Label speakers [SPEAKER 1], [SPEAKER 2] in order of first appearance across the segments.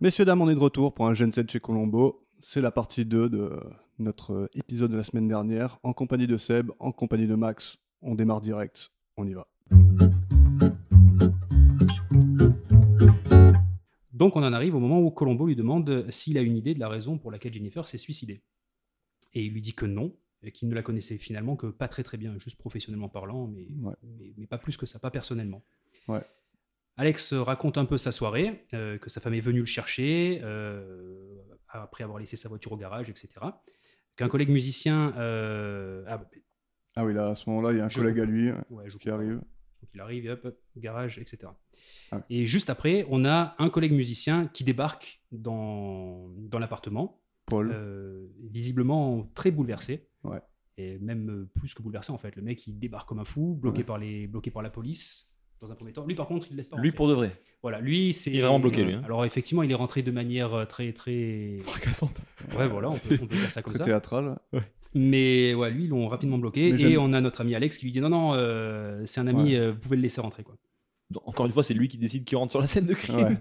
[SPEAKER 1] Messieurs, dames, on est de retour pour un Gen 7 chez Colombo. C'est la partie 2 de notre épisode de la semaine dernière. En compagnie de Seb, en compagnie de Max, on démarre direct. On y va.
[SPEAKER 2] Donc on en arrive au moment où Colombo lui demande s'il a une idée de la raison pour laquelle Jennifer s'est suicidée. Et il lui dit que non, et qu'il ne la connaissait finalement que pas très très bien, juste professionnellement parlant, mais,
[SPEAKER 1] Ouais.
[SPEAKER 2] mais, mais pas plus que ça, pas personnellement.
[SPEAKER 1] Ouais.
[SPEAKER 2] Alex raconte un peu sa soirée, euh, que sa femme est venue le chercher, euh, après avoir laissé sa voiture au garage, etc. Qu'un collègue musicien... euh, ah,
[SPEAKER 1] Ah oui, là, à ce moment-là, il y a un
[SPEAKER 2] Je
[SPEAKER 1] collègue à lui
[SPEAKER 2] ouais, je
[SPEAKER 1] qui arrive.
[SPEAKER 2] Donc il arrive, et hop, hop, garage, etc.
[SPEAKER 1] Ah ouais.
[SPEAKER 2] Et juste après, on a un collègue musicien qui débarque dans, dans l'appartement,
[SPEAKER 1] Paul.
[SPEAKER 2] euh, visiblement très bouleversé.
[SPEAKER 1] Mmh. Ouais.
[SPEAKER 2] Et même euh, plus que bouleversé en fait. Le mec, il débarque comme un fou, bloqué,
[SPEAKER 1] Ouais.
[SPEAKER 2] par, les, bloqué par la police. Dans un premier temps, lui par contre, il le laisse pas.
[SPEAKER 3] Lui
[SPEAKER 2] rentrer.
[SPEAKER 3] pour de vrai.
[SPEAKER 2] Voilà, lui, c'est.
[SPEAKER 3] Il est vraiment bloqué, lui, hein.
[SPEAKER 2] Alors effectivement, il est rentré de manière euh, très, très.
[SPEAKER 3] Fracassante.
[SPEAKER 2] Ouais, voilà, on peut, on peut dire ça comme
[SPEAKER 1] Très
[SPEAKER 2] ça.
[SPEAKER 1] théâtral.
[SPEAKER 2] Mais ouais, lui, ils l'ont rapidement bloqué.
[SPEAKER 1] Mais
[SPEAKER 2] et
[SPEAKER 1] j'aime-
[SPEAKER 2] on a notre ami Alex qui lui dit non, non, euh, c'est un ami,
[SPEAKER 1] Ouais.
[SPEAKER 2] euh, vous pouvez le laisser rentrer. Quoi.
[SPEAKER 3] Encore une fois, c'est lui qui décide qui rentre sur la scène de crime.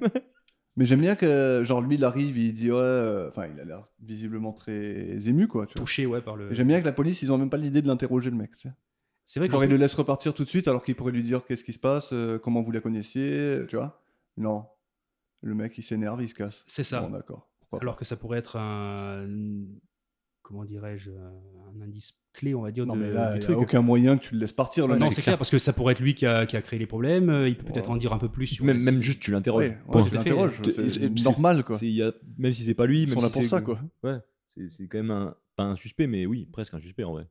[SPEAKER 1] Mais j'aime bien que, genre, lui, il arrive, il dit ouais. euh, Enfin, il a l'air visiblement très ému, quoi. tu vois.
[SPEAKER 2] Touché, ouais, par le.
[SPEAKER 1] J'aime bien que la police, ils ont même pas l'idée de l'interroger, le mec. tu sais.
[SPEAKER 2] C'est vrai qu'en
[SPEAKER 1] Genre, ils
[SPEAKER 2] plus-
[SPEAKER 1] le laissent repartir tout de suite alors qu'il pourrait lui dire qu'est-ce qui se passe, euh, comment vous la connaissiez, euh, tu vois. Non. Le mec, il s'énerve, il se casse.
[SPEAKER 2] C'est ça.
[SPEAKER 1] Bon, d'accord. Pourquoi pas.
[SPEAKER 2] Alors que ça pourrait être un. Comment dirais-je Un indice clé, on va dire,
[SPEAKER 1] non,
[SPEAKER 2] de,
[SPEAKER 1] mais là,
[SPEAKER 2] du
[SPEAKER 1] il y a
[SPEAKER 2] truc.
[SPEAKER 1] aucun moyen que tu le laisses partir, le
[SPEAKER 2] non,
[SPEAKER 1] mec.
[SPEAKER 2] c'est clair, parce que ça pourrait être lui qui a, qui a créé les problèmes. euh, Il peut peut-être
[SPEAKER 1] Ouais.
[SPEAKER 2] en dire un peu plus sur.
[SPEAKER 3] Même,
[SPEAKER 2] les-
[SPEAKER 3] même juste, tu l'interroges.
[SPEAKER 1] Ouais,
[SPEAKER 3] Point.
[SPEAKER 1] ouais, tu
[SPEAKER 2] Tout à fait.
[SPEAKER 1] l'interroges.
[SPEAKER 3] C'est-
[SPEAKER 1] c'est
[SPEAKER 3] c'est-
[SPEAKER 1] normal, quoi.
[SPEAKER 3] C'est- il y a- même si c'est pas lui,
[SPEAKER 1] Ils
[SPEAKER 3] même
[SPEAKER 1] sont
[SPEAKER 3] si
[SPEAKER 1] là pour
[SPEAKER 3] c'est-
[SPEAKER 1] ça, quoi.
[SPEAKER 3] Ouais, c'est c'est quand même un, pas un suspect, mais oui, presque un suspect en vrai.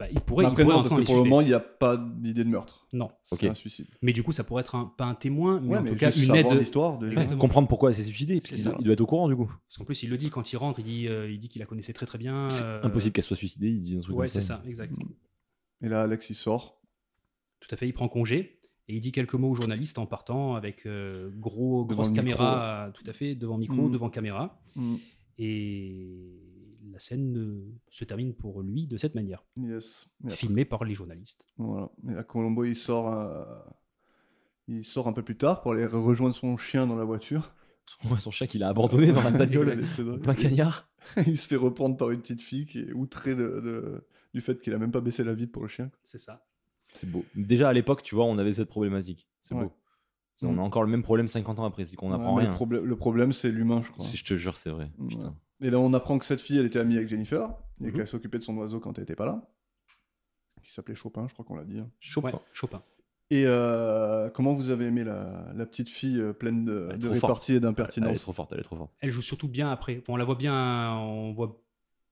[SPEAKER 2] Bah, il pourrait, il
[SPEAKER 1] Après,
[SPEAKER 2] pourrait
[SPEAKER 1] non, parce
[SPEAKER 2] entendre
[SPEAKER 1] que
[SPEAKER 2] les
[SPEAKER 1] pour le
[SPEAKER 2] suspects.
[SPEAKER 1] moment, il n'y a pas d'idée de meurtre.
[SPEAKER 2] Non.
[SPEAKER 1] C'est
[SPEAKER 3] Ok.
[SPEAKER 1] un suicide.
[SPEAKER 2] Mais du coup, ça pourrait être un, pas un témoin, mais
[SPEAKER 1] Ouais,
[SPEAKER 2] en
[SPEAKER 1] mais
[SPEAKER 2] tout cas
[SPEAKER 1] juste
[SPEAKER 2] une aide.
[SPEAKER 1] savoir l'histoire. déjà.
[SPEAKER 2] Exactement.
[SPEAKER 3] Comprendre pourquoi elle s'est suicidée, parce
[SPEAKER 2] C'est
[SPEAKER 3] qu'il
[SPEAKER 2] ça. Euh,
[SPEAKER 3] doit- il doit être au courant du coup.
[SPEAKER 2] Parce qu'en plus, il le dit quand il rentre, il dit, euh, il dit qu'il la connaissait très très bien.
[SPEAKER 3] C'est
[SPEAKER 2] euh,
[SPEAKER 3] impossible qu'elle soit suicidée, il dit un truc
[SPEAKER 2] Ouais,
[SPEAKER 3] comme
[SPEAKER 2] c'est ça, exact.
[SPEAKER 1] Mm. Et là, Alex, il sort.
[SPEAKER 2] Tout à fait, il prend congé et il dit quelques mots aux journalistes en partant avec euh, gros,
[SPEAKER 1] Devant
[SPEAKER 2] grosse
[SPEAKER 1] le micro,
[SPEAKER 2] caméra, euh, tout à fait, devant micro,
[SPEAKER 1] Mhm.
[SPEAKER 2] devant caméra.
[SPEAKER 1] Mm.
[SPEAKER 2] Et la scène euh, se termine pour lui de cette manière,
[SPEAKER 1] Yes. Et après,
[SPEAKER 2] filmée par les journalistes.
[SPEAKER 1] Voilà. Et à Colombo, il sort, euh, il sort un peu plus tard pour aller rejoindre son chien dans la voiture.
[SPEAKER 3] Son, son chat qu'il a abandonné dans la bagnole,
[SPEAKER 2] Exact.
[SPEAKER 1] C'est
[SPEAKER 3] en
[SPEAKER 1] drôle.
[SPEAKER 3] plein cagnard.
[SPEAKER 1] il se fait reprendre par une petite fille qui est outrée de, de- du fait qu'il a même pas baissé la vitre pour le chien.
[SPEAKER 2] C'est ça.
[SPEAKER 3] C'est beau. Déjà à l'époque, tu vois, on avait cette problématique. C'est
[SPEAKER 1] Ouais. Mm.
[SPEAKER 3] beau. C'est- On a encore le même problème 50 ans après, c'est qu'on n'apprend
[SPEAKER 1] Ouais, mais
[SPEAKER 3] rien.
[SPEAKER 1] Le, problè- le problème, c'est l'humain, je crois.
[SPEAKER 3] Si je te jure, c'est vrai.
[SPEAKER 1] Ouais.
[SPEAKER 3] Putain.
[SPEAKER 1] Et là, on apprend que cette fille, elle était amie avec Jennifer et
[SPEAKER 2] Mhm.
[SPEAKER 1] qu'elle s'occupait de son oiseau quand elle n'était pas là. Qui s'appelait Chopin, je crois qu'on l'a dit. hein.
[SPEAKER 2] Chopin.
[SPEAKER 3] Chopin.
[SPEAKER 2] Chopin.
[SPEAKER 1] Et euh, comment vous avez aimé la, la petite fille euh, pleine de,
[SPEAKER 3] Elle est
[SPEAKER 1] de
[SPEAKER 3] trop forte.
[SPEAKER 1] réparties et
[SPEAKER 3] Elle est
[SPEAKER 1] d'impertinences
[SPEAKER 3] trop forte, elle est trop forte.
[SPEAKER 2] Elle joue surtout bien après. Bon, on la voit bien, on voit,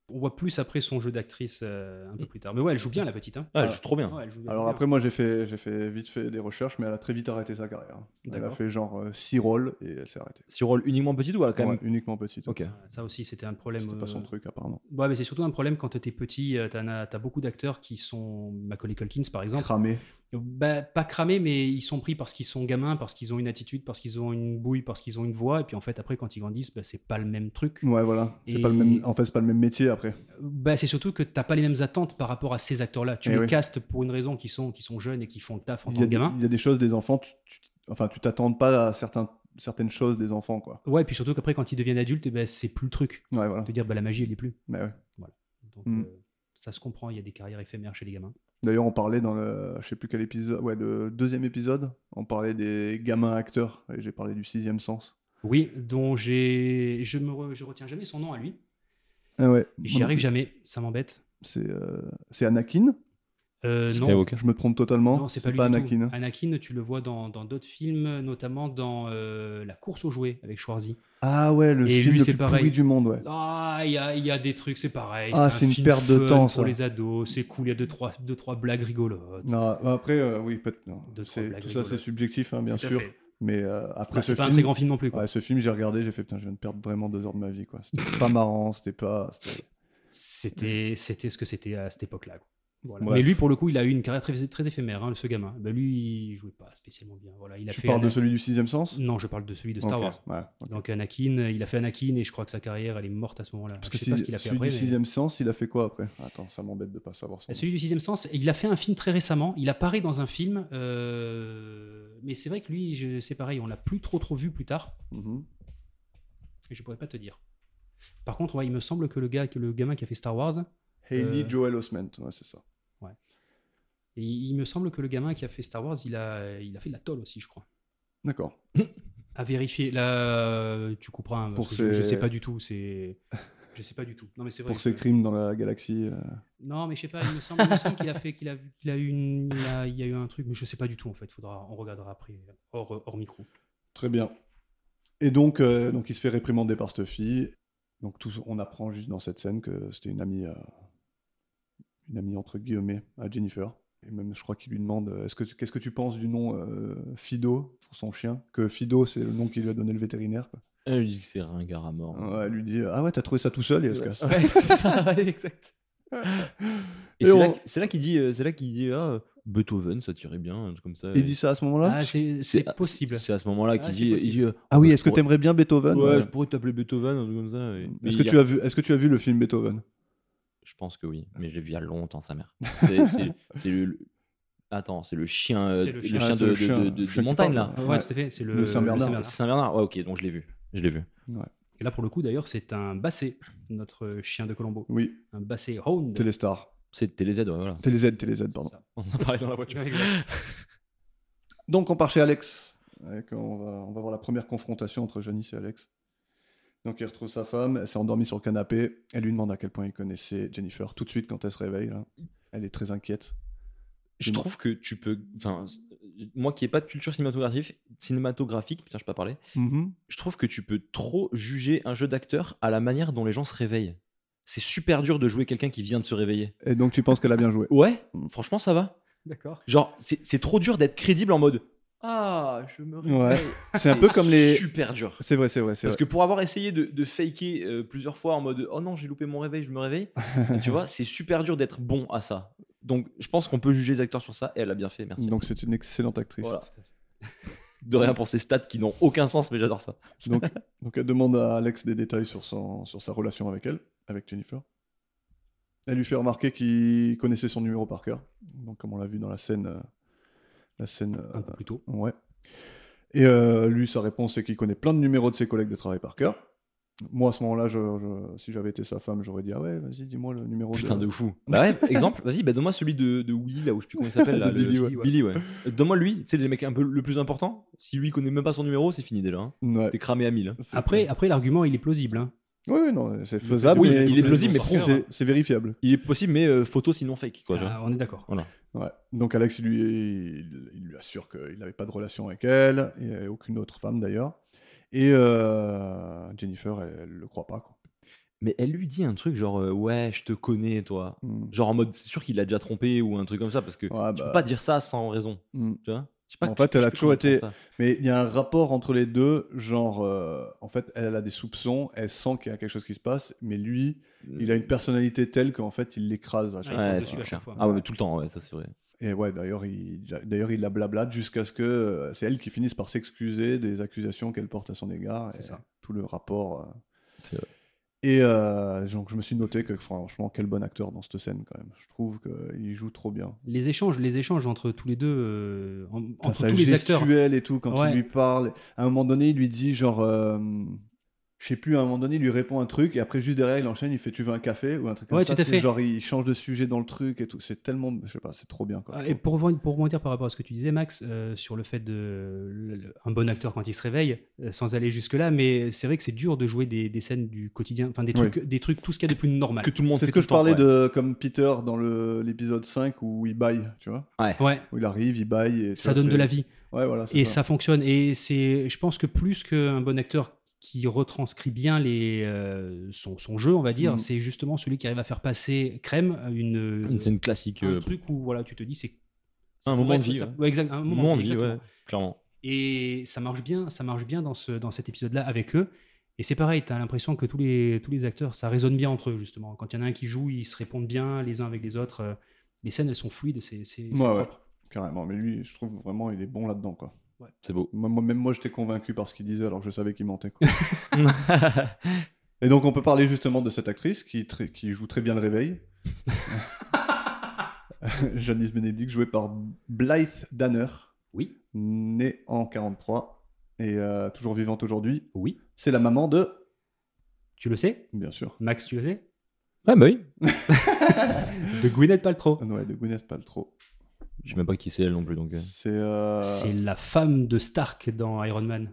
[SPEAKER 2] on voit plus après son jeu d'actrice euh, un peu plus tard. Mais ouais, elle joue bien la petite. hein.
[SPEAKER 3] Ah,
[SPEAKER 1] Mm. Ah.
[SPEAKER 3] elle joue trop bien.
[SPEAKER 2] Ouais, elle joue bien,
[SPEAKER 1] Alors
[SPEAKER 2] bien.
[SPEAKER 1] après, moi, j'ai fait, j'ai fait vite fait des recherches, mais elle a très vite arrêté sa carrière. hein. Elle a
[SPEAKER 2] D'accord.
[SPEAKER 1] fait genre 6 rôles et elle s'est arrêtée.
[SPEAKER 3] Si rôle uniquement petite ou elle a quand
[SPEAKER 1] Ouais,
[SPEAKER 3] même.
[SPEAKER 1] uniquement petite.
[SPEAKER 3] Ok.
[SPEAKER 2] Ça aussi, c'était un problème.
[SPEAKER 1] C'était pas son
[SPEAKER 2] euh,
[SPEAKER 1] truc, apparemment.
[SPEAKER 2] Ouais, mais c'est surtout un problème quand t'es petit. euh, T'en as, t'as beaucoup d'acteurs qui sont. Macaulay Culkin, par exemple.
[SPEAKER 1] Cramé.
[SPEAKER 2] Bah, pas cramés, mais ils sont pris parce qu'ils sont gamins, parce qu'ils ont une attitude, parce qu'ils ont une bouille, parce qu'ils ont une voix. Et puis en fait, après, quand ils grandissent, bah, c'est pas le même truc.
[SPEAKER 1] Ouais, voilà. C'est
[SPEAKER 2] Et-
[SPEAKER 1] pas le même... En fait, c'est pas le même métier après.
[SPEAKER 2] Bah, c'est surtout que t'as pas les mêmes attentes par rapport à ces acteurs-là. Tu
[SPEAKER 1] Eh
[SPEAKER 2] les
[SPEAKER 1] oui.
[SPEAKER 2] castes pour une raison qui sont, qui sont jeunes et qui font le taf en
[SPEAKER 1] Il y,
[SPEAKER 2] tant que
[SPEAKER 1] a des,
[SPEAKER 2] gamin.
[SPEAKER 1] il y a des choses, des enfants, tu, tu- enfin, tu t'attends pas à certains, certaines choses des enfants, quoi.
[SPEAKER 2] Ouais, et puis surtout qu'après, quand ils deviennent adultes, eh ben, c'est plus le truc.
[SPEAKER 1] Ouais, voilà.
[SPEAKER 2] Te dire, bah, la magie, elle est plus.
[SPEAKER 1] Mais ouais.
[SPEAKER 2] Donc,
[SPEAKER 1] Mm.
[SPEAKER 2] euh, ça se comprend. Il y a des carrières éphémères chez les gamins.
[SPEAKER 1] D'ailleurs, on parlait dans le, je sais plus quel épisode, ouais, le deuxième épisode, on parlait des gamins acteurs, et j'ai parlé du sixième sens.
[SPEAKER 2] Oui, dont j'ai. Je, me re- je retiens jamais son nom à lui.
[SPEAKER 1] Ah ouais.
[SPEAKER 2] J'y arrive jamais, ça m'embête.
[SPEAKER 1] C'est euh, c'est Anakin,
[SPEAKER 2] Euh, non,
[SPEAKER 3] Skywalker.
[SPEAKER 1] je me trompe totalement.
[SPEAKER 2] non c'est pas lui. du tout. Ah.
[SPEAKER 1] Anakin. hein.
[SPEAKER 2] Anakin, tu le vois dans dans d'autres films, notamment dans euh, La course aux jouets avec Schwarzy.
[SPEAKER 1] Ah ouais, le
[SPEAKER 2] Et
[SPEAKER 1] film
[SPEAKER 2] lui,
[SPEAKER 1] le
[SPEAKER 2] c'est
[SPEAKER 1] plus
[SPEAKER 2] pareil.
[SPEAKER 1] pourri du monde, ouais.
[SPEAKER 2] Ah, il y a, il y a des trucs, c'est pareil.
[SPEAKER 1] Ah,
[SPEAKER 2] un
[SPEAKER 1] c'est une
[SPEAKER 2] film
[SPEAKER 1] perte de
[SPEAKER 2] fun
[SPEAKER 1] temps,
[SPEAKER 2] Pour
[SPEAKER 1] ça.
[SPEAKER 2] les ados, c'est cool, il y a deux trois, deux, trois blagues rigolotes.
[SPEAKER 1] Non, après, euh, oui, peut-être. non.
[SPEAKER 2] Deux, trois
[SPEAKER 1] C'est-
[SPEAKER 2] blagues
[SPEAKER 1] Tout ça, c'est
[SPEAKER 2] rigolotes.
[SPEAKER 1] subjectif, hein, bien
[SPEAKER 2] Tout à
[SPEAKER 1] sûr.
[SPEAKER 2] fait.
[SPEAKER 1] Mais euh, après
[SPEAKER 2] Bah,
[SPEAKER 1] ce
[SPEAKER 2] c'est pas
[SPEAKER 1] film,
[SPEAKER 2] un très grand film non plus. quoi.
[SPEAKER 1] Ouais, ce film, j'ai regardé, j'ai fait putain, je viens de perdre vraiment deux heures de ma vie, quoi. C'était pas marrant, c'était pas. c'était-
[SPEAKER 2] C'était c'était ce que c'était à cette époque-là. quoi. Voilà.
[SPEAKER 1] Bref.
[SPEAKER 2] Mais lui, pour le coup, il a eu une carrière très, très éphémère, hein, ce gamin. Bah, lui, il jouait pas spécialement bien. Voilà, il a
[SPEAKER 1] Tu
[SPEAKER 2] fait
[SPEAKER 1] parles de
[SPEAKER 2] Ana-
[SPEAKER 1] celui du sixième sens
[SPEAKER 2] Non, je parle de celui de Star
[SPEAKER 1] Ok,
[SPEAKER 2] Wars.
[SPEAKER 1] ouais, ok.
[SPEAKER 2] Donc Anakin, il a fait Anakin et je crois que sa carrière, elle est morte à ce moment-là.
[SPEAKER 1] Parce
[SPEAKER 2] je
[SPEAKER 1] que
[SPEAKER 2] sais pas ce
[SPEAKER 1] si-
[SPEAKER 2] qu'il a fait
[SPEAKER 1] celui
[SPEAKER 2] après.
[SPEAKER 1] du
[SPEAKER 2] mais-
[SPEAKER 1] sixième sens, il a fait quoi après Attends, ça m'embête de pas savoir son
[SPEAKER 2] Euh,
[SPEAKER 1] nom.
[SPEAKER 2] Celui du sixième sens, il a fait un film très récemment. Il apparaît dans un film, euh, mais c'est vrai que lui, je- c'est pareil, on l'a plus trop trop vu plus tard.
[SPEAKER 1] Mhm.
[SPEAKER 2] Je pourrais pas te dire. Par contre, ouais, il me semble que le gars, que le gamin qui a fait Star Wars,
[SPEAKER 1] Hayley
[SPEAKER 2] Euh,
[SPEAKER 1] Joel Osment, ouais, c'est ça.
[SPEAKER 2] et il il me semble que le gamin qui a fait Star Wars, il a, il a fait de la tôle aussi, je crois.
[SPEAKER 1] D'accord.
[SPEAKER 2] À vérifier. Là, tu couperas. hein,
[SPEAKER 1] Pour
[SPEAKER 2] parce que je, je
[SPEAKER 1] ses-
[SPEAKER 2] sais pas du tout. C'est, je sais pas du tout. Non mais c'est vrai.
[SPEAKER 1] Pour ses
[SPEAKER 2] que-
[SPEAKER 1] crimes dans la galaxie. euh,
[SPEAKER 2] Non, mais je sais pas, il me semble, il me semble qu'il a fait, qu'il a, vu- qu'il a eu, une, il a, il y a eu un truc, mais je sais pas du tout en fait. Faudra, on regardera après hors, hors micro.
[SPEAKER 1] Très bien. Et donc, euh, donc, il se fait réprimander par Stuffy. Donc, tout, on apprend juste dans cette scène que c'était une amie, à- une amie entre guillemets à Jennifer. Et même, je crois qu'il lui demande euh, est-ce que tu- qu'est-ce que tu penses du nom euh, Fido pour son chien Que Fido, c'est le nom qu'il lui a donné le vétérinaire. quoi.
[SPEAKER 3] Elle lui Euh, dit que c'est ringard à mort.
[SPEAKER 1] Ouais, elle lui dit ah ouais, t'as trouvé ça tout seul et elle se casse.
[SPEAKER 3] Ouais, c'est ça, ouais, exact. Et,
[SPEAKER 1] Et
[SPEAKER 3] c'est
[SPEAKER 1] on-
[SPEAKER 3] là qu- c'est là qu'il dit, euh, c'est là qu'il dit, ah, Beethoven, ça tirait bien, un truc comme ça.
[SPEAKER 1] Il dit ça à ce moment-là.
[SPEAKER 2] Ah, c'est c'est
[SPEAKER 3] ah,
[SPEAKER 2] possible.
[SPEAKER 3] C'est à ce moment-là
[SPEAKER 2] Ah,
[SPEAKER 3] qu'il
[SPEAKER 2] c'est
[SPEAKER 3] dit, il
[SPEAKER 2] possible.
[SPEAKER 3] dit, euh,
[SPEAKER 1] Ah oui,
[SPEAKER 3] bah,
[SPEAKER 1] est-ce que
[SPEAKER 3] je
[SPEAKER 1] t'aimerais bien Beethoven
[SPEAKER 3] pourrais-
[SPEAKER 1] Euh,
[SPEAKER 3] Ouais, je pourrais t'appeler Beethoven, un truc comme ça. et- mais
[SPEAKER 1] Est-ce que
[SPEAKER 3] il
[SPEAKER 1] tu
[SPEAKER 3] a-
[SPEAKER 1] as vu Est-ce que tu as vu le film Beethoven
[SPEAKER 3] Je pense que oui, mais je l'ai vu il y a longtemps, sa mère. C'est- C'est c'est le. le- Attends, c'est le chien, euh,
[SPEAKER 2] C'est le
[SPEAKER 3] le
[SPEAKER 2] chien.
[SPEAKER 3] chien,
[SPEAKER 1] Ah, c'est
[SPEAKER 3] de,
[SPEAKER 1] le
[SPEAKER 3] de-
[SPEAKER 1] chien-
[SPEAKER 3] de- de- de
[SPEAKER 1] chien qui
[SPEAKER 3] montagne,
[SPEAKER 1] parle,
[SPEAKER 3] là.
[SPEAKER 2] Ouais,
[SPEAKER 1] Ouais.
[SPEAKER 2] tout à fait, c'est le,
[SPEAKER 1] Le Saint-Bernard.
[SPEAKER 3] Ah, Saint-Bernard, ouais, ok, donc je l'ai vu. Je l'ai vu.
[SPEAKER 2] Et là, pour le coup, d'ailleurs, c'est un basset, notre chien de Colombo.
[SPEAKER 1] Oui,
[SPEAKER 2] Un basset hound.
[SPEAKER 1] Téléstar.
[SPEAKER 3] C'est Télé Z, ouais, voilà.
[SPEAKER 1] Télé Z, Télé Z,
[SPEAKER 2] C'est
[SPEAKER 1] pardon.
[SPEAKER 2] ça.
[SPEAKER 3] On en parlait dans la voiture.
[SPEAKER 2] Exact.
[SPEAKER 1] Donc on part chez Alex. Ouais, quand on, va, on va voir la première confrontation entre Janice et Alex. Donc il retrouve sa femme, elle s'est endormie sur le canapé. Elle lui demande à quel point il connaissait Jennifer tout de suite quand elle se réveille. là. Elle est très inquiète.
[SPEAKER 3] Je
[SPEAKER 1] Dis-moi.
[SPEAKER 3] trouve que tu peux. Enfin, moi qui n'ai pas de culture cinématographique, cinématographique, putain, je peux pas parler.
[SPEAKER 1] Mm-hmm.
[SPEAKER 3] Je trouve que tu peux trop juger un jeu d'acteur à la manière dont les gens se réveillent. C'est super dur de jouer quelqu'un qui vient de se réveiller.
[SPEAKER 1] Et donc tu penses qu'elle a bien joué
[SPEAKER 3] Ouais,
[SPEAKER 1] Mm.
[SPEAKER 3] franchement, ça va.
[SPEAKER 2] D'accord.
[SPEAKER 3] Genre, c'est c'est trop dur d'être crédible en mode Ah, je me réveille.
[SPEAKER 1] Ouais. C'est un peu comme les.
[SPEAKER 3] Super dur.
[SPEAKER 1] C'est vrai, c'est vrai, c'est
[SPEAKER 3] Parce
[SPEAKER 1] vrai.
[SPEAKER 3] que pour avoir essayé de, de faker euh, plusieurs fois en mode oh non j'ai loupé mon réveil je me réveille tu vois c'est super dur d'être bon à ça donc je pense qu'on peut juger les acteurs sur ça et elle a bien fait merci
[SPEAKER 1] Donc c'est une excellente actrice.
[SPEAKER 3] Voilà. de rien pour ces stats qui n'ont aucun sens mais j'adore ça
[SPEAKER 1] Donc, donc elle demande à Alex des détails sur, son- sur sa relation avec elle, avec Jennifer. Elle lui fait remarquer qu'il connaissait son numéro par cœur. Donc comme on l'a vu dans la scène, euh, la scène euh,
[SPEAKER 2] Un peu plus tôt.
[SPEAKER 1] Ouais. Et euh, lui, sa réponse, c'est qu'il connaît plein de numéros de ses collègues de travail par cœur. Moi, à ce moment-là, je, je- si j'avais été sa femme, j'aurais dit Ah ouais, vas-y, dis-moi le numéro
[SPEAKER 3] putain de fou bah ouais exemple vas-y bah donne-moi celui de, de Willy là où je sais plus comment il s'appelle là,
[SPEAKER 1] De
[SPEAKER 3] le-
[SPEAKER 1] Billy, ouais.
[SPEAKER 3] Billy, ouais. Euh, donne-moi lui tu sais les mecs un peu le plus important si lui connaît même pas son numéro c'est fini déjà hein.
[SPEAKER 1] Ouais.
[SPEAKER 3] t'es cramé à 1000 hein.
[SPEAKER 1] C'est-
[SPEAKER 2] Après, après l'argument, il est plausible. hein.
[SPEAKER 1] Oui, oui, non, c'est faisable.
[SPEAKER 3] Oui,
[SPEAKER 1] mais
[SPEAKER 3] il est
[SPEAKER 1] c'est-
[SPEAKER 3] plausible, mais
[SPEAKER 1] c'est-
[SPEAKER 2] prouve.
[SPEAKER 1] c'est- C'est vérifiable.
[SPEAKER 3] il est possible mais euh, photo sinon fake quoi tu vois.
[SPEAKER 2] Ah, on est d'accord.
[SPEAKER 1] Ouais. Donc, Alex, il lui, il, il lui assure qu'il n'avait pas de relation avec elle, et aucune autre femme d'ailleurs. Et euh, Jennifer, elle, elle le croit pas. Quoi.
[SPEAKER 3] mais elle lui dit un truc genre euh, ouais je te connais toi
[SPEAKER 1] Mm.
[SPEAKER 3] Genre en mode, c'est sûr qu'il l'a déjà trompé ou un truc comme ça, parce que
[SPEAKER 1] Ouais,
[SPEAKER 3] tu
[SPEAKER 1] bah.
[SPEAKER 3] peux pas dire ça sans raison,
[SPEAKER 1] Mm.
[SPEAKER 3] tu vois. Je sais pas
[SPEAKER 1] En
[SPEAKER 3] que- je
[SPEAKER 1] fait, elle
[SPEAKER 3] sais
[SPEAKER 1] a
[SPEAKER 3] plus
[SPEAKER 1] toujours
[SPEAKER 3] comment
[SPEAKER 1] été-
[SPEAKER 3] prendre ça.
[SPEAKER 1] Mais il y a un rapport entre les deux, genre, euh, en fait, elle a des soupçons, elle sent qu'il y a quelque chose qui se passe, mais lui,
[SPEAKER 3] Mm.
[SPEAKER 1] il a une personnalité telle qu'en fait, il l'écrase à chaque
[SPEAKER 2] Ouais,
[SPEAKER 1] fois.
[SPEAKER 3] Ouais,
[SPEAKER 2] dessus
[SPEAKER 3] c'est
[SPEAKER 2] à
[SPEAKER 1] quoi.
[SPEAKER 2] chaque
[SPEAKER 3] clair.
[SPEAKER 2] fois.
[SPEAKER 3] Ah ouais, mais tout le temps, ouais, ça c'est vrai.
[SPEAKER 1] Et ouais, d'ailleurs, il, d'ailleurs, il la blablate jusqu'à ce que euh, c'est elle qui finisse par s'excuser des accusations qu'elle porte à son égard.
[SPEAKER 2] C'est
[SPEAKER 1] et
[SPEAKER 2] ça.
[SPEAKER 1] Tout le rapport. euh.
[SPEAKER 3] C'est vrai.
[SPEAKER 1] Et euh, donc, je me suis noté que franchement, quel bon acteur dans cette scène quand même. Je trouve qu'il joue trop bien.
[SPEAKER 2] Les échanges, les échanges entre tous les deux, euh, en-
[SPEAKER 1] Enfin,
[SPEAKER 2] entre
[SPEAKER 1] sa
[SPEAKER 2] tous les acteurs.
[SPEAKER 1] gestuelle et tout, quand
[SPEAKER 2] Ouais.
[SPEAKER 1] il lui parle, à un moment donné, il lui dit genre, euh, je sais plus, à un moment donné, il lui répond un truc, et après, juste derrière, il enchaîne, il fait Tu veux un café ou un truc comme
[SPEAKER 2] Ouais,
[SPEAKER 1] ça.
[SPEAKER 2] tout à
[SPEAKER 1] tu sais,
[SPEAKER 2] fait.
[SPEAKER 1] Genre, il change de sujet dans le truc et tout. C'est tellement, je sais pas, c'est trop bien. Quoi,
[SPEAKER 2] Ah,
[SPEAKER 1] je
[SPEAKER 2] Et
[SPEAKER 1] trouve.
[SPEAKER 2] pour, revoir- pour rebondir par rapport à ce que tu disais, Max, euh, sur le fait de le- le- un bon acteur quand il se réveille, euh, sans aller jusque-là, mais c'est vrai que c'est dur de jouer des, des scènes du quotidien, enfin des
[SPEAKER 1] Oui.
[SPEAKER 2] trucs, des trucs, tout ce qu'il y a de plus normal.
[SPEAKER 3] Que tout le monde
[SPEAKER 1] C'est
[SPEAKER 3] fait
[SPEAKER 1] ce que
[SPEAKER 3] tout
[SPEAKER 1] je
[SPEAKER 3] le temps,
[SPEAKER 1] parlais
[SPEAKER 3] ouais.
[SPEAKER 1] de comme Peter dans le- l'épisode 5 où il baille, tu vois.
[SPEAKER 2] Ouais,
[SPEAKER 1] Où il arrive, il baille. Et, tu
[SPEAKER 2] ça
[SPEAKER 1] vois,
[SPEAKER 2] donne de
[SPEAKER 1] c'est-
[SPEAKER 2] la vie
[SPEAKER 1] Ouais, voilà. c'est
[SPEAKER 2] et ça. fonctionne. Et c'est, je pense que plus qu'un bon acteur qui retranscrit bien les, euh, son, son jeu, on va dire,
[SPEAKER 1] Mhm.
[SPEAKER 2] c'est justement celui qui arrive à faire passer crème à une,
[SPEAKER 3] Une scène classique.
[SPEAKER 2] un
[SPEAKER 3] euh,
[SPEAKER 2] truc où voilà, tu te dis c'est ça
[SPEAKER 3] Un
[SPEAKER 2] pourrait
[SPEAKER 3] moment de
[SPEAKER 2] être-
[SPEAKER 3] vie,
[SPEAKER 2] ça-
[SPEAKER 3] ouais.
[SPEAKER 2] ouais, exact, un moment, de
[SPEAKER 3] moment de
[SPEAKER 2] vie,
[SPEAKER 3] vie,
[SPEAKER 2] exactement.
[SPEAKER 3] ouais, clairement.
[SPEAKER 2] Et ça marche bien, ça marche bien dans, ce, dans cet épisode-là avec eux. Et c'est pareil, t'as l'impression que tous les, tous les acteurs, ça résonne bien entre eux, justement. Quand il y en a un qui joue, ils se répondent bien les uns avec les autres. euh, Les scènes, elles sont fluides, c'est c'est- c'est
[SPEAKER 1] Ouais, ouais.
[SPEAKER 2] propre.
[SPEAKER 1] Carrément. Mais lui, je trouve vraiment, il est bon là-dedans, quoi.
[SPEAKER 3] C'est beau.
[SPEAKER 1] Moi- moi- même moi, j'étais convaincu par ce qu'il disait, alors que je savais qu'il mentait, quoi.
[SPEAKER 3] ouais,
[SPEAKER 1] Et donc, on peut parler justement de cette actrice qui, tr- qui joue très bien le réveil. Janice Benedict, jouée par Blythe Danner,
[SPEAKER 2] Oui,
[SPEAKER 1] née en 43 et euh, toujours vivante aujourd'hui.
[SPEAKER 2] oui.
[SPEAKER 1] C'est la maman de
[SPEAKER 2] Tu le sais
[SPEAKER 1] Bien sûr.
[SPEAKER 2] Max, tu le sais
[SPEAKER 3] Ah bah oui.
[SPEAKER 2] De Gwyneth Paltrow.
[SPEAKER 1] Ouais, de Gwyneth Paltrow.
[SPEAKER 3] Je sais même pas qui c'est elle non plus donc. euh.
[SPEAKER 1] C'est. euh,
[SPEAKER 2] C'est la femme de Stark dans Iron Man.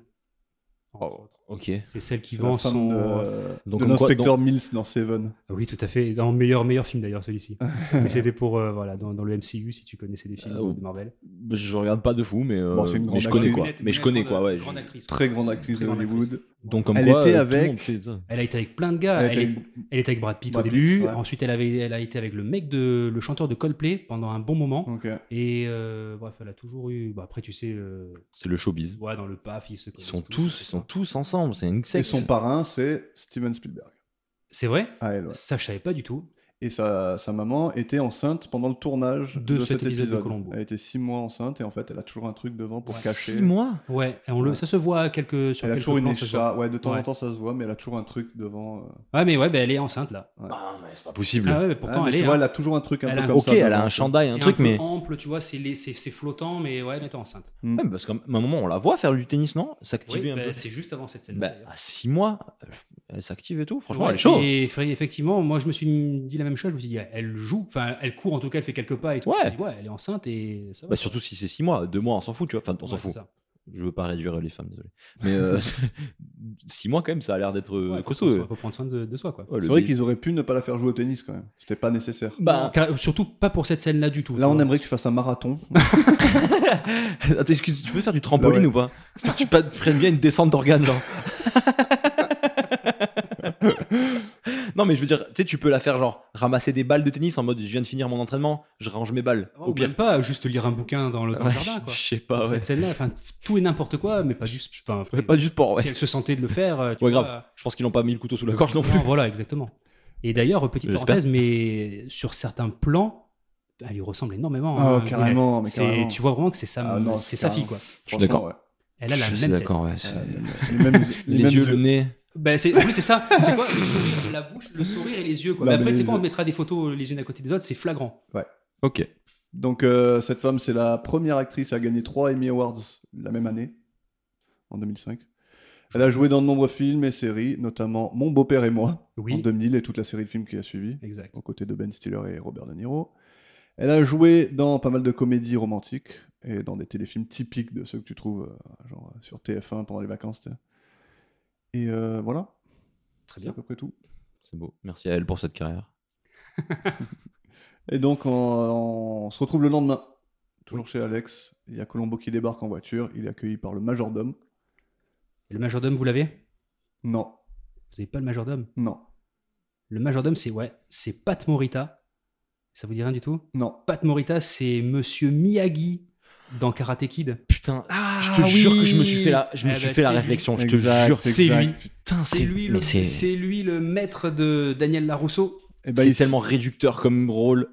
[SPEAKER 3] Oh, ok.
[SPEAKER 2] C'est celle qui
[SPEAKER 1] c'est la
[SPEAKER 2] vend
[SPEAKER 1] femme
[SPEAKER 2] son.
[SPEAKER 1] de,
[SPEAKER 2] euh,
[SPEAKER 3] Donc,
[SPEAKER 1] de
[SPEAKER 3] comme quoi,
[SPEAKER 1] l'inspecteur Mills dans Seven.
[SPEAKER 2] Ah Oui, tout à fait. Dans le meilleur, meilleur film d'ailleurs, celui-ci. Mais c'était pour, euh, voilà, dans, dans le MCU, si tu connaissais des films
[SPEAKER 3] Euh,
[SPEAKER 2] de Marvel.
[SPEAKER 3] Je regarde pas de fou, mais, euh,
[SPEAKER 1] Bon, c'est une
[SPEAKER 3] mais
[SPEAKER 1] grande
[SPEAKER 3] je connais
[SPEAKER 1] actrice.
[SPEAKER 3] quoi. Mais je connais quoi, ouais. je-
[SPEAKER 1] Très grande actrice de Hollywood.
[SPEAKER 3] Donc comme
[SPEAKER 1] Elle
[SPEAKER 3] quoi,
[SPEAKER 1] était
[SPEAKER 3] euh, tout le
[SPEAKER 1] avec-
[SPEAKER 3] monde fait ça.
[SPEAKER 2] Elle a été avec plein de gars.
[SPEAKER 1] Elle
[SPEAKER 2] Ah, Elle,
[SPEAKER 1] était
[SPEAKER 2] est- elle était avec Brad Pitt
[SPEAKER 1] Brad
[SPEAKER 2] au
[SPEAKER 1] Pitt,
[SPEAKER 2] début.
[SPEAKER 1] ouais.
[SPEAKER 2] Ensuite, elle, avait, elle a été avec le mec de, le chanteur de Coldplay pendant un bon moment.
[SPEAKER 1] Ok.
[SPEAKER 2] Et euh, bref, elle a toujours eu. bah, après, tu sais, euh,
[SPEAKER 3] C'est le showbiz.
[SPEAKER 2] ouais, dans le PAF, ils se
[SPEAKER 3] Ils
[SPEAKER 2] connaissent
[SPEAKER 3] sont tous, ils
[SPEAKER 2] etc.
[SPEAKER 3] sont tous ensemble. C'est une
[SPEAKER 1] Et
[SPEAKER 3] secte.
[SPEAKER 1] son parrain, c'est Steven Spielberg.
[SPEAKER 2] C'est vrai
[SPEAKER 1] Ah, elle, ouais.
[SPEAKER 2] Ça, je savais pas du tout.
[SPEAKER 1] Et sa, sa maman était enceinte pendant le tournage
[SPEAKER 2] De
[SPEAKER 1] de,
[SPEAKER 2] cet épisode de Columbo.
[SPEAKER 1] Elle était six mois enceinte et en fait, elle a toujours un truc devant pour
[SPEAKER 2] Ouais.
[SPEAKER 1] cacher.
[SPEAKER 3] Six mois.
[SPEAKER 2] Ouais, et on le,
[SPEAKER 1] Ouais.
[SPEAKER 2] ça se voit à quelques, sur
[SPEAKER 1] Elle a
[SPEAKER 2] quelques
[SPEAKER 1] toujours une
[SPEAKER 2] plans, ça se voit.
[SPEAKER 1] écharpe. Ouais, de temps
[SPEAKER 2] Ouais.
[SPEAKER 1] en temps, ça se voit, mais elle a toujours un truc devant. euh.
[SPEAKER 2] Ouais, mais ouais, bah, elle est enceinte là.
[SPEAKER 3] Ah mais c'est pas possible.
[SPEAKER 2] Ah ouais, mais
[SPEAKER 1] Ah,
[SPEAKER 2] pourtant,
[SPEAKER 1] mais
[SPEAKER 2] elle
[SPEAKER 1] tu
[SPEAKER 2] est.
[SPEAKER 1] vois,
[SPEAKER 2] hein.
[SPEAKER 1] elle a toujours un truc un
[SPEAKER 2] Elle
[SPEAKER 1] peu
[SPEAKER 2] a un-
[SPEAKER 1] comme
[SPEAKER 3] ok,
[SPEAKER 1] ça.
[SPEAKER 3] elle
[SPEAKER 1] devant,
[SPEAKER 3] a un
[SPEAKER 1] quoi.
[SPEAKER 3] chandail,
[SPEAKER 2] C'est
[SPEAKER 3] un truc,
[SPEAKER 2] peu
[SPEAKER 3] mais
[SPEAKER 2] ample, tu vois, c'est les- c'est c'est flottant, mais ouais, elle était enceinte.
[SPEAKER 1] Mm.
[SPEAKER 3] Ouais, parce qu'à un moment on la voit faire du tennis, non
[SPEAKER 2] Oui,
[SPEAKER 3] S'activer un
[SPEAKER 2] bah,
[SPEAKER 3] peu.
[SPEAKER 2] c'est juste avant cette scène.
[SPEAKER 3] Bah,
[SPEAKER 2] d'ailleurs.
[SPEAKER 3] à 6 mois, euh, elle s'active et tout. Franchement,
[SPEAKER 2] Ouais,
[SPEAKER 3] elle est chaude.
[SPEAKER 2] Et fr- effectivement, moi, je me suis dit la même chose. Je me suis dit, ah, elle joue, enfin, elle court en tout cas, elle fait quelques pas et tout.
[SPEAKER 3] Ouais.
[SPEAKER 2] Je me suis dit, ouais, elle est enceinte et ça va.
[SPEAKER 3] Bah, surtout si c'est 6 mois. 2 mois, on s'en fout, tu vois. Enfin, on s'en
[SPEAKER 2] Ouais,
[SPEAKER 3] fout.
[SPEAKER 2] c'est ça.
[SPEAKER 3] Je veux pas réduire les femmes, désolé. Mais 6 mois, quand même, ça a l'air d'être euh,
[SPEAKER 2] Ouais, faut
[SPEAKER 3] costaud.
[SPEAKER 2] prendre soin-
[SPEAKER 3] euh.
[SPEAKER 2] faut prendre soin de, de soi, quoi.
[SPEAKER 3] Ouais, le
[SPEAKER 1] C'est vrai
[SPEAKER 3] dé-
[SPEAKER 1] qu'ils auraient pu ne pas la faire jouer au tennis quand même. C'était pas nécessaire.
[SPEAKER 2] Non,
[SPEAKER 3] Bah,
[SPEAKER 2] car- euh, surtout pas pour cette scène-là du tout.
[SPEAKER 1] Là,
[SPEAKER 2] tu
[SPEAKER 1] on
[SPEAKER 2] vois.
[SPEAKER 1] aimerait que tu fasses un marathon.
[SPEAKER 2] Ah,
[SPEAKER 3] Attends, excuse, tu peux faire du
[SPEAKER 1] Bah ouais.
[SPEAKER 3] trampoline ou pas Histoire que tu pa- prennes bien une descente d'organes, genre. non, mais je veux dire, tu sais, tu peux la faire, genre, ramasser des balles de tennis en mode je viens de finir mon entraînement, je range mes balles.
[SPEAKER 2] Ouais,
[SPEAKER 3] au
[SPEAKER 2] Oh, ou
[SPEAKER 3] pire.
[SPEAKER 2] même pas juste lire un bouquin dans le, dans le
[SPEAKER 3] Ouais,
[SPEAKER 2] jardin, quoi.
[SPEAKER 3] Je sais pas, ouais.
[SPEAKER 2] Cette scène-là, enfin, tout et n'importe quoi, mais pas juste. Enfin,
[SPEAKER 3] Ouais, Pas du sport, ouais.
[SPEAKER 2] si elle se sentait de le faire, euh, tu
[SPEAKER 3] Ouais,
[SPEAKER 2] vois,
[SPEAKER 3] grave. Je pense qu'ils n'ont pas mis le couteau sous la gorge non plus.
[SPEAKER 2] Non, voilà, exactement. Et d'ailleurs, petite
[SPEAKER 3] J'espère.
[SPEAKER 2] parenthèse, mais sur certains plans, elle lui ressemble énormément.
[SPEAKER 1] Ah,
[SPEAKER 2] hein,
[SPEAKER 1] carrément,
[SPEAKER 2] Gwyneth.
[SPEAKER 1] mais
[SPEAKER 2] C'est-
[SPEAKER 1] carrément.
[SPEAKER 2] Tu vois vraiment que c'est sa,
[SPEAKER 1] Ah non,
[SPEAKER 2] c'est
[SPEAKER 1] c'est
[SPEAKER 2] sa fille,
[SPEAKER 1] carrément.
[SPEAKER 2] quoi.
[SPEAKER 3] Je suis
[SPEAKER 1] Franchement,
[SPEAKER 3] d'accord.
[SPEAKER 1] ouais.
[SPEAKER 2] Elle a la
[SPEAKER 3] Je suis
[SPEAKER 2] même tête.
[SPEAKER 3] d'accord, ouais. c'est-
[SPEAKER 1] Euh, les mêmes,
[SPEAKER 3] Les,
[SPEAKER 1] mêmes
[SPEAKER 3] yeux, le nez.
[SPEAKER 2] Ben, c'est- oui, c'est ça. C'est quoi Le sourire, la bouche, le sourire et les yeux, quoi.
[SPEAKER 1] Là,
[SPEAKER 2] Mais après,
[SPEAKER 1] mais
[SPEAKER 2] tu sais
[SPEAKER 1] les
[SPEAKER 2] quoi, on
[SPEAKER 1] yeux.
[SPEAKER 2] mettra des photos euh, les unes à côté des autres, c'est flagrant.
[SPEAKER 3] Ok.
[SPEAKER 1] Donc, euh, cette femme, c'est la première actrice à gagner 3 Emmy Awards la même année, en 2005. Elle a joué dans de nombreux films et séries, notamment Mon beau-père et moi, en
[SPEAKER 2] Oui,
[SPEAKER 1] 2000, et toute la série de films qui a suivi,
[SPEAKER 2] exact.
[SPEAKER 1] aux côtés de Ben Stiller et Robert De Niro. Elle a joué dans pas mal de comédies romantiques et dans des téléfilms typiques de ceux que tu trouves euh, genre, euh, sur TF1 pendant les vacances. tu sais. Et euh, voilà,
[SPEAKER 2] Très
[SPEAKER 1] c'est à
[SPEAKER 2] bien.
[SPEAKER 1] peu près tout.
[SPEAKER 3] C'est beau. Merci à elle pour cette carrière.
[SPEAKER 1] Et donc, on, on se retrouve le lendemain, toujours chez Alex. Il y a Colombo qui débarque en voiture. Il est accueilli par le majordome.
[SPEAKER 2] Le majordome, vous l'avez Vous
[SPEAKER 1] Non,
[SPEAKER 2] n'avez pas le majordome
[SPEAKER 1] non,
[SPEAKER 2] Le majordome, c'est ouais, c'est Pat Morita. Ça vous dit rien du tout
[SPEAKER 1] non.
[SPEAKER 2] Pat Morita, c'est Monsieur Miyagi dans Karate Kid.
[SPEAKER 3] Putain, je te jure que je me suis fait la, je me
[SPEAKER 2] Ah Eh
[SPEAKER 3] suis
[SPEAKER 2] ben,
[SPEAKER 3] fait la
[SPEAKER 2] c'est lui.
[SPEAKER 3] réflexion. Je
[SPEAKER 1] Exact,
[SPEAKER 3] te jure.
[SPEAKER 2] c'est
[SPEAKER 1] exact.
[SPEAKER 2] lui.
[SPEAKER 3] Putain,
[SPEAKER 2] C'est lui,
[SPEAKER 3] mais
[SPEAKER 2] le,
[SPEAKER 3] c'est-
[SPEAKER 2] c'est lui le maître de Daniel Larousseau.
[SPEAKER 1] Et
[SPEAKER 3] c'est tellement réducteur comme rôle.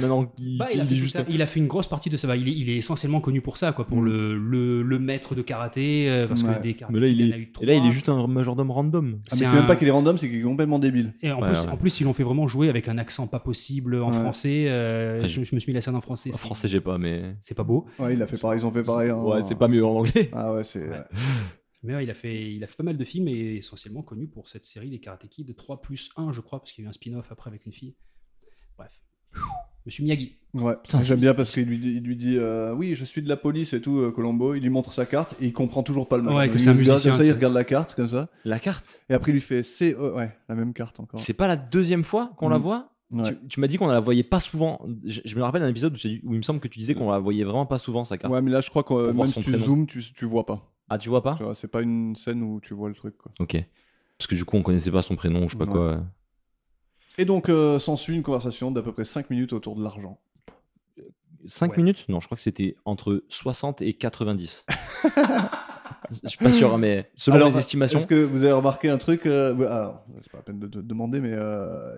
[SPEAKER 3] Maintenant qu'il
[SPEAKER 2] Bah, il, a
[SPEAKER 3] il
[SPEAKER 2] fait
[SPEAKER 3] est
[SPEAKER 2] tout
[SPEAKER 3] juste.
[SPEAKER 2] ça. Il a fait une grosse partie de ça. Bah, il, est, il est essentiellement connu pour ça, quoi, pour
[SPEAKER 1] Mm.
[SPEAKER 2] le, le, le maître de karaté, euh, parce que
[SPEAKER 1] Ouais.
[SPEAKER 2] des karaté,
[SPEAKER 3] Mais là, il
[SPEAKER 2] y
[SPEAKER 3] est,
[SPEAKER 2] en a eu
[SPEAKER 3] et là, il
[SPEAKER 2] trois.
[SPEAKER 3] est juste un majordome random.
[SPEAKER 1] Ah, mais
[SPEAKER 2] c'est
[SPEAKER 1] c'est
[SPEAKER 2] un-
[SPEAKER 1] même pas qu'il est random, c'est qu'il est complètement débile.
[SPEAKER 2] Et en,
[SPEAKER 3] Ouais,
[SPEAKER 2] plus,
[SPEAKER 3] ouais.
[SPEAKER 2] en plus, ils l'ont fait vraiment jouer avec un accent pas possible en
[SPEAKER 1] Ouais.
[SPEAKER 2] français. euh,
[SPEAKER 3] Ah,
[SPEAKER 2] je, je me suis mis la scène en français.
[SPEAKER 3] En
[SPEAKER 2] c'est-
[SPEAKER 3] français, j'ai pas, mais.
[SPEAKER 2] C'est pas beau.
[SPEAKER 1] Ouais, il a fait pareil, ils ont fait pareil. hein.
[SPEAKER 3] Ouais, c'est pas mieux en anglais.
[SPEAKER 1] Ah ouais, c'est.
[SPEAKER 2] Ouais. Mais ouais, il, a fait, il a fait pas mal de films et essentiellement connu pour cette série des Karate Kid 3 plus 1, je crois, parce qu'il y a eu un spin-off après avec une fille. Bref. Monsieur Miyagi.
[SPEAKER 1] Ouais,
[SPEAKER 3] Putain,
[SPEAKER 1] j'aime bien parce qu'il lui, dit- il lui dit euh, Oui, je suis de la police et tout, euh, Colombo. Il lui montre sa carte et il comprend toujours pas le mot.
[SPEAKER 2] Ouais, que
[SPEAKER 1] Il
[SPEAKER 2] c'est un
[SPEAKER 1] regarde comme
[SPEAKER 2] musicien
[SPEAKER 1] ça, il
[SPEAKER 2] qui-
[SPEAKER 1] regarde la carte comme ça.
[SPEAKER 3] La carte,
[SPEAKER 1] Et après, il lui fait C'est. euh, ouais, la même carte encore.
[SPEAKER 3] c'est pas la deuxième fois qu'on la
[SPEAKER 1] Mm.
[SPEAKER 3] voit
[SPEAKER 1] Ouais.
[SPEAKER 3] Tu, tu m'as dit qu'on la voyait pas souvent. Je, je me rappelle d'un épisode où, j'ai- où il me semble que tu disais qu'on la voyait vraiment pas souvent, sa carte.
[SPEAKER 1] Ouais, mais là, je crois que euh,
[SPEAKER 3] voir
[SPEAKER 1] même
[SPEAKER 3] son
[SPEAKER 1] si tu
[SPEAKER 3] prénom.
[SPEAKER 1] zoomes, tu, tu vois pas.
[SPEAKER 3] Ah, tu vois pas
[SPEAKER 1] Tu vois, c'est pas une scène où tu vois le truc. Quoi.
[SPEAKER 3] Ok. Parce que du coup, on connaissait pas son prénom, je sais pas
[SPEAKER 1] Ouais.
[SPEAKER 3] quoi.
[SPEAKER 1] Et donc, euh, s'ensuit une conversation d'à peu près 5 minutes autour de l'argent.
[SPEAKER 3] 5
[SPEAKER 2] Ouais.
[SPEAKER 3] minutes Non, je crois que c'était entre 60 et 90. je suis pas sûr, hein, mais selon
[SPEAKER 1] Alors,
[SPEAKER 3] les estimations.
[SPEAKER 1] Est-ce que vous avez remarqué un truc euh, ouais, alors, C'est pas la peine de, de demander, mais euh,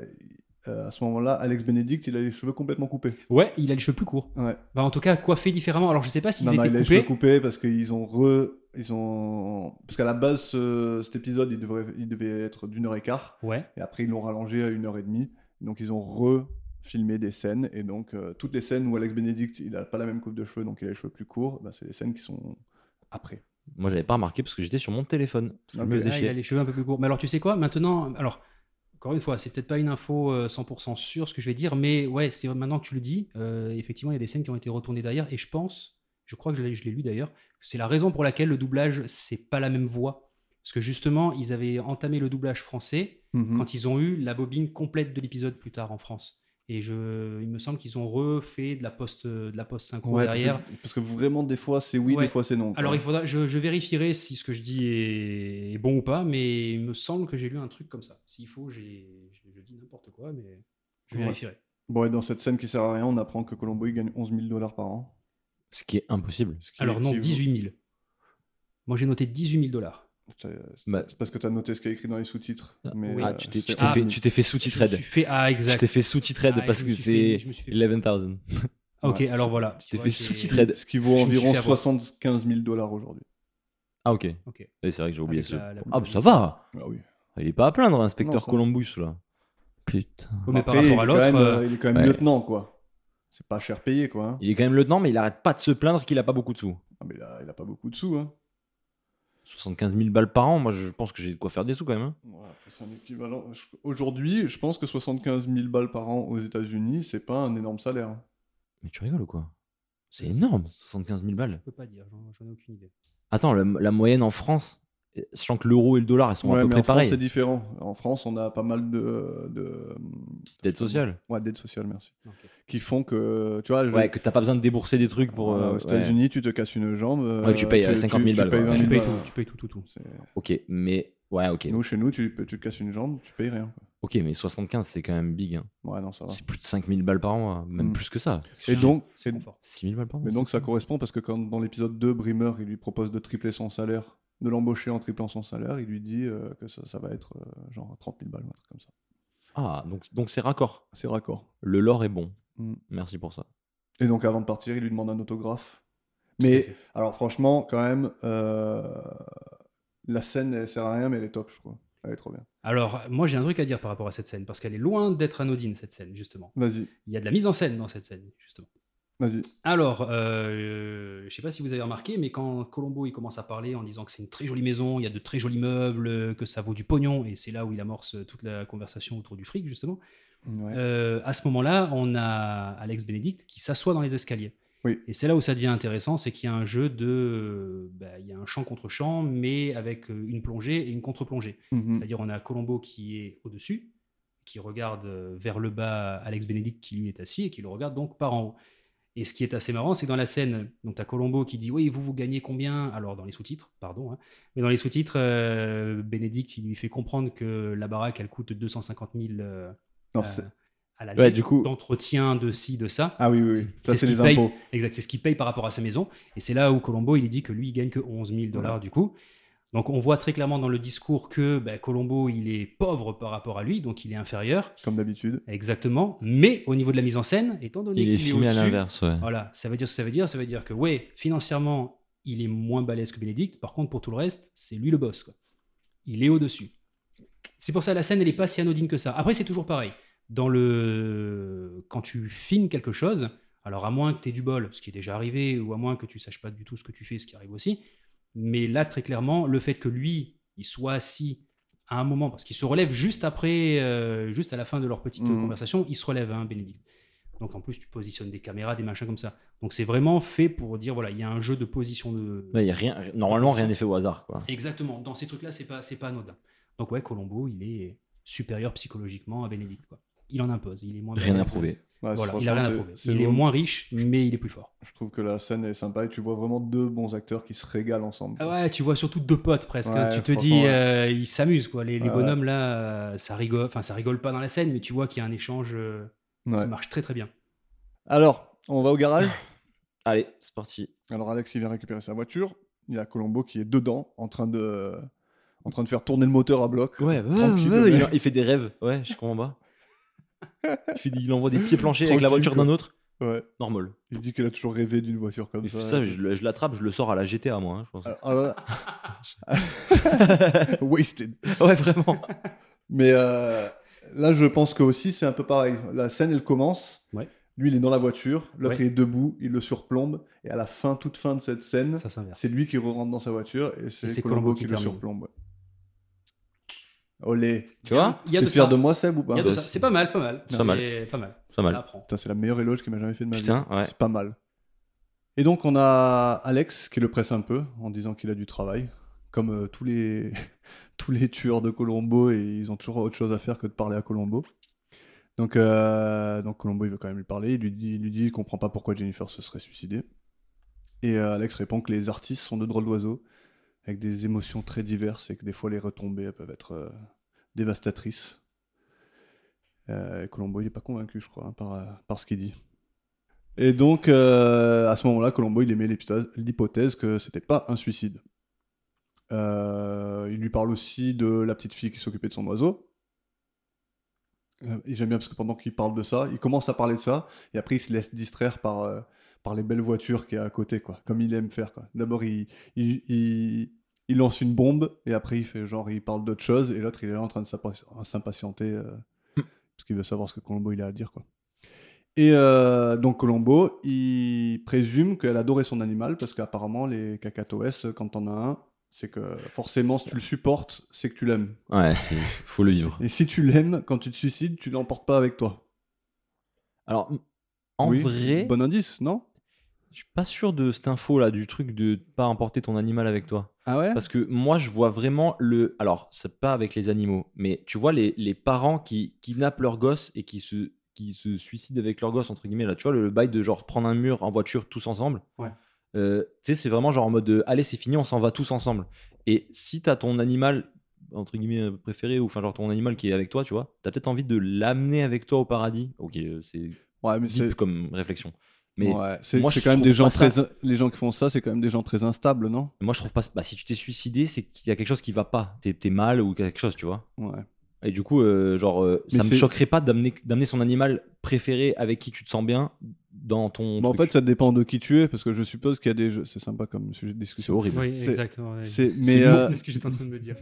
[SPEAKER 1] euh, à ce moment-là, Alex Benedict, il a les cheveux complètement coupés.
[SPEAKER 2] Ouais, il a les cheveux plus courts.
[SPEAKER 1] Ouais.
[SPEAKER 2] Bah, en tout cas, coiffé différemment. Alors, je sais pas s'ils
[SPEAKER 1] non, non,
[SPEAKER 2] étaient
[SPEAKER 1] il a les
[SPEAKER 2] coupés.
[SPEAKER 1] cheveux coupés parce qu'ils ont re. Ils ont... Parce qu'à la base, ce- cet épisode, il, devrait... il devait être d'une heure et quart.
[SPEAKER 2] Ouais.
[SPEAKER 1] Et après, ils l'ont rallongé à une heure et demie. Donc, ils ont refilmé des scènes. Et donc, euh, toutes les scènes où Alex Benedict, il n'a pas la même coupe de cheveux, donc il a les cheveux plus courts, bah, c'est les scènes qui sont après.
[SPEAKER 3] Moi, j'avais pas remarqué parce que j'étais sur mon téléphone. parce que
[SPEAKER 1] Ah,
[SPEAKER 3] je
[SPEAKER 1] mais-
[SPEAKER 3] me faisais
[SPEAKER 2] Ah, il
[SPEAKER 3] chier.
[SPEAKER 2] a les cheveux un peu plus courts. Mais alors, tu sais quoi Maintenant, alors, encore une fois, c'est peut-être pas une info euh, 100% sûre ce que je vais dire, mais ouais, c'est maintenant que tu le dis. euh, effectivement, il y a des scènes qui ont été retournées derrière, et je pense, je crois que je l'ai je l'ai lu d'ailleurs, c'est la raison pour laquelle le doublage, c'est pas la même voix. Parce que justement, ils avaient entamé le doublage français
[SPEAKER 1] Mhm.
[SPEAKER 2] quand ils ont eu la bobine complète de l'épisode plus tard en France. Et je, il me semble qu'ils ont refait de la post, euh, de la post synchro
[SPEAKER 1] Ouais, parce que-
[SPEAKER 2] derrière.
[SPEAKER 1] Parce que, vraiment, des fois, c'est oui,
[SPEAKER 2] Ouais.
[SPEAKER 1] des fois, c'est non. quoi.
[SPEAKER 2] Alors, il faudra, je, je vérifierai si ce que je dis est, est bon ou pas, mais il me semble que j'ai lu un truc comme ça. S'il faut, j'ai, je, je dis n'importe quoi, mais je
[SPEAKER 1] Ouais.
[SPEAKER 2] vérifierai.
[SPEAKER 1] Bon, et dans cette scène qui sert à rien, on apprend que Colombo il gagne 11 000 dollars par an.
[SPEAKER 3] Ce qui est impossible.
[SPEAKER 1] ce qui-
[SPEAKER 2] Alors, non,
[SPEAKER 1] qui vaut-
[SPEAKER 2] 18 000. Moi, j'ai noté 18 000 dollars.
[SPEAKER 1] C'est c'est-
[SPEAKER 3] Bah-
[SPEAKER 1] c'est parce que tu as noté ce qui est écrit dans les sous-titres. Mais
[SPEAKER 2] oui.
[SPEAKER 3] Ah,
[SPEAKER 1] euh,
[SPEAKER 3] tu t'es
[SPEAKER 1] c'est
[SPEAKER 3] tu t'es
[SPEAKER 2] Ah,
[SPEAKER 3] fait,
[SPEAKER 1] horrible.
[SPEAKER 3] tu t'es fait sous-titrer.
[SPEAKER 2] Je me suis fait... Ah,
[SPEAKER 3] Tu
[SPEAKER 2] exact.
[SPEAKER 3] t'es fait sous-titrer
[SPEAKER 2] Ah,
[SPEAKER 3] parce
[SPEAKER 2] je
[SPEAKER 3] que
[SPEAKER 2] me suis fait-
[SPEAKER 3] c'est
[SPEAKER 2] je me suis fait-
[SPEAKER 3] 11 000.
[SPEAKER 2] Ah, ok,
[SPEAKER 1] Ouais,
[SPEAKER 2] alors voilà.
[SPEAKER 3] t'es
[SPEAKER 2] vois,
[SPEAKER 3] fait
[SPEAKER 2] c'est-
[SPEAKER 3] sous-titrer.
[SPEAKER 1] Ce qui vaut
[SPEAKER 2] Je me suis
[SPEAKER 1] environ
[SPEAKER 2] fait avoir.
[SPEAKER 1] 75 000 dollars aujourd'hui.
[SPEAKER 3] Ah, ok.
[SPEAKER 2] Ok.
[SPEAKER 3] Et c'est vrai que j'ai oublié
[SPEAKER 2] Avec
[SPEAKER 3] ce.
[SPEAKER 2] la- la
[SPEAKER 3] Ah, bah,
[SPEAKER 2] bobine.
[SPEAKER 3] ça va
[SPEAKER 1] Ah oui.
[SPEAKER 3] Il est pas à plaindre, inspecteur
[SPEAKER 1] Non, ça-
[SPEAKER 3] Columbus, là. Putain.
[SPEAKER 2] Ouais, mais
[SPEAKER 1] Après,
[SPEAKER 2] par rapport à
[SPEAKER 1] il est quand
[SPEAKER 2] l'autre,
[SPEAKER 1] même,
[SPEAKER 2] euh,
[SPEAKER 1] euh, il est quand même
[SPEAKER 3] ouais.
[SPEAKER 1] lieutenant, quoi. C'est pas cher payé, quoi. hein.
[SPEAKER 3] Il est quand même lieutenant, mais il arrête pas de se plaindre qu'il a pas beaucoup de sous.
[SPEAKER 1] Ah, mais il a, il a pas beaucoup de sous, hein.
[SPEAKER 3] 75 000 balles par an, moi je pense que j'ai de quoi faire des sous quand même. hein.
[SPEAKER 1] Ouais, après, c'est un équivalent. Je- Aujourd'hui, je pense que 75 000 balles par an aux États-Unis, c'est pas un énorme salaire. hein.
[SPEAKER 3] Mais tu rigoles ou quoi C'est
[SPEAKER 2] Ouais,
[SPEAKER 3] énorme, 75 000 balles.
[SPEAKER 2] je peux pas dire, j'en, j'en ai aucune idée.
[SPEAKER 3] Attends, la, la moyenne en France, euh, sachant que l'euro et le dollar, elles sont
[SPEAKER 1] Ouais,
[SPEAKER 3] à peu
[SPEAKER 1] mais
[SPEAKER 3] près
[SPEAKER 1] en France,
[SPEAKER 3] pareilles.
[SPEAKER 1] c'est différent. En France, on a pas mal de. de
[SPEAKER 3] D'aide sociale.
[SPEAKER 1] Ouais, d'aide sociale, merci.
[SPEAKER 2] Ok.
[SPEAKER 1] Qui font que. Tu vois, je-
[SPEAKER 3] Ouais, que t'as pas besoin de débourser des trucs pour.
[SPEAKER 1] Voilà,
[SPEAKER 3] euh,
[SPEAKER 1] aux
[SPEAKER 3] ouais.
[SPEAKER 1] États-Unis, tu te casses une jambe. euh,
[SPEAKER 3] Ouais, tu payes, euh, 50 000 balles,
[SPEAKER 1] payes
[SPEAKER 3] quoi.
[SPEAKER 1] 20
[SPEAKER 2] Tu
[SPEAKER 1] 000
[SPEAKER 2] payes
[SPEAKER 1] balles.
[SPEAKER 2] tout, tu payes tout, tout, tout.
[SPEAKER 1] C'est-
[SPEAKER 3] Ok, mais. Ouais, ok.
[SPEAKER 1] Nous, chez nous, tu, tu te casses une jambe, tu payes rien.
[SPEAKER 3] Ok, mais 75, c'est quand même big. hein.
[SPEAKER 1] quoi. Ouais, non, ça va.
[SPEAKER 3] C'est plus de 5 000 balles par an, hein, même
[SPEAKER 1] Mm.
[SPEAKER 3] plus que ça.
[SPEAKER 1] Et donc,
[SPEAKER 2] c'est
[SPEAKER 1] et-
[SPEAKER 2] confort.
[SPEAKER 3] 6 000 balles par an.
[SPEAKER 1] Mais donc, ça correspond parce que quand dans l'épisode 2, Bremer, il lui propose de tripler son salaire, de l'embaucher en triplant son salaire, il lui dit euh, que ça, ça va être euh, genre 30 000 balles, ou un truc comme ça.
[SPEAKER 3] Ah, donc donc c'est raccord.
[SPEAKER 1] C'est raccord.
[SPEAKER 3] Le lore est bon.
[SPEAKER 1] Mm.
[SPEAKER 3] Merci pour ça.
[SPEAKER 1] Et donc, avant de partir, il lui demande un autographe.
[SPEAKER 2] Tout
[SPEAKER 1] Mais
[SPEAKER 2] à fait.
[SPEAKER 1] alors, franchement, quand même, euh, la scène, elle sert à rien, mais elle est top, je crois. Elle est trop bien.
[SPEAKER 2] Alors, moi, j'ai un truc à dire par rapport à cette scène, parce qu'elle est loin d'être anodine, cette scène, justement.
[SPEAKER 1] Vas-y,
[SPEAKER 2] Il y a de la mise en scène dans cette scène, justement.
[SPEAKER 1] vas-y.
[SPEAKER 2] Alors, euh, je sais pas si vous avez remarqué, mais quand Colombo il commence à parler en disant que c'est une très jolie maison, il y a de très jolis meubles, que ça vaut du pognon, et c'est là où il amorce toute la conversation autour du fric justement.
[SPEAKER 1] Ouais.
[SPEAKER 2] Euh, à ce moment-là, on a Alex Benedict qui s'assoit dans les escaliers.
[SPEAKER 1] Oui.
[SPEAKER 2] Et c'est là où ça devient intéressant, c'est qu'il y a un jeu de, euh, bah, il y a un champ contre champ, mais avec euh, une plongée et une contre-plongée.
[SPEAKER 3] Mm.
[SPEAKER 1] Mhm.
[SPEAKER 2] C'est-à-dire on a Colombo qui est au-dessus, qui regarde euh, vers le bas Alex Benedict qui lui est assis et qui le regarde donc par en haut. Et ce qui est assez marrant, c'est que dans la scène, donc tu as Colombo qui dit Oui, vous, vous gagnez combien Alors, dans les sous-titres, pardon, hein, mais dans les sous-titres, euh, Benedict, il lui fait comprendre que la baraque, elle coûte 250 000 euh,
[SPEAKER 1] Non,
[SPEAKER 2] euh,
[SPEAKER 1] c'est-
[SPEAKER 2] à l'année
[SPEAKER 3] Ouais, du coup-
[SPEAKER 2] d'entretien, de ci, de ça.
[SPEAKER 1] Ah oui, oui, oui. Ça,
[SPEAKER 2] C'est
[SPEAKER 1] c'est
[SPEAKER 2] ce
[SPEAKER 1] les
[SPEAKER 2] qu'il paye.
[SPEAKER 1] impôts.
[SPEAKER 2] Exact, c'est ce qu'il paye par rapport à sa maison. Et c'est là où Colombo, il dit que lui, il gagne que 11 000 dollars
[SPEAKER 1] Voilà.
[SPEAKER 2] du coup. Donc on voit très clairement dans le discours que bah, Colombo, il est pauvre par rapport à lui, donc il est inférieur,
[SPEAKER 1] comme d'habitude.
[SPEAKER 2] exactement. Mais au niveau de la mise en scène, étant donné
[SPEAKER 3] Il est
[SPEAKER 2] qu'il est,
[SPEAKER 3] filmé à
[SPEAKER 2] au-dessus,
[SPEAKER 3] l'inverse, ouais.
[SPEAKER 2] voilà, ça veut dire ce que ça veut dire. Ça veut dire que, ouais, financièrement, il est moins balèze que Bénédicte. Par contre, pour tout le reste, c'est lui le boss. quoi. Il est au-dessus. C'est pour ça la scène, elle n'est pas si anodine que ça. Après, c'est toujours pareil. Dans le... Quand tu filmes quelque chose, alors à moins que tu aies du bol, ce qui est déjà arrivé, ou à moins que tu saches pas du tout ce que tu fais, ce qui arrive aussi. Mais là, très clairement, le fait que lui, il soit assis à un moment, parce qu'il se relève juste après, euh, juste à la fin de leur petite euh,
[SPEAKER 1] Mhm.
[SPEAKER 2] conversation, il se relève, hein, Bénédicte. Donc en plus, tu positionnes des caméras, des machins comme ça. Donc c'est vraiment fait pour dire voilà, il y a un jeu de position de.
[SPEAKER 3] Ouais, y a rien, normalement, rien n'est fait au hasard. Quoi.
[SPEAKER 2] Exactement. Dans ces trucs-là, c'est pas c'est pas anodin. Donc ouais, Colombo, il est supérieur psychologiquement à Bénédicte. Quoi. Il en impose. Il est moins.
[SPEAKER 3] Rien à
[SPEAKER 2] balèze.
[SPEAKER 3] prouver.
[SPEAKER 1] Ouais,
[SPEAKER 2] Voilà, il
[SPEAKER 1] franchement,
[SPEAKER 2] a rien à
[SPEAKER 1] c'est-
[SPEAKER 2] prouver.
[SPEAKER 1] c'est
[SPEAKER 2] Il est
[SPEAKER 1] vraiment-
[SPEAKER 2] moins riche, mais il est plus fort.
[SPEAKER 1] Je trouve que la scène est sympa et tu vois vraiment deux bons acteurs qui se régalent ensemble.
[SPEAKER 2] Ah ouais, tu vois surtout deux potes presque. hein.
[SPEAKER 1] Ouais,
[SPEAKER 2] tu te
[SPEAKER 1] franchement,
[SPEAKER 2] dis,
[SPEAKER 1] ouais.
[SPEAKER 2] euh, ils s'amusent quoi. Les, les
[SPEAKER 1] Ouais, ouais.
[SPEAKER 2] bonhommes là, euh, ça rigole. Enfin, ça rigole pas dans la scène, mais tu vois qu'il y a un échange euh,
[SPEAKER 1] Ouais.
[SPEAKER 2] qui marche très très bien.
[SPEAKER 1] Alors, on va au garage.
[SPEAKER 3] Allez, c'est parti.
[SPEAKER 1] Alors Alex, il vient récupérer sa voiture. Il y a Colombo qui est dedans, en train de, en train de faire tourner le moteur à bloc.
[SPEAKER 3] Ouais, ouais,
[SPEAKER 1] Tranquille,
[SPEAKER 3] ouais,
[SPEAKER 1] le
[SPEAKER 3] il,
[SPEAKER 1] mec.
[SPEAKER 3] il fait des rêves. Ouais, je comprends pas. il, fait- il envoie des pieds planchers avec la
[SPEAKER 1] Tranquille,
[SPEAKER 3] voiture d'un autre.
[SPEAKER 1] Ouais.
[SPEAKER 3] Normal.
[SPEAKER 1] Il dit qu'il a toujours rêvé d'une voiture comme
[SPEAKER 3] Et
[SPEAKER 1] ça. Euh,
[SPEAKER 3] ça, je, le- je l'attrape, je le sors à la GTA, moi, hein, je pense.
[SPEAKER 1] Ah, ouais. Wasted.
[SPEAKER 3] ouais, vraiment.
[SPEAKER 1] Mais euh, là, je pense que aussi, c'est un peu pareil. La scène, elle commence.
[SPEAKER 2] Ouais.
[SPEAKER 1] Lui, il est dans la voiture, l'autre,
[SPEAKER 2] Ouais.
[SPEAKER 1] il est debout, il le surplombe, et à la fin, toute fin de cette scène,
[SPEAKER 2] Ça s'inverse.
[SPEAKER 1] c'est lui qui rentre dans sa voiture, et
[SPEAKER 2] c'est
[SPEAKER 1] c'est Colombo
[SPEAKER 2] Columbo qui
[SPEAKER 1] qui, le
[SPEAKER 2] termine.
[SPEAKER 1] surplombe. ouais. Olé.
[SPEAKER 3] Tu vois
[SPEAKER 2] Il y a
[SPEAKER 1] T'es
[SPEAKER 2] de
[SPEAKER 1] fier
[SPEAKER 2] ça.
[SPEAKER 1] de moi, Seb, ou pas
[SPEAKER 2] Il y a de ça. C'est pas mal, c'est pas mal.
[SPEAKER 3] C'est pas mal.
[SPEAKER 2] pas mal.
[SPEAKER 3] Pas mal.
[SPEAKER 2] Ça apprend.
[SPEAKER 1] Putain, c'est la meilleure éloge qu'il m'a jamais fait de ma vie.
[SPEAKER 3] Putain, ouais.
[SPEAKER 1] C'est pas mal. Et donc, on a Alex qui le presse un peu en disant qu'il a du travail. Comme euh, tous, les... tous les tueurs de Colombo, et ils ont toujours autre chose à faire que de parler à Colombo. Donc, euh, donc Colombo, il veut quand même lui parler. Il lui dit il lui dit qu'il comprend pas pourquoi Jennifer se serait suicidée. Et euh, Alex répond que les artistes sont de drôles d'oiseaux, avec des émotions très diverses, et que des fois, les retombées elles peuvent être euh, dévastatrices. Euh, et Colombo, il n'est pas convaincu, je crois, hein, par, euh, par ce qu'il dit. Et donc, euh, à ce moment-là, Colombo, il émet l'hypothèse- l'hypothèse que c'était pas un suicide. Euh, il lui parle aussi de la petite fille qui s'occupait de son oiseau. Euh, Et j'aime bien parce que pendant qu'il parle de ça, il commence à parler de ça, et après il se laisse distraire par, euh, par les belles voitures qu'il y a à côté, quoi, comme il aime faire. quoi. D'abord, il, il, il- il lance une bombe, et après il fait genre, il parle d'autre chose, et l'autre, il est là en train de s'impa- s'impatienter, euh, parce qu'il veut savoir ce que Colombo il a à dire. Quoi. Et euh, donc Colombo, il présume qu'elle adorait son animal parce qu'apparemment les cacatoès, quand t'en as un, c'est que forcément si tu le supportes, c'est que tu l'aimes.
[SPEAKER 3] Ouais, c'est- faut le vivre.
[SPEAKER 1] Et si tu l'aimes, quand tu te suicides, tu l'emportes pas avec toi.
[SPEAKER 3] Alors, en
[SPEAKER 1] Oui,
[SPEAKER 3] vrai,
[SPEAKER 1] Bon indice, non
[SPEAKER 3] je suis pas sûr de cette info là, du truc de pas emporter ton animal avec toi.
[SPEAKER 1] Ah ouais
[SPEAKER 3] Parce que moi, je vois vraiment le. Alors, c'est pas avec les animaux, mais tu vois les, les parents qui kidnappent leur gosse et qui se, qui se suicident avec leur gosse, entre guillemets, là, tu vois, le, le bail de genre prendre un mur en voiture tous ensemble.
[SPEAKER 2] Ouais.
[SPEAKER 3] Euh, tu sais, c'est vraiment genre en mode de, allez, c'est fini, on s'en va tous ensemble. Et si t'as ton animal, entre guillemets, euh, préféré, ou enfin, genre ton animal qui est avec toi, tu vois, t'as peut-être envie de l'amener avec toi au paradis. Ok, euh, c'est
[SPEAKER 1] Ouais, mais c'est
[SPEAKER 3] deep comme réflexion. Mais
[SPEAKER 1] ouais, c'est-
[SPEAKER 3] moi,
[SPEAKER 1] c'est
[SPEAKER 3] je
[SPEAKER 1] quand même
[SPEAKER 3] trouve
[SPEAKER 1] des gens
[SPEAKER 3] pas ça-
[SPEAKER 1] très in- les gens qui font ça, c'est quand même des gens très instables, non
[SPEAKER 3] moi, je trouve pas. Bah, si tu t'es suicidé, c'est qu'il y a quelque chose qui va pas. T'es t'es mal ou quelque chose, tu vois.
[SPEAKER 1] Ouais.
[SPEAKER 3] Et du coup, euh, genre, euh,
[SPEAKER 1] Mais
[SPEAKER 3] ça me
[SPEAKER 1] c'est-
[SPEAKER 3] choquerait pas d'amener d'amener son animal préféré avec qui tu te sens bien dans ton.
[SPEAKER 1] Mais Bah, en
[SPEAKER 3] truc.
[SPEAKER 1] fait, ça dépend de qui tu es parce que je suppose qu'il y a des jeux- c'est sympa comme sujet de
[SPEAKER 3] c'est
[SPEAKER 1] discussion.
[SPEAKER 3] horrible.
[SPEAKER 2] Oui,
[SPEAKER 1] C'est-
[SPEAKER 2] exactement. ouais.
[SPEAKER 1] C'est
[SPEAKER 2] C'est
[SPEAKER 1] mais euh,
[SPEAKER 2] ce que j'étais en train de me dire.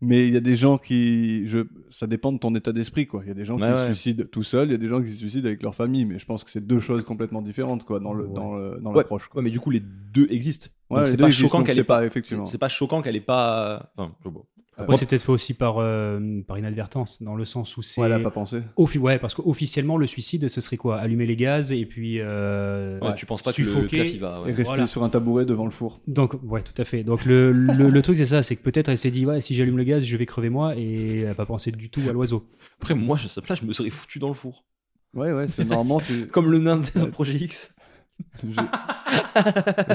[SPEAKER 1] Mais il y a des gens qui. Je... Ça dépend de ton état d'esprit, quoi. Il y a des gens
[SPEAKER 3] Ouais,
[SPEAKER 1] qui
[SPEAKER 3] ouais.
[SPEAKER 1] se suicident tout seuls, il y a des gens qui se suicident avec leur famille, mais je pense que c'est deux choses complètement différentes, quoi, dans l'approche,
[SPEAKER 2] Ouais.
[SPEAKER 1] le, dans le, dans l'approche, quoi.
[SPEAKER 3] Ouais, mais du coup, les deux existent.
[SPEAKER 1] Ouais,
[SPEAKER 3] Donc,
[SPEAKER 1] les
[SPEAKER 3] c'est
[SPEAKER 1] deux
[SPEAKER 3] pas
[SPEAKER 1] existent,
[SPEAKER 3] choquant
[SPEAKER 1] donc
[SPEAKER 3] qu'elle
[SPEAKER 1] c'est
[SPEAKER 3] est pas.
[SPEAKER 1] pas, effectivement.
[SPEAKER 3] C'est c'est pas choquant qu'elle est pas. Enfin, je sais pas.
[SPEAKER 2] Après, c'est peut-être fait aussi par, euh, par inadvertance, dans le sens où c'est.
[SPEAKER 1] Ouais, elle a pas pensé.
[SPEAKER 2] Offi- ouais, parce qu'officiellement, le suicide, ce serait quoi Allumer les gaz et puis. euh,
[SPEAKER 3] Ouais, tu penses pas que le
[SPEAKER 2] Suffoquer.
[SPEAKER 3] classe il va. ouais.
[SPEAKER 1] Et rester
[SPEAKER 2] Voilà.
[SPEAKER 1] sur un tabouret devant le four.
[SPEAKER 2] Donc, ouais, tout à fait. Donc, le, le, le truc, c'est ça c'est que peut-être elle s'est dit, ouais, si j'allume le gaz, je vais crever moi, et elle n'a pas pensé du tout à l'oiseau.
[SPEAKER 3] Après, moi, je, à sa place, je me serais foutu dans le four.
[SPEAKER 1] Ouais, ouais, c'est normalement. Tu...
[SPEAKER 3] Comme le nain de Projet X.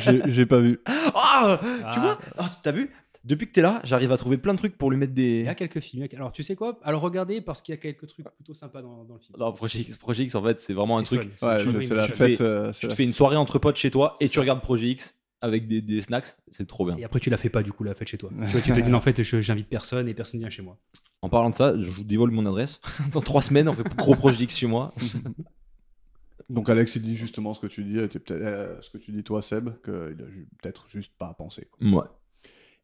[SPEAKER 1] J'ai- J'ai j'ai pas vu.
[SPEAKER 3] Ah
[SPEAKER 2] Ah.
[SPEAKER 3] Tu vois Ah, T'as vu Depuis que t'es là, j'arrive à trouver plein de trucs pour lui mettre
[SPEAKER 2] Il y
[SPEAKER 3] des.
[SPEAKER 2] a quelques films. il y a que- Alors, tu sais quoi Alors, regardez, parce qu'il y a quelques trucs plutôt sympas dans, dans le film.
[SPEAKER 3] Non, Projet X, Projet X, en fait, c'est vraiment un
[SPEAKER 2] C'est
[SPEAKER 3] truc.
[SPEAKER 2] fun, c'est
[SPEAKER 1] Ouais,
[SPEAKER 2] une
[SPEAKER 1] je-
[SPEAKER 2] connerie,
[SPEAKER 1] c'est
[SPEAKER 2] mais
[SPEAKER 1] la
[SPEAKER 2] tu le
[SPEAKER 1] fête.
[SPEAKER 2] fais.
[SPEAKER 1] euh, c'est
[SPEAKER 3] Tu te
[SPEAKER 1] la-
[SPEAKER 3] fais une soirée entre potes chez toi
[SPEAKER 2] C'est
[SPEAKER 3] et tu
[SPEAKER 2] ça.
[SPEAKER 3] regardes Projet X avec des, des snacks, c'est trop bien.
[SPEAKER 2] Et après, tu la fais pas du coup la fête chez toi. tu, vois, tu te dis, non, en fait, je- j'invite personne et personne vient chez moi.
[SPEAKER 3] En parlant de ça, je vous dévoile mon adresse. Dans trois semaines, on fait gros Projet X chez moi.
[SPEAKER 1] Donc, Alex, il dit justement ce que tu dis, euh, t'es peut-être, euh, ce que tu dis, toi, Seb, qu'il a ju- peut-être juste pas pensé. quoi.
[SPEAKER 3] Ouais.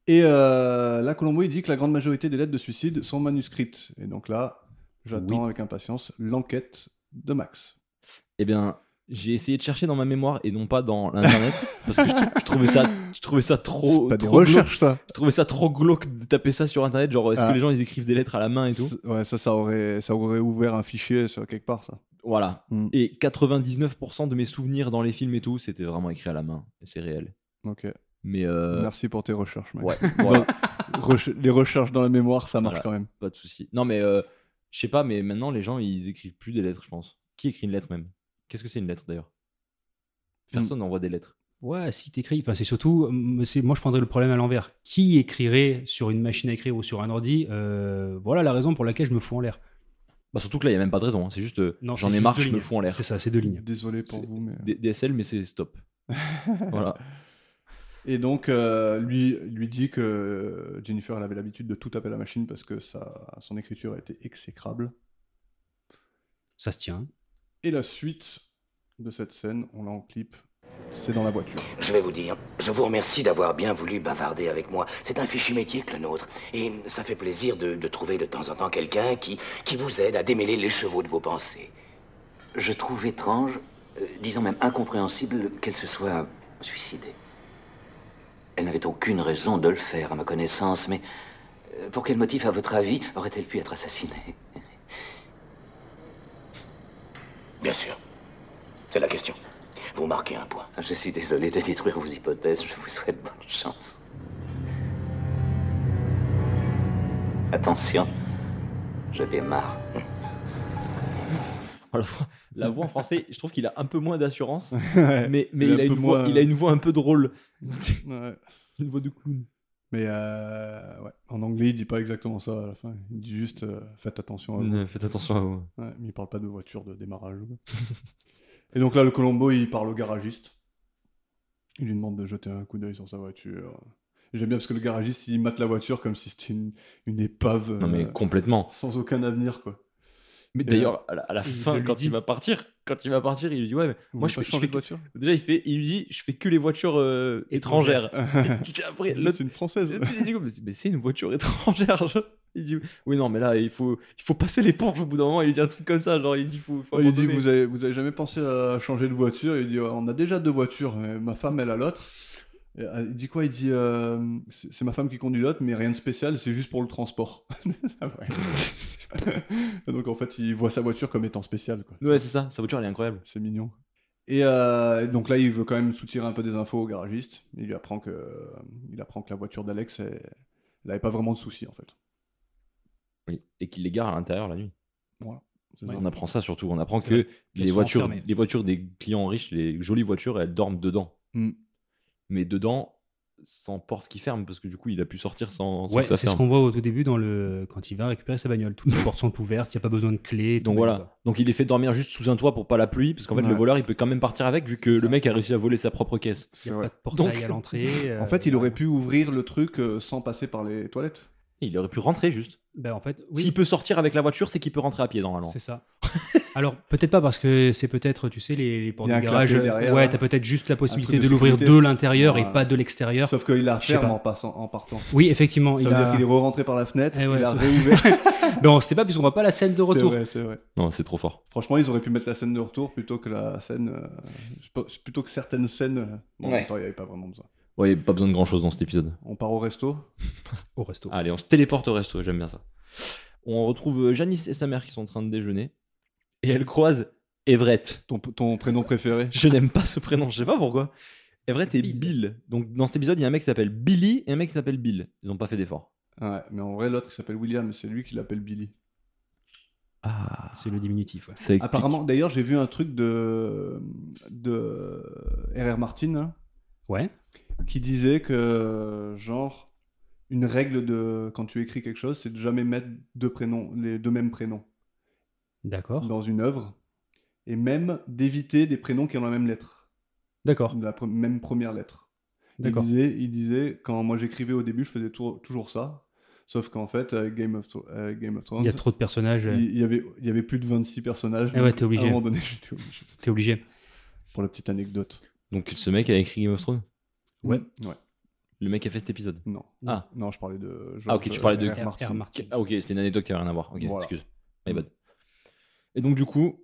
[SPEAKER 1] Et euh, là, Colombo, il dit que la grande majorité des lettres de suicide sont manuscrites. Et donc là, j'attends avec impatience l'enquête de Max.
[SPEAKER 3] Eh bien, j'ai essayé de chercher dans ma mémoire et non pas dans l'internet parce que je, trou- je trouvais ça, je trouvais ça trop,
[SPEAKER 1] T'as des
[SPEAKER 3] trop glauque.
[SPEAKER 1] recherches, ça
[SPEAKER 3] Je trouvais ça trop glauque de taper ça sur internet. Genre, est-ce
[SPEAKER 1] Ah.
[SPEAKER 3] que les gens ils écrivent des lettres à la main et tout
[SPEAKER 1] C'est- Ouais, ça, ça aurait, ça aurait ouvert un fichier sur quelque part, ça.
[SPEAKER 3] Voilà.
[SPEAKER 1] Mm.
[SPEAKER 3] Et 99% de mes souvenirs dans les films et tout, c'était vraiment écrit à la main. Et c'est réel.
[SPEAKER 1] Ok.
[SPEAKER 3] Mais euh,
[SPEAKER 1] Merci pour tes recherches, mec.
[SPEAKER 3] ouais, voilà,
[SPEAKER 1] Reche- les recherches dans la mémoire, ça marche
[SPEAKER 3] Voilà.
[SPEAKER 1] quand même.
[SPEAKER 3] pas de souci. Non, mais euh, je sais pas, mais maintenant les gens ils écrivent plus des lettres, je pense. Qui écrit une lettre même Qu'est-ce que c'est une lettre d'ailleurs Personne n'envoie des lettres.
[SPEAKER 2] Ouais, si t'écris, enfin c'est surtout, m- c'est- moi je prendrais le problème à l'envers. Qui écrirait sur une machine à écrire ou sur un ordi euh, Voilà la raison pour laquelle je me fous en l'air.
[SPEAKER 3] Bah, surtout que là, il n'y a même pas de raison. hein. C'est juste, euh,
[SPEAKER 2] Non,
[SPEAKER 3] j'en
[SPEAKER 2] c'est
[SPEAKER 3] ai
[SPEAKER 2] juste
[SPEAKER 3] marre,
[SPEAKER 2] deux
[SPEAKER 3] je me
[SPEAKER 2] lignes.
[SPEAKER 3] fous en l'air.
[SPEAKER 2] C'est ça, c'est deux lignes.
[SPEAKER 1] Désolé pour
[SPEAKER 3] C'est-
[SPEAKER 1] vous, mais... euh.
[SPEAKER 3] D- DSL, mais c'est stop. voilà.
[SPEAKER 1] Et donc, euh, lui, lui dit que Jennifer, elle avait l'habitude de tout taper à la machine parce que ça, son écriture était exécrable.
[SPEAKER 2] Ça se tient.
[SPEAKER 1] Et la suite de cette scène, on l'a en clip, c'est dans la voiture.
[SPEAKER 4] Je vais vous dire, je vous remercie d'avoir bien voulu bavarder avec moi. C'est un fichu métier que le nôtre. Et ça fait plaisir de, de trouver de temps en temps quelqu'un qui, qui vous aide à démêler les chevaux de vos pensées. je trouve étrange, euh, disons même incompréhensible, qu'elle se soit suicidée. Elle n'avait aucune raison de le faire, à ma connaissance, mais euh, pour quel motif, à votre avis, aurait-elle pu être assassinée
[SPEAKER 5] Bien sûr. C'est la question. Vous marquez un point.
[SPEAKER 4] Je suis désolé de détruire vos hypothèses, je vous souhaite bonne chance. Attention, je démarre.
[SPEAKER 3] La voix, la voix en français, je trouve qu'il a un peu moins d'assurance,
[SPEAKER 1] Ouais.
[SPEAKER 3] mais, mais
[SPEAKER 1] Il est un
[SPEAKER 3] il, a
[SPEAKER 1] peu
[SPEAKER 3] une voix,
[SPEAKER 1] moins-
[SPEAKER 3] il a une voix un peu drôle.
[SPEAKER 1] Ouais.
[SPEAKER 3] une voix de clown.
[SPEAKER 1] Mais euh, ouais, en anglais, il dit pas exactement ça à la fin. Il dit juste euh, faites attention à vous.
[SPEAKER 3] Euh, Faites attention à vous.
[SPEAKER 1] Ouais, mais il parle pas de voiture de démarrage. ou quoi. Et donc là, le Colombo, il parle au garagiste. Il lui demande de jeter un coup d'œil sur sa voiture. Et J'aime bien parce que le garagiste, il mate la voiture comme si c'était une, une épave
[SPEAKER 3] Non, mais
[SPEAKER 1] euh,
[SPEAKER 3] complètement.
[SPEAKER 1] sans aucun avenir, quoi.
[SPEAKER 3] Mais
[SPEAKER 1] Et
[SPEAKER 3] d'ailleurs, à la, à la
[SPEAKER 2] il
[SPEAKER 3] fin,
[SPEAKER 2] le
[SPEAKER 3] quand
[SPEAKER 2] dit.
[SPEAKER 3] il va partir, quand il va partir, il lui dit Ouais, mais
[SPEAKER 1] Vous
[SPEAKER 3] moi,
[SPEAKER 1] voulez
[SPEAKER 3] je
[SPEAKER 1] pas
[SPEAKER 3] fais, je
[SPEAKER 1] changer
[SPEAKER 3] fais
[SPEAKER 1] de
[SPEAKER 3] que-
[SPEAKER 1] voiture.
[SPEAKER 3] Déjà, il, fait, il lui dit Je fais que les voitures euh, étrangères. Il dit, Après, l'autre-
[SPEAKER 1] C'est une française.
[SPEAKER 3] il dit, Mais c'est- mais c'est une voiture étrangère. genre. Il dit Oui, non, mais là, il faut, il faut passer les porches au bout d'un moment. Il lui dit un truc comme ça genre, il dit faut, faut
[SPEAKER 1] Ouais, il dit
[SPEAKER 3] abandonner.
[SPEAKER 1] vous avez, vous avez jamais pensé à changer de voiture Il dit Ouais, on a déjà deux voitures, mais ma femme elle a l'autre. Et, euh, Il dit quoi Il dit euh, c'est c'est ma femme qui conduit l'autre, mais rien de spécial, c'est juste pour le transport. Ah ouais. Et Donc en fait il voit sa voiture comme étant spéciale quoi.
[SPEAKER 3] Ouais, c'est ça. Sa voiture, elle est incroyable.
[SPEAKER 1] C'est mignon. Et euh, donc là il veut quand même soutirer un peu des infos au garagiste. Il lui apprend que euh, il apprend que la voiture d'Alex elle elle avait pas vraiment de soucis en fait.
[SPEAKER 3] Oui. Et qu'il les gare à l'intérieur la nuit.
[SPEAKER 1] C'est
[SPEAKER 2] Ouais.
[SPEAKER 1] ça.
[SPEAKER 3] On apprend ça surtout. On apprend
[SPEAKER 2] C'est
[SPEAKER 3] que
[SPEAKER 2] Qu'elles
[SPEAKER 3] les
[SPEAKER 2] sont
[SPEAKER 3] voitures,
[SPEAKER 2] enfermées.
[SPEAKER 3] les voitures des clients riches, les jolies voitures, elles dorment dedans.
[SPEAKER 1] Mm.
[SPEAKER 3] Mais dedans, sans porte qui ferme, parce que du coup, il a pu sortir sans, sans
[SPEAKER 2] Ouais,
[SPEAKER 3] que ça
[SPEAKER 2] c'est ce
[SPEAKER 3] ferme.
[SPEAKER 2] qu'on voit au tout début dans le quand il va récupérer sa bagnole. Toutes les portes sont ouvertes, il n'y a pas besoin de clé. tout
[SPEAKER 3] Donc
[SPEAKER 2] bête,
[SPEAKER 3] voilà.
[SPEAKER 2] quoi.
[SPEAKER 3] Donc il les fait dormir juste sous un toit pour pas la pluie, parce qu'en fait,
[SPEAKER 1] Ouais.
[SPEAKER 3] le voleur, il peut quand même partir avec, vu que
[SPEAKER 1] C'est
[SPEAKER 3] le
[SPEAKER 1] ça.
[SPEAKER 3] mec a réussi à voler sa propre caisse.
[SPEAKER 1] C'est
[SPEAKER 2] Il n'y a
[SPEAKER 1] vrai.
[SPEAKER 2] pas de portail
[SPEAKER 3] Donc-
[SPEAKER 2] à l'entrée.
[SPEAKER 1] En
[SPEAKER 2] euh,
[SPEAKER 1] fait il aurait pu ouvrir le truc euh, sans passer par les toilettes.
[SPEAKER 3] Et il aurait pu rentrer juste.
[SPEAKER 2] Ben, en fait, oui.
[SPEAKER 3] S'il peut sortir avec la voiture, c'est qu'il peut rentrer à pied normalement.
[SPEAKER 2] C'est ça. Alors, peut-être pas parce que c'est peut-être, tu sais, les, les portes
[SPEAKER 1] Il y a un
[SPEAKER 2] de garage. euh,
[SPEAKER 1] clapet derrière,
[SPEAKER 2] ouais,
[SPEAKER 1] là.
[SPEAKER 2] t'as peut-être juste la possibilité
[SPEAKER 1] truc
[SPEAKER 2] de,
[SPEAKER 1] de
[SPEAKER 2] l'ouvrir de
[SPEAKER 1] sécurité.
[SPEAKER 2] l'intérieur
[SPEAKER 1] Ouais.
[SPEAKER 2] et pas de l'extérieur.
[SPEAKER 1] Sauf qu'il la
[SPEAKER 2] Je sais
[SPEAKER 1] ferme
[SPEAKER 2] pas.
[SPEAKER 1] en, passant, en partant.
[SPEAKER 2] Oui, effectivement.
[SPEAKER 1] Ça
[SPEAKER 2] il
[SPEAKER 1] veut
[SPEAKER 2] a-
[SPEAKER 1] dire qu'il est rentré par la fenêtre,
[SPEAKER 2] Eh ouais,
[SPEAKER 1] il a
[SPEAKER 2] ça-
[SPEAKER 1] réouvert.
[SPEAKER 2] Mais on sait pas puisqu'on voit pas la scène de
[SPEAKER 1] c'est
[SPEAKER 2] retour.
[SPEAKER 1] vrai, c'est vrai.
[SPEAKER 3] Non, c'est trop fort.
[SPEAKER 1] Franchement, ils auraient pu mettre la scène de retour plutôt que la scène. euh, je pense- plutôt que certaines scènes. euh, Bon, en
[SPEAKER 5] Ouais.
[SPEAKER 1] même temps, il n'y avait pas vraiment besoin.
[SPEAKER 3] Ouais, pas besoin de grand chose dans cet épisode.
[SPEAKER 1] On part au resto.
[SPEAKER 2] Au resto.
[SPEAKER 3] Oh. Allez, on se téléporte au resto, j'aime bien ça. On retrouve euh, Janice et sa mère qui sont en train de déjeuner. Et elle croise Everett.
[SPEAKER 1] Ton, ton prénom préféré
[SPEAKER 3] Je n'aime pas ce prénom, je sais pas pourquoi. Everett et
[SPEAKER 2] Bill.
[SPEAKER 3] Bill. Donc dans cet épisode, il y a un mec qui s'appelle Billy et un mec qui s'appelle Bill. Ils n'ont pas fait d'effort.
[SPEAKER 1] Ouais, mais en vrai, l'autre il s'appelle William, mais c'est lui qui l'appelle Billy.
[SPEAKER 3] Ah,
[SPEAKER 2] C'est le diminutif. ouais.
[SPEAKER 3] c'est
[SPEAKER 1] Apparemment, d'ailleurs, j'ai vu un truc de. de. R.R. Martin hein,
[SPEAKER 2] Ouais.
[SPEAKER 1] qui disait que, genre, une règle de. quand tu écris quelque chose, c'est de jamais mettre deux prénoms, les deux mêmes prénoms.
[SPEAKER 2] D'accord.
[SPEAKER 1] dans une œuvre, et même d'éviter des prénoms qui ont la même lettre,
[SPEAKER 2] D'accord.
[SPEAKER 1] la pre- même première lettre. Il
[SPEAKER 2] D'accord.
[SPEAKER 1] disait, il disait, quand moi j'écrivais au début, je faisais tou- toujours ça, sauf qu'en fait, avec Game of, Thro- euh, Game of Thrones,
[SPEAKER 2] Il y a trop de personnages. euh,
[SPEAKER 1] il, il y avait, il y avait plus de 26 personnages.
[SPEAKER 2] Eh ouais,
[SPEAKER 1] donc
[SPEAKER 2] t'es obligé.
[SPEAKER 1] À un moment donné, j'étais obligé.
[SPEAKER 2] T'es obligé.
[SPEAKER 1] Pour la petite anecdote.
[SPEAKER 3] Donc ce mec a écrit Game of Thrones
[SPEAKER 2] Ouais.
[SPEAKER 1] Ouais.
[SPEAKER 3] Le mec a fait cet épisode.
[SPEAKER 1] Non.
[SPEAKER 3] Ah.
[SPEAKER 1] Non, je parlais de.
[SPEAKER 3] Ah, ok, tu parlais de
[SPEAKER 1] R.R.
[SPEAKER 2] R.R.
[SPEAKER 1] Martin.
[SPEAKER 2] Martin.
[SPEAKER 3] Ah ok, c'était une anecdote qui avait rien à voir. Ok,
[SPEAKER 1] Voilà.
[SPEAKER 3] excuse. My bad. Et donc du coup,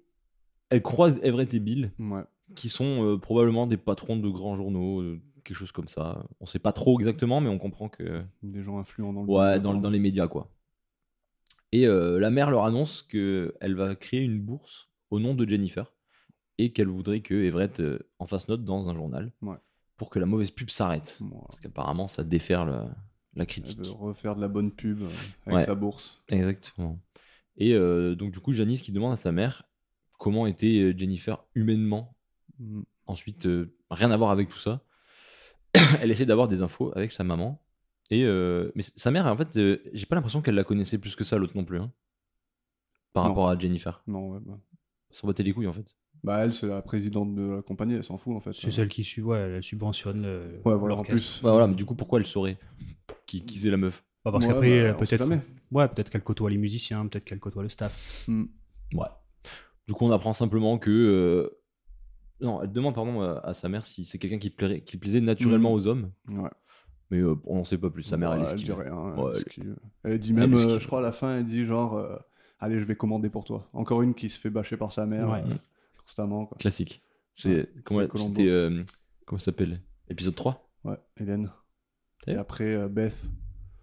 [SPEAKER 3] elle croise Everett et Bill,
[SPEAKER 1] Ouais.
[SPEAKER 3] qui sont euh, probablement des patrons de grands journaux, euh, quelque chose comme ça. On sait pas trop exactement, mais on comprend que...
[SPEAKER 1] Des gens influents dans le.
[SPEAKER 3] Ouais,
[SPEAKER 1] monde. hein.
[SPEAKER 3] dans, dans les médias, quoi. Et euh, la mère leur annonce qu'elle va créer une bourse au nom de Jennifer et qu'elle voudrait que Everett euh, en fasse note dans un journal
[SPEAKER 1] Ouais.
[SPEAKER 3] pour que la mauvaise pub s'arrête.
[SPEAKER 1] Voilà.
[SPEAKER 3] Parce qu'apparemment, ça déferle euh, la
[SPEAKER 1] Elle
[SPEAKER 3] critique.
[SPEAKER 1] veut refaire de la bonne pub euh, avec
[SPEAKER 3] Ouais.
[SPEAKER 1] sa bourse.
[SPEAKER 3] Exactement. Et euh, donc, du coup, Janice qui demande à sa mère comment était euh, Jennifer humainement.
[SPEAKER 1] Mm.
[SPEAKER 3] Ensuite, euh, rien à voir avec tout ça. elle essaie d'avoir des infos avec sa maman. Et euh, mais sa mère, en fait, euh, j'ai pas l'impression qu'elle la connaissait plus que ça, l'autre non plus. hein. par
[SPEAKER 1] Non.
[SPEAKER 3] rapport à Jennifer.
[SPEAKER 1] Non, ouais, bah.
[SPEAKER 3] Ça s'en battait les couilles, en fait.
[SPEAKER 1] Bah, elle, c'est la présidente de la compagnie, elle s'en fout en fait.
[SPEAKER 2] C'est celle qui su- ouais, elle subventionne. euh,
[SPEAKER 1] Ouais, voilà, en
[SPEAKER 2] l'orchestre.
[SPEAKER 1] plus.
[SPEAKER 3] Bah, voilà, mais du coup, pourquoi elle saurait qui, qui c'est la meuf
[SPEAKER 2] Bah, parce
[SPEAKER 1] Ouais,
[SPEAKER 2] qu'après,
[SPEAKER 1] bah,
[SPEAKER 2] euh,
[SPEAKER 1] on sait
[SPEAKER 2] peut-être.
[SPEAKER 1] jamais.
[SPEAKER 2] Ouais, peut-être qu'elle côtoie les musiciens, peut-être qu'elle côtoie le staff.
[SPEAKER 1] Mm.
[SPEAKER 3] Ouais. Du coup, on apprend simplement que. euh, Non, elle demande pardon euh, à sa mère si c'est quelqu'un qui, plairait- qui plaisait naturellement
[SPEAKER 1] Mhm.
[SPEAKER 3] aux hommes.
[SPEAKER 1] Ouais.
[SPEAKER 3] Mais euh, on n'en sait pas plus. Sa mère,
[SPEAKER 1] Ouais,
[SPEAKER 3] elle est
[SPEAKER 1] elle
[SPEAKER 3] esquive.
[SPEAKER 1] dit rien, elle
[SPEAKER 3] Mm. Ouais, elle-
[SPEAKER 1] esquive. Elle dit
[SPEAKER 3] elle
[SPEAKER 1] même,
[SPEAKER 3] esquive.
[SPEAKER 1] euh, je crois, à la fin, elle dit genre, euh, allez, je vais commander pour toi. Encore une qui se fait bâcher par sa mère.
[SPEAKER 2] Ouais.
[SPEAKER 1] euh, constamment. Quoi.
[SPEAKER 3] Classique.
[SPEAKER 1] Ouais,
[SPEAKER 3] C'est comment
[SPEAKER 1] c'est Columbo.
[SPEAKER 3] c'était euh, comment ça s'appelle Épisode 3
[SPEAKER 1] Ouais, Hélène.
[SPEAKER 3] Et
[SPEAKER 1] Et après, euh, Beth.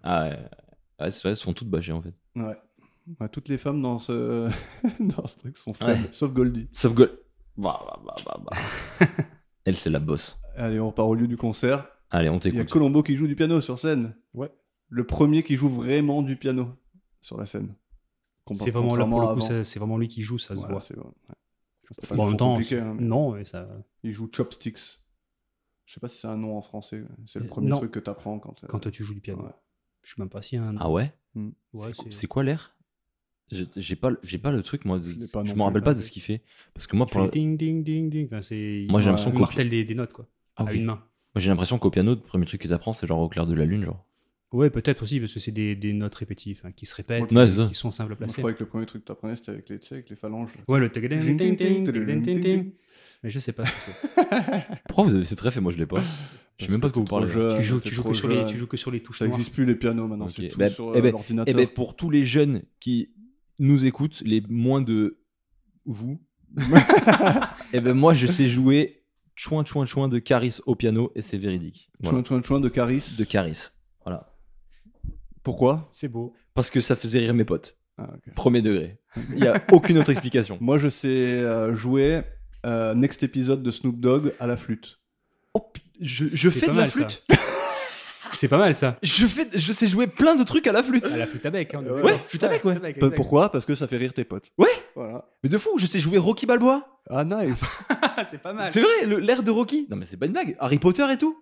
[SPEAKER 3] Ah ouais. Ouais, c'est vrai, elles sont toutes bâchées en fait.
[SPEAKER 1] Ouais. Ouais, Toutes les femmes dans ce, dans ce truc sont faibles, sauf Goldie.
[SPEAKER 3] Sauf Gold. Bah, bah, bah, bah, bah. Elle, c'est la boss.
[SPEAKER 1] Allez, on repart au lieu du concert.
[SPEAKER 3] Allez,
[SPEAKER 1] Il
[SPEAKER 3] on
[SPEAKER 1] y a
[SPEAKER 3] t'écoute.
[SPEAKER 1] Colombo qui joue du piano sur scène.
[SPEAKER 6] Ouais.
[SPEAKER 1] Le premier qui joue vraiment du piano sur la scène.
[SPEAKER 2] C'est vraiment là
[SPEAKER 1] Contrairement
[SPEAKER 2] pour le coup,
[SPEAKER 1] à avant.
[SPEAKER 2] ça- c'est vraiment lui qui joue, ça se
[SPEAKER 1] Voilà,
[SPEAKER 2] voit.
[SPEAKER 1] c'est bon, ouais. Je pense que c'est pas
[SPEAKER 2] Bon, en même
[SPEAKER 1] trop
[SPEAKER 2] temps,
[SPEAKER 1] compliqué,
[SPEAKER 2] c'est-
[SPEAKER 1] hein, mais
[SPEAKER 2] non, mais ça.
[SPEAKER 1] il joue Chopsticks. Je sais pas si c'est un nom en français. mais C'est le
[SPEAKER 2] Euh,
[SPEAKER 1] premier
[SPEAKER 2] non.
[SPEAKER 1] truc que t'apprends quand. euh,
[SPEAKER 2] Quand tu joues du piano,
[SPEAKER 1] ouais.
[SPEAKER 2] je suis même pas si un.
[SPEAKER 3] Ah ouais
[SPEAKER 2] Ouais,
[SPEAKER 3] C'est-
[SPEAKER 2] c'est-
[SPEAKER 3] C'est quoi l'air J'ai j'ai pas, le- j'ai pas le truc, moi. de-
[SPEAKER 1] Je l'ai
[SPEAKER 3] Je,
[SPEAKER 1] pas non
[SPEAKER 3] me
[SPEAKER 1] plus.
[SPEAKER 3] rappelle pas de ce qu'il fait. Parce que moi,
[SPEAKER 2] tu
[SPEAKER 3] pour
[SPEAKER 2] fais
[SPEAKER 3] la-
[SPEAKER 2] ding ding ding ding. Enfin, c'est-
[SPEAKER 3] moi j'ai
[SPEAKER 1] Ouais.
[SPEAKER 3] l'impression
[SPEAKER 2] il
[SPEAKER 3] qu'au
[SPEAKER 2] martèle des, des notes quoi,
[SPEAKER 3] Ah,
[SPEAKER 2] à
[SPEAKER 3] ok.
[SPEAKER 2] une main.
[SPEAKER 3] Moi, j'ai l'impression qu'au piano, le premier truc qu'ils apprennent, c'est genre au clair de la lune, genre.
[SPEAKER 2] Ouais, peut-être aussi parce que c'est des, des notes répétitives hein, qui se répètent,
[SPEAKER 3] Ouais,
[SPEAKER 2] et
[SPEAKER 3] c'est ça.
[SPEAKER 2] qui sont simples à
[SPEAKER 1] Moi, je
[SPEAKER 2] placer.
[SPEAKER 1] croyais que le premier truc que t'apprenais c'était avec les, tu sais, avec les phalanges.
[SPEAKER 2] Ouais, le tag-
[SPEAKER 1] Ding, ding, ding,
[SPEAKER 2] ding, ding, ding, ding. mais je sais pas ce que c'est.
[SPEAKER 3] Pourquoi vous avez cette ref et moi je l'ai pas Je sais même pas de quoi vous parlez.
[SPEAKER 2] Tu joues, tu joues que sur les, tu joues que sur les touches
[SPEAKER 1] Ça
[SPEAKER 2] noires.
[SPEAKER 1] n'existe plus les pianos maintenant,
[SPEAKER 3] Ok.
[SPEAKER 1] c'est tout
[SPEAKER 3] Bah,
[SPEAKER 1] sur
[SPEAKER 3] eh
[SPEAKER 1] euh,
[SPEAKER 3] ben- Eh
[SPEAKER 1] l'ordinateur.
[SPEAKER 3] ben, pour tous les jeunes qui nous écoutent, les moins de vous, eh ben, moi, je sais jouer chouin chouin chouin de Caris au piano et c'est véridique. Voilà.
[SPEAKER 1] Chouin, chouin, chouin de Caris.
[SPEAKER 3] De Caris. Voilà.
[SPEAKER 1] Pourquoi
[SPEAKER 6] C'est beau.
[SPEAKER 3] Parce que ça faisait rire mes potes.
[SPEAKER 1] Ah, ok.
[SPEAKER 3] Premier degré. Il n'y a aucune autre explication.
[SPEAKER 1] Moi, je sais euh, jouer euh, next épisode de Snoop Dogg à la flûte.
[SPEAKER 3] Je,
[SPEAKER 2] je C'est fais
[SPEAKER 3] fais
[SPEAKER 2] pas
[SPEAKER 3] de
[SPEAKER 2] de la
[SPEAKER 3] la
[SPEAKER 2] mal, ça.
[SPEAKER 3] flûte.
[SPEAKER 2] flûte. C'est pas mal ça.
[SPEAKER 3] Je, fais, je sais jouer plein de trucs à la flûte.
[SPEAKER 2] À la flûte à bec. Hein, on est
[SPEAKER 1] Ouais,
[SPEAKER 2] d'accord.
[SPEAKER 3] flûte à bec, ouais.
[SPEAKER 2] bec,
[SPEAKER 1] Pe-
[SPEAKER 2] exact.
[SPEAKER 1] Pourquoi Parce que ça fait rire tes potes.
[SPEAKER 3] Ouais.
[SPEAKER 1] Voilà.
[SPEAKER 3] Mais de fou, je sais jouer Rocky Balboa.
[SPEAKER 1] Ah, nice
[SPEAKER 2] Ah, c'est pas mal.
[SPEAKER 3] C'est vrai, le- l'air de Rocky. Non, mais c'est pas une blague. Harry Potter et tout.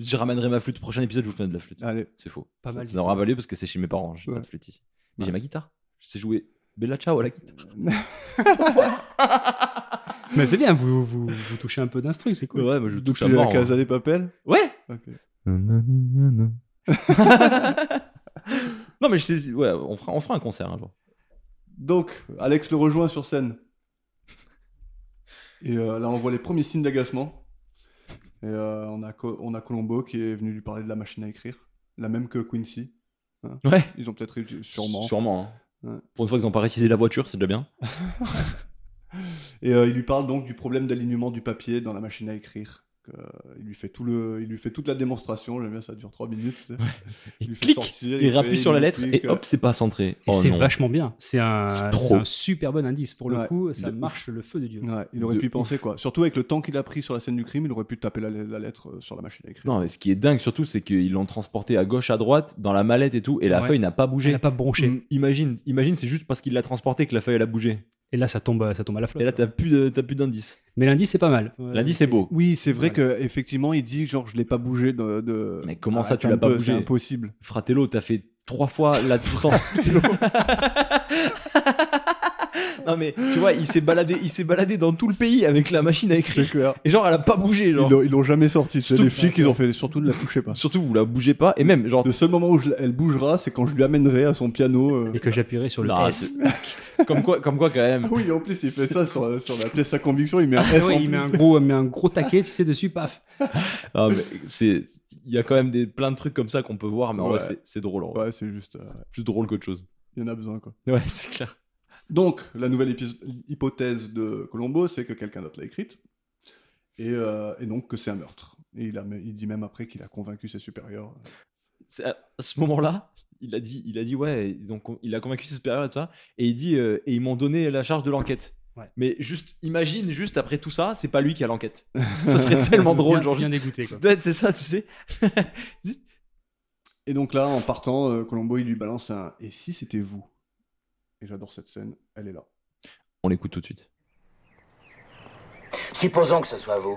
[SPEAKER 3] Je ramènerai ma flûte. Prochain épisode, je vous fais de la flûte.
[SPEAKER 1] Allez,
[SPEAKER 3] C'est faux.
[SPEAKER 2] Pas
[SPEAKER 3] ça
[SPEAKER 2] mal
[SPEAKER 3] ça
[SPEAKER 2] du
[SPEAKER 3] n'aura
[SPEAKER 2] tout.
[SPEAKER 3] pas lieu parce que c'est chez mes parents. J'ai
[SPEAKER 1] Ouais.
[SPEAKER 3] pas de flûte ici. Mais
[SPEAKER 1] Ouais.
[SPEAKER 3] j'ai ma guitare. Je sais jouer Bella Ciao à la guitare.
[SPEAKER 2] Mais c'est bien, vous, vous, vous touchez un peu d'instru, c'est cool.
[SPEAKER 3] Ouais, moi je touche
[SPEAKER 1] depuis
[SPEAKER 3] à
[SPEAKER 1] la
[SPEAKER 3] mort.
[SPEAKER 1] Casa
[SPEAKER 3] hein.
[SPEAKER 1] des Papel.
[SPEAKER 3] Ouais
[SPEAKER 1] Ok.
[SPEAKER 3] Non, mais je sais. Ouais, on fera, on fera un concert un jour.
[SPEAKER 1] Donc, Alex le rejoint sur scène. Et euh, là, on voit les premiers signes d'agacement. Et euh, on, a Co- on a Colombo qui est venu lui parler de la machine à écrire. La même que Quincy. hein.
[SPEAKER 3] Ouais.
[SPEAKER 1] Ils ont peut-être réussi, sûrement.
[SPEAKER 3] Sûrement. hein.
[SPEAKER 1] Ouais.
[SPEAKER 3] Pour une fois qu'ils ont pas réutilisé la voiture, c'est déjà bien.
[SPEAKER 1] Et euh, il lui parle donc du problème d'alignement du papier dans la machine à écrire. Donc, euh, il, lui fait tout le, il lui fait toute la démonstration. J'aime bien, ça dure 3 minutes. tu sais.
[SPEAKER 3] Il
[SPEAKER 1] lui fait
[SPEAKER 3] clique,
[SPEAKER 1] sortir,
[SPEAKER 3] il
[SPEAKER 1] fait-
[SPEAKER 3] rappuie sur la
[SPEAKER 1] lui
[SPEAKER 3] lettre et
[SPEAKER 1] clique, euh,
[SPEAKER 3] hop, c'est pas centré.
[SPEAKER 2] Et
[SPEAKER 3] Oh
[SPEAKER 2] c'est
[SPEAKER 3] non.
[SPEAKER 2] vachement bien. C'est un,
[SPEAKER 3] C'est
[SPEAKER 2] c'est
[SPEAKER 3] trop.
[SPEAKER 2] un super bon indice. Pour
[SPEAKER 1] Ouais,
[SPEAKER 2] le coup, ça
[SPEAKER 1] de ouf.
[SPEAKER 2] marche le feu de Dieu.
[SPEAKER 1] Ouais, il aurait
[SPEAKER 3] De
[SPEAKER 1] pu y penser quoi. Surtout avec le temps qu'il a pris sur la scène du crime, il aurait pu taper la, la lettre euh, sur la machine à écrire.
[SPEAKER 3] Non, mais ce qui est dingue surtout, c'est qu'ils l'ont transporté à gauche, à droite, dans la mallette et tout, et la
[SPEAKER 2] Ouais.
[SPEAKER 3] feuille n'a pas
[SPEAKER 2] Il
[SPEAKER 3] bougé.
[SPEAKER 2] n'a pas bronché.
[SPEAKER 3] Mm, Imagine, imagine, c'est juste parce qu'il l'a transporté que la feuille elle a bougé.
[SPEAKER 2] Et là, ça tombe, ça tombe à la flotte.
[SPEAKER 3] Et là, t'as plus de- t'as plus d'indice.
[SPEAKER 2] Mais l'indice, c'est pas mal.
[SPEAKER 3] L'indice est beau.
[SPEAKER 1] Oui, c'est vrai que effectivement, il dit genre je l'ai pas bougé de. de-
[SPEAKER 3] Mais comment ça,
[SPEAKER 1] Arrête
[SPEAKER 3] tu
[SPEAKER 1] Ah, un
[SPEAKER 3] l'as pas
[SPEAKER 1] peu,
[SPEAKER 3] bougé
[SPEAKER 1] C'est impossible.
[SPEAKER 3] Fratello, t'as fait trois fois la distance. non mais tu vois, il s'est baladé, il s'est baladé dans tout le pays avec la machine à
[SPEAKER 1] C'est
[SPEAKER 3] écrire.
[SPEAKER 1] clair.
[SPEAKER 3] Et genre, elle a pas bougé,
[SPEAKER 1] Ils
[SPEAKER 3] genre.
[SPEAKER 1] l'ont- ils l'ont jamais sorti. C'est
[SPEAKER 3] Surtout-
[SPEAKER 1] les flics, ils ont fait surtout ne la touchez pas.
[SPEAKER 3] Surtout, vous la bougez pas. Et même, genre,
[SPEAKER 1] Le seul moment où je la- elle bougera, c'est quand je lui amènerai à son piano. euh.
[SPEAKER 2] Et que j'appuierai sur le
[SPEAKER 3] Non,
[SPEAKER 2] S.
[SPEAKER 3] comme quoi, comme quoi quand même.
[SPEAKER 1] Ah oui, en plus, il fait ça sur, sur la pièce à conviction. Il met un S
[SPEAKER 2] Ouais,
[SPEAKER 1] en
[SPEAKER 2] Ah il,
[SPEAKER 1] plus.
[SPEAKER 2] met un gros, il met un gros taquet, tu sais, dessus, paf.
[SPEAKER 3] Ah, mais c'est, il y a quand même des plein de trucs comme ça qu'on peut voir, mais en vrai,
[SPEAKER 1] Ouais.
[SPEAKER 3] c'est- c'est drôle. en vrai.
[SPEAKER 1] Ouais, c'est juste. euh,
[SPEAKER 3] Plus drôle qu'autre chose.
[SPEAKER 1] Il y en a besoin quoi.
[SPEAKER 3] Ouais, c'est clair.
[SPEAKER 1] Donc, la nouvelle épis- hypothèse de Colombo, c'est que quelqu'un d'autre l'a écrite, et, euh, et donc que c'est un meurtre. Et il, a- il dit même après qu'il a convaincu ses supérieurs.
[SPEAKER 3] C'est à à ce moment-là, il a dit, il a dit ouais, ils ont con- il a convaincu ses supérieurs et tout ça, et il dit euh, et ils m'ont donné la charge de l'enquête.
[SPEAKER 2] Ouais.
[SPEAKER 3] Mais juste, imagine juste après tout ça, c'est pas lui qui a l'enquête. ça serait tellement drôle,
[SPEAKER 2] bien,
[SPEAKER 3] genre.
[SPEAKER 2] Bien
[SPEAKER 3] juste-
[SPEAKER 2] dégoûté, quoi.
[SPEAKER 3] Ouais, C'est ça, tu sais.
[SPEAKER 1] Et donc là, en partant, euh, Colombo, il lui balance un « Et si c'était vous ?» Et j'adore cette scène, elle est là.
[SPEAKER 3] On l'écoute tout de suite.
[SPEAKER 5] Supposons que ce soit vous.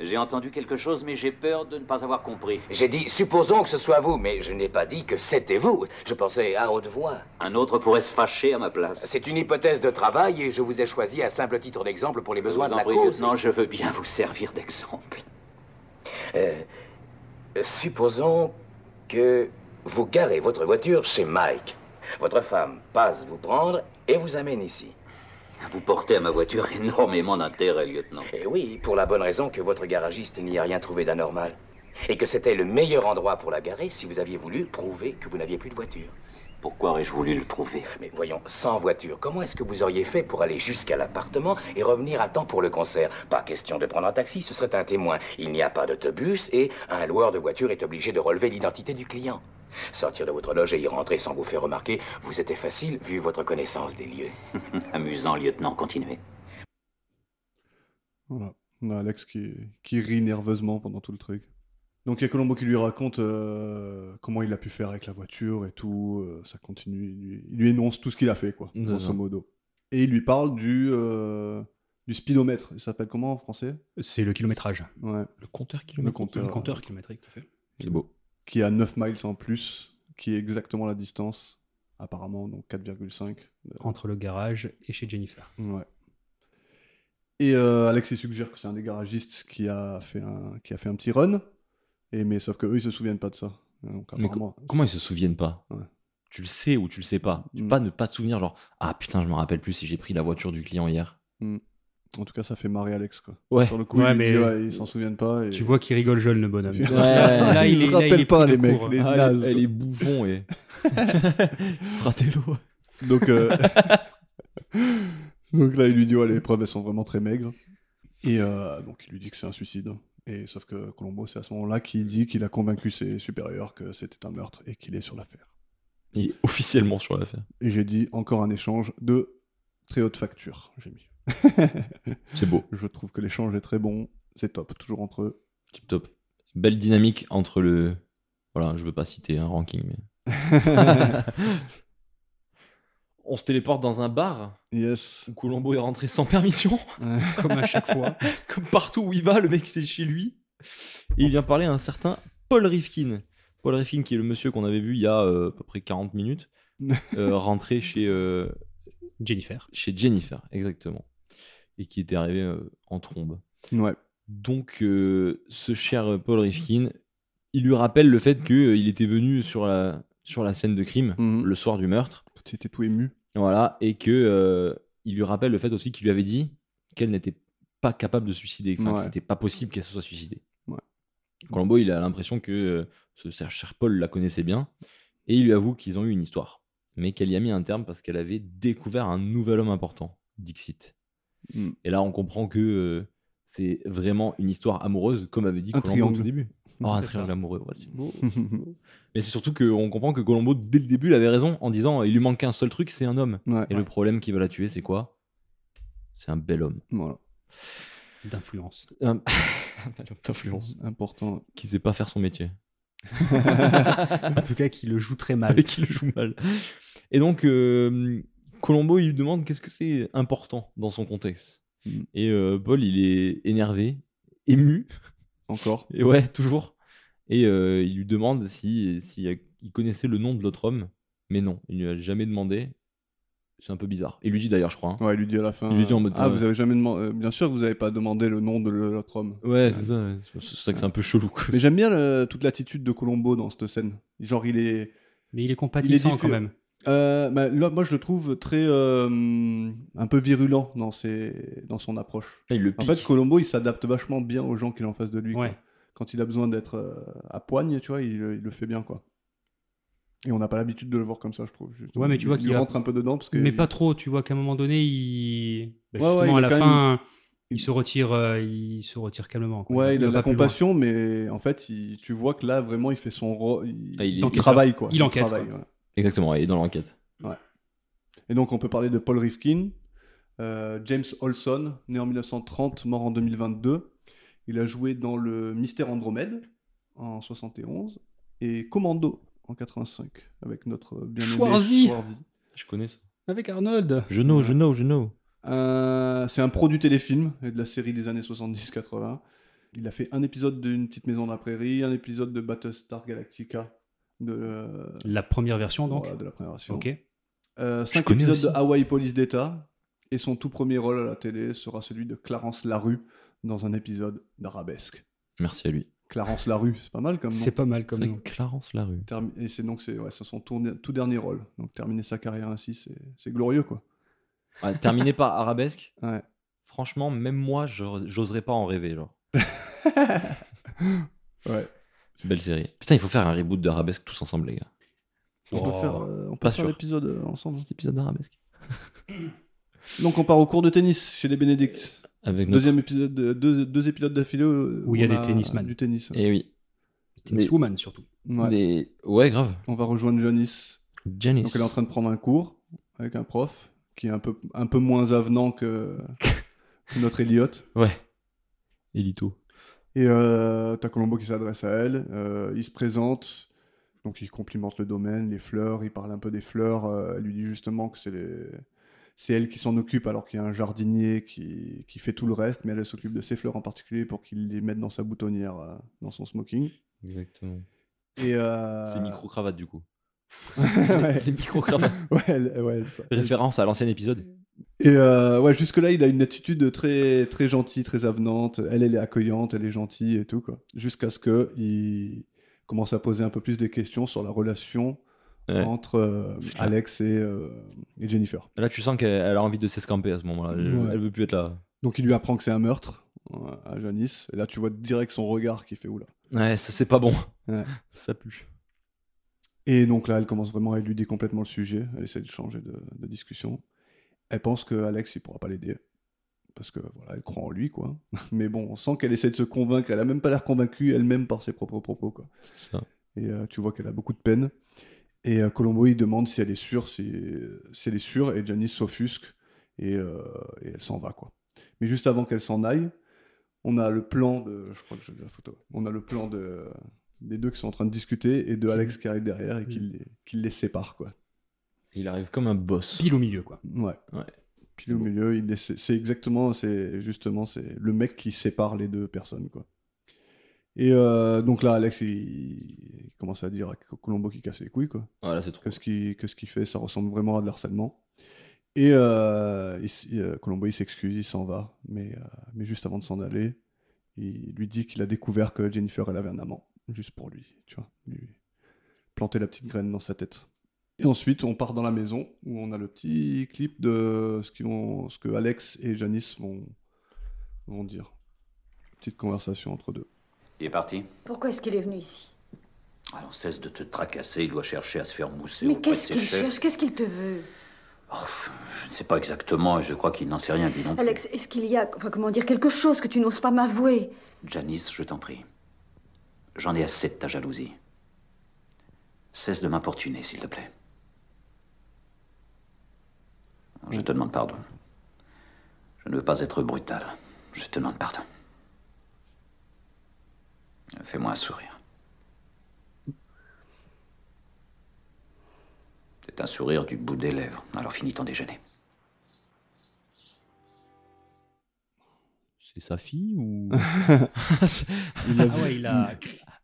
[SPEAKER 4] J'ai entendu quelque chose, mais j'ai peur de ne pas avoir compris.
[SPEAKER 5] J'ai dit supposons que ce soit vous, mais je n'ai pas dit que c'était vous. Je pensais à haute voix.
[SPEAKER 4] Un autre pourrait se fâcher à ma place.
[SPEAKER 5] C'est une hypothèse de travail et je vous ai choisi à simple titre d'exemple pour les besoins
[SPEAKER 4] Vous
[SPEAKER 5] de
[SPEAKER 4] en
[SPEAKER 5] la
[SPEAKER 4] prie,
[SPEAKER 5] cause.
[SPEAKER 4] lieutenant, je veux bien vous servir d'exemple.
[SPEAKER 5] Supposons que vous garez votre voiture chez Mike. Votre femme passe vous prendre et vous amène ici.
[SPEAKER 4] Vous portez à ma voiture énormément d'intérêt, lieutenant.
[SPEAKER 5] Et oui, pour la bonne raison que votre garagiste n'y a rien trouvé d'anormal. et que c'était le meilleur endroit pour la garer si vous aviez voulu prouver que vous n'aviez plus de voiture.
[SPEAKER 4] Pourquoi aurais-je voulu le prouver
[SPEAKER 5] Mais voyons, sans voiture, comment est-ce que vous auriez fait pour aller jusqu'à l'appartement et revenir à temps pour le concert Pas question de prendre un taxi, ce serait un témoin. Il n'y a pas d'autobus et un loueur de voiture est obligé de relever l'identité du client. Sortir de votre loge et y rentrer sans vous faire remarquer, vous était facile vu votre connaissance des lieux.
[SPEAKER 4] Amusant, lieutenant, continuez.
[SPEAKER 1] Voilà. On a Alex qui, qui rit nerveusement pendant tout le truc. Donc il y a Colombo qui lui raconte euh, comment il a pu faire avec la voiture et tout. euh, ça continue. Il lui, il lui énonce tout ce qu'il a fait, quoi,
[SPEAKER 3] D'accord.
[SPEAKER 1] grosso modo. Et il lui parle du, euh, du speedomètre. Ça s'appelle comment en français
[SPEAKER 2] C'est le kilométrage.
[SPEAKER 1] Ouais.
[SPEAKER 3] Le compteur qui
[SPEAKER 1] Le compteur.
[SPEAKER 2] Le compteur kilométrique, tout à fait.
[SPEAKER 3] C'est beau.
[SPEAKER 1] Qui a 9 miles en plus, qui est exactement la distance, apparemment, donc 4,5.
[SPEAKER 2] Entre le garage et chez Jennifer.
[SPEAKER 1] Ouais. Et euh, Alex il suggère que c'est un des garagistes qui a fait un, qui a fait un petit run. Et, mais sauf que eux ils se souviennent pas de ça. Donc,
[SPEAKER 3] Mais
[SPEAKER 1] apparemment,
[SPEAKER 3] Comment ils se souviennent pas
[SPEAKER 1] Ouais.
[SPEAKER 3] Tu le sais ou tu le sais pas. Tu peux
[SPEAKER 1] Mm.
[SPEAKER 3] pas ne pas te souvenir, genre, ah putain, je me rappelle plus si j'ai pris la voiture du client hier.
[SPEAKER 1] En tout cas, ça fait marrer Alex. Quoi.
[SPEAKER 3] Ouais.
[SPEAKER 1] Sur le coup,
[SPEAKER 2] Ouais,
[SPEAKER 1] il lui dit,
[SPEAKER 2] mais-
[SPEAKER 1] ouais, ils s'en souviennent pas. Et...
[SPEAKER 2] Tu vois qu'il rigole jeune, le bonhomme.
[SPEAKER 1] Ouais.
[SPEAKER 2] Là,
[SPEAKER 1] Ils
[SPEAKER 2] il
[SPEAKER 1] se
[SPEAKER 2] est- là,
[SPEAKER 1] rappellent
[SPEAKER 2] il est
[SPEAKER 1] pas,
[SPEAKER 2] pris
[SPEAKER 1] les
[SPEAKER 2] de
[SPEAKER 1] mecs,
[SPEAKER 2] court. hein.
[SPEAKER 1] les-
[SPEAKER 3] Ah,
[SPEAKER 1] nazes,
[SPEAKER 3] elle, elle
[SPEAKER 1] quoi.
[SPEAKER 3] est bouffon et. Fratello.
[SPEAKER 1] Donc, euh, donc là, il lui dit ouais, les preuves elles sont vraiment très maigres. Et euh, donc, il lui dit que c'est un suicide. Et sauf que Colombo, c'est à ce moment-là qu'il dit qu'il a convaincu ses supérieurs que c'était un meurtre et qu'il est sur l'affaire.
[SPEAKER 3] Il est officiellement sur l'affaire.
[SPEAKER 1] Et j'ai dit encore un échange de très haute facture. J'ai mis.
[SPEAKER 3] C'est beau.
[SPEAKER 1] Je trouve que l'échange est très bon. C'est top, toujours entre eux.
[SPEAKER 3] Tip top. Belle dynamique entre le. Voilà, je veux pas citer un ranking, mais. On se téléporte dans un bar
[SPEAKER 1] yes.
[SPEAKER 3] où Colombo est rentré sans permission.
[SPEAKER 2] Comme à chaque fois.
[SPEAKER 3] Comme partout où il va, le mec c'est chez lui. Et il vient parler à un certain Paul Rifkin. Paul Rifkin, qui est le monsieur qu'on avait vu il y a euh, à peu près 40 minutes, euh, rentré chez, euh,
[SPEAKER 2] Jennifer.
[SPEAKER 3] chez Jennifer, exactement. Et qui était arrivé euh, en trombe.
[SPEAKER 1] Ouais.
[SPEAKER 3] Donc, euh, ce cher Paul Rifkin, il lui rappelle le fait qu'il était venu sur la, sur la scène de crime
[SPEAKER 1] Mhm.
[SPEAKER 3] le soir du meurtre.
[SPEAKER 1] C'était tout ému.
[SPEAKER 3] Voilà, et que euh, il lui rappelle le fait aussi qu'il lui avait dit qu'elle n'était pas capable de se suicider, enfin, que
[SPEAKER 1] Ouais.
[SPEAKER 3] c'était pas possible qu'elle se soit suicidée.
[SPEAKER 1] Ouais.
[SPEAKER 3] Colombo, il a l'impression que euh, ce cher, cher Paul la connaissait bien, et il lui avoue qu'ils ont eu une histoire, mais qu'elle y a mis un terme parce qu'elle avait découvert un nouvel homme important, Dixit.
[SPEAKER 1] Mm.
[SPEAKER 3] Et là, on comprend que euh, c'est vraiment une histoire amoureuse, comme avait dit
[SPEAKER 1] Un
[SPEAKER 3] Colombo au tout
[SPEAKER 1] triangle.
[SPEAKER 3] début. Oh, un
[SPEAKER 2] C'est ça.
[SPEAKER 3] triangle amoureux, ouais, c'est beau. c'est beau. Mais c'est surtout qu'on comprend que Colombo, dès le début, il avait raison en disant il lui manque un seul truc, c'est un homme.
[SPEAKER 1] Ouais.
[SPEAKER 3] Et le problème qui va la tuer, c'est quoi C'est un bel homme.
[SPEAKER 1] Voilà.
[SPEAKER 2] D'influence.
[SPEAKER 3] Un, un bel homme d'influence.
[SPEAKER 1] Important.
[SPEAKER 3] Qui sait pas faire son métier.
[SPEAKER 2] En tout cas, qui le joue très mal.
[SPEAKER 3] Et qui le joue mal. Et donc, euh, Colombo, il lui demande qu'est-ce que c'est important dans son contexte.
[SPEAKER 1] Mhm.
[SPEAKER 3] Et euh, Paul, il est énervé, ému,
[SPEAKER 1] Encore.
[SPEAKER 3] Et ouais, toujours. Et euh, il lui demande si, si euh, il connaissait le nom de l'autre homme, mais non, il lui a jamais demandé. C'est un peu bizarre. Il lui dit d'ailleurs, je crois. hein.
[SPEAKER 1] Ouais, il lui dit à la fin.
[SPEAKER 3] Il lui dit en
[SPEAKER 1] euh,
[SPEAKER 3] mode ça,
[SPEAKER 1] Ah, vous avez jamais demandé. euh, Bien sûr, que vous avez pas demandé le nom de le- l'autre homme.
[SPEAKER 3] Ouais, c'est ça. ouais. C'est pour ça que c'est un peu chelou. quoi.
[SPEAKER 1] Mais j'aime bien le- toute l'attitude de Colombo dans cette scène. Genre, il est.
[SPEAKER 2] Mais il est compatissant
[SPEAKER 1] diffus-
[SPEAKER 2] quand même.
[SPEAKER 1] Euh, bah, là, moi, je le trouve très. euh, un peu virulent dans, ses... dans son approche.
[SPEAKER 3] Là, il le
[SPEAKER 1] En
[SPEAKER 3] pique.
[SPEAKER 1] fait, Colombo, il s'adapte vachement bien aux gens qu'il a en face de lui. quoi.
[SPEAKER 2] Ouais.
[SPEAKER 1] Quand il a besoin d'être euh, à poigne, tu vois, il, il le fait bien, quoi. Et on n'a pas l'habitude de le voir comme ça, je trouve. justement.
[SPEAKER 2] Ouais, mais tu vois
[SPEAKER 1] il,
[SPEAKER 2] qu'il
[SPEAKER 1] il
[SPEAKER 2] a-
[SPEAKER 1] rentre un peu dedans parce que.
[SPEAKER 2] Mais
[SPEAKER 1] il-
[SPEAKER 2] pas trop, tu vois qu'à un moment donné, il. bah,
[SPEAKER 1] Ouais, ouais,
[SPEAKER 2] justement,
[SPEAKER 1] il
[SPEAKER 2] à
[SPEAKER 1] a
[SPEAKER 2] la
[SPEAKER 1] quand
[SPEAKER 2] fin, il
[SPEAKER 1] il-
[SPEAKER 2] se retire, euh, il se retire calmement. quoi.
[SPEAKER 1] Ouais, il, a
[SPEAKER 2] va
[SPEAKER 1] de la
[SPEAKER 2] pas plus loin.
[SPEAKER 1] compassion, mais en fait, il- tu vois que là, vraiment, il fait son rôle. Il,
[SPEAKER 3] Ah, il-
[SPEAKER 1] il
[SPEAKER 3] il-
[SPEAKER 1] travaille, quoi.
[SPEAKER 2] hein. il enquête,
[SPEAKER 1] travaille, ouais.
[SPEAKER 3] Exactement, il est dans l'enquête.
[SPEAKER 1] Et donc, on peut parler de Paul Rifkin, euh, James Olson, né en 1930, mort en 2022. Il a joué dans le Mystère Andromède en 71 et Commando en 85 avec notre bien-aimé
[SPEAKER 2] Schwarzy.
[SPEAKER 1] Schwarzy.
[SPEAKER 3] Je connais ça.
[SPEAKER 2] Avec Arnold.
[SPEAKER 3] Je know, je know, je know.
[SPEAKER 1] Euh, c'est un pro du téléfilm et de la série des années 70-80. Il a fait un épisode d'une petite maison de la prairie, un épisode de Battlestar Galactica, de, euh,
[SPEAKER 2] La première version, donc.
[SPEAKER 1] voilà, de la première version.
[SPEAKER 2] ok.
[SPEAKER 1] Euh, cinq
[SPEAKER 3] connais
[SPEAKER 1] épisodes
[SPEAKER 3] aussi.
[SPEAKER 1] de Hawaii Police d'État. Et son tout premier rôle à la télé sera celui de Clarence Larue dans un épisode d'Arabesque.
[SPEAKER 3] Merci à lui.
[SPEAKER 1] Clarence Larue, c'est pas mal comme nom.
[SPEAKER 2] C'est pas mal comme
[SPEAKER 3] C'est
[SPEAKER 2] nom.
[SPEAKER 3] vrai que Clarence Larue.
[SPEAKER 1] Termi- Et c'est donc c'est ouais, c'est son tourni- tout dernier rôle. Donc terminer sa carrière ainsi, c'est c'est glorieux quoi.
[SPEAKER 3] Ah, terminé par Arabesque.
[SPEAKER 1] Ouais.
[SPEAKER 3] Franchement, même moi, je- j'oserais pas en rêver. Genre.
[SPEAKER 1] Ouais.
[SPEAKER 3] Belle série. Putain, il faut faire un reboot d'Arabesque tous ensemble, les gars.
[SPEAKER 1] On peut
[SPEAKER 2] Oh,
[SPEAKER 1] faire, euh, on peut
[SPEAKER 3] pas
[SPEAKER 1] faire
[SPEAKER 3] sûr.
[SPEAKER 1] l'épisode euh, ensemble.
[SPEAKER 3] Cet épisode d'Arabesque.
[SPEAKER 1] Donc on part au cours de tennis chez les Bénédictes.
[SPEAKER 3] Avec notre...
[SPEAKER 1] Deuxième épisode, de- deux, deux épisodes d'affilée euh,
[SPEAKER 2] Où il y a
[SPEAKER 1] on
[SPEAKER 2] des tennisman.
[SPEAKER 1] Du tennis.
[SPEAKER 3] Eh oui. Mais-
[SPEAKER 2] Tenniswoman, surtout.
[SPEAKER 1] Ouais.
[SPEAKER 3] Des- Ouais, grave.
[SPEAKER 1] On va rejoindre Janice.
[SPEAKER 3] Janice.
[SPEAKER 1] Donc elle est en train de prendre un cours avec un prof qui est un peu, un peu moins avenant que, que notre Elliot.
[SPEAKER 3] Ouais. Elito.
[SPEAKER 1] Et euh, t'as Colombo qui s'adresse à elle, euh, il se présente, donc il complimente le domaine, les fleurs, il parle un peu des fleurs, euh, elle lui dit justement que c'est les- c'est elle qui s'en occupe alors qu'il y a un jardinier qui, qui fait tout le reste, mais elle, elle s'occupe de ses fleurs en particulier pour qu'il les mette dans sa boutonnière, euh, dans son smoking.
[SPEAKER 3] Exactement.
[SPEAKER 1] Et euh,
[SPEAKER 3] C'est micro-cravate, du coup.
[SPEAKER 1] ouais,
[SPEAKER 3] Les micro-cravates.
[SPEAKER 1] ouais, elle- ouais, elle-
[SPEAKER 3] Référence à l'ancien épisode.
[SPEAKER 1] Et euh, ouais, jusque-là, il a une attitude très, très gentille, très avenante. Elle, elle est accueillante, elle est gentille et tout, quoi. Jusqu'à ce qu'il commence à poser un peu plus des questions sur la relation
[SPEAKER 3] Ouais.
[SPEAKER 1] entre euh,
[SPEAKER 3] C'est clair.
[SPEAKER 1] Alex et, euh, et Jennifer.
[SPEAKER 3] Là, tu sens qu'elle elle a envie de s'escamper à ce moment-là. Elle,
[SPEAKER 1] Ouais.
[SPEAKER 3] elle veut plus être là.
[SPEAKER 1] Donc, il lui apprend que c'est un meurtre euh, à Janice. Et là, tu vois direct son regard qui fait oula.
[SPEAKER 3] Ouais, ça, c'est pas bon.
[SPEAKER 1] Ouais.
[SPEAKER 3] Ça pue.
[SPEAKER 1] Et donc là, elle commence vraiment à éluder complètement le sujet. Elle essaie de changer de, de discussion. Elle pense que Alex, il pourra pas l'aider. Parce que voilà, elle croit en lui, quoi. Mais bon, on sent qu'elle essaie de se convaincre. Elle a même pas l'air convaincue elle-même par ses propres propos, quoi.
[SPEAKER 3] C'est ça.
[SPEAKER 1] Et euh, tu vois qu'elle a beaucoup de peine. Et euh, Colombo, il demande si elle est sûre, si, si elle est sûre. Et Janice s'offusque. Et, euh, et elle s'en va, quoi. Mais juste avant qu'elle s'en aille, on a le plan de. Je crois que j'ai la photo. On a le plan de, des deux qui sont en train de discuter et de Alex qui arrive derrière et qui, les- qui les sépare, quoi.
[SPEAKER 3] Il arrive comme un boss.
[SPEAKER 2] Pile au milieu, quoi.
[SPEAKER 1] Ouais.
[SPEAKER 3] Ouais.
[SPEAKER 1] Pile au milieu, il les sé- c'est exactement, c'est justement, c'est le mec qui sépare les deux personnes, quoi. Et euh, donc là, Alex, il, il commence à dire à Colombo qu'il casse les couilles, quoi.
[SPEAKER 3] Voilà, Ah, c'est trop.
[SPEAKER 1] Que ce qu'il que ce qu'il fait, ça ressemble vraiment à de l'harcèlement. Et euh, il s- il, euh, Colombo, il s'excuse, il s'en va. Mais, euh, mais juste avant de s'en aller, il lui dit qu'il a découvert que Jennifer, elle avait un amant. Juste pour lui, tu vois. Lui planter la petite graine dans sa tête. Et ensuite, on part dans la maison où on a le petit clip de ce, qu'ils vont- ce que Alex et Janice vont, vont dire. Petite conversation entre deux.
[SPEAKER 5] Il est parti
[SPEAKER 6] Pourquoi est-ce qu'il est venu ici
[SPEAKER 5] Alors cesse de te tracasser, il doit chercher à se faire mousser
[SPEAKER 6] Mais
[SPEAKER 5] auprès de
[SPEAKER 6] qu'est-ce
[SPEAKER 5] ses
[SPEAKER 6] qu'il
[SPEAKER 5] chefs.
[SPEAKER 6] cherche Qu'est-ce qu'il te veut
[SPEAKER 5] Je ne sais pas exactement et je crois qu'il n'en sait rien, lui non plus.
[SPEAKER 6] Alex, est-ce qu'il y a, enfin, comment dire, quelque chose que tu n'oses pas m'avouer
[SPEAKER 5] Janice, je t'en prie. J'en ai assez de ta jalousie. Cesse de m'importuner, s'il te plaît. Je te demande pardon. Je ne veux pas être brutal. Je te demande pardon. Fais-moi un sourire. C'est un sourire du bout des lèvres. Alors finis ton déjeuner.
[SPEAKER 3] C'est sa fille ou.
[SPEAKER 1] Il a
[SPEAKER 2] Ah
[SPEAKER 1] vu-
[SPEAKER 2] ouais, il a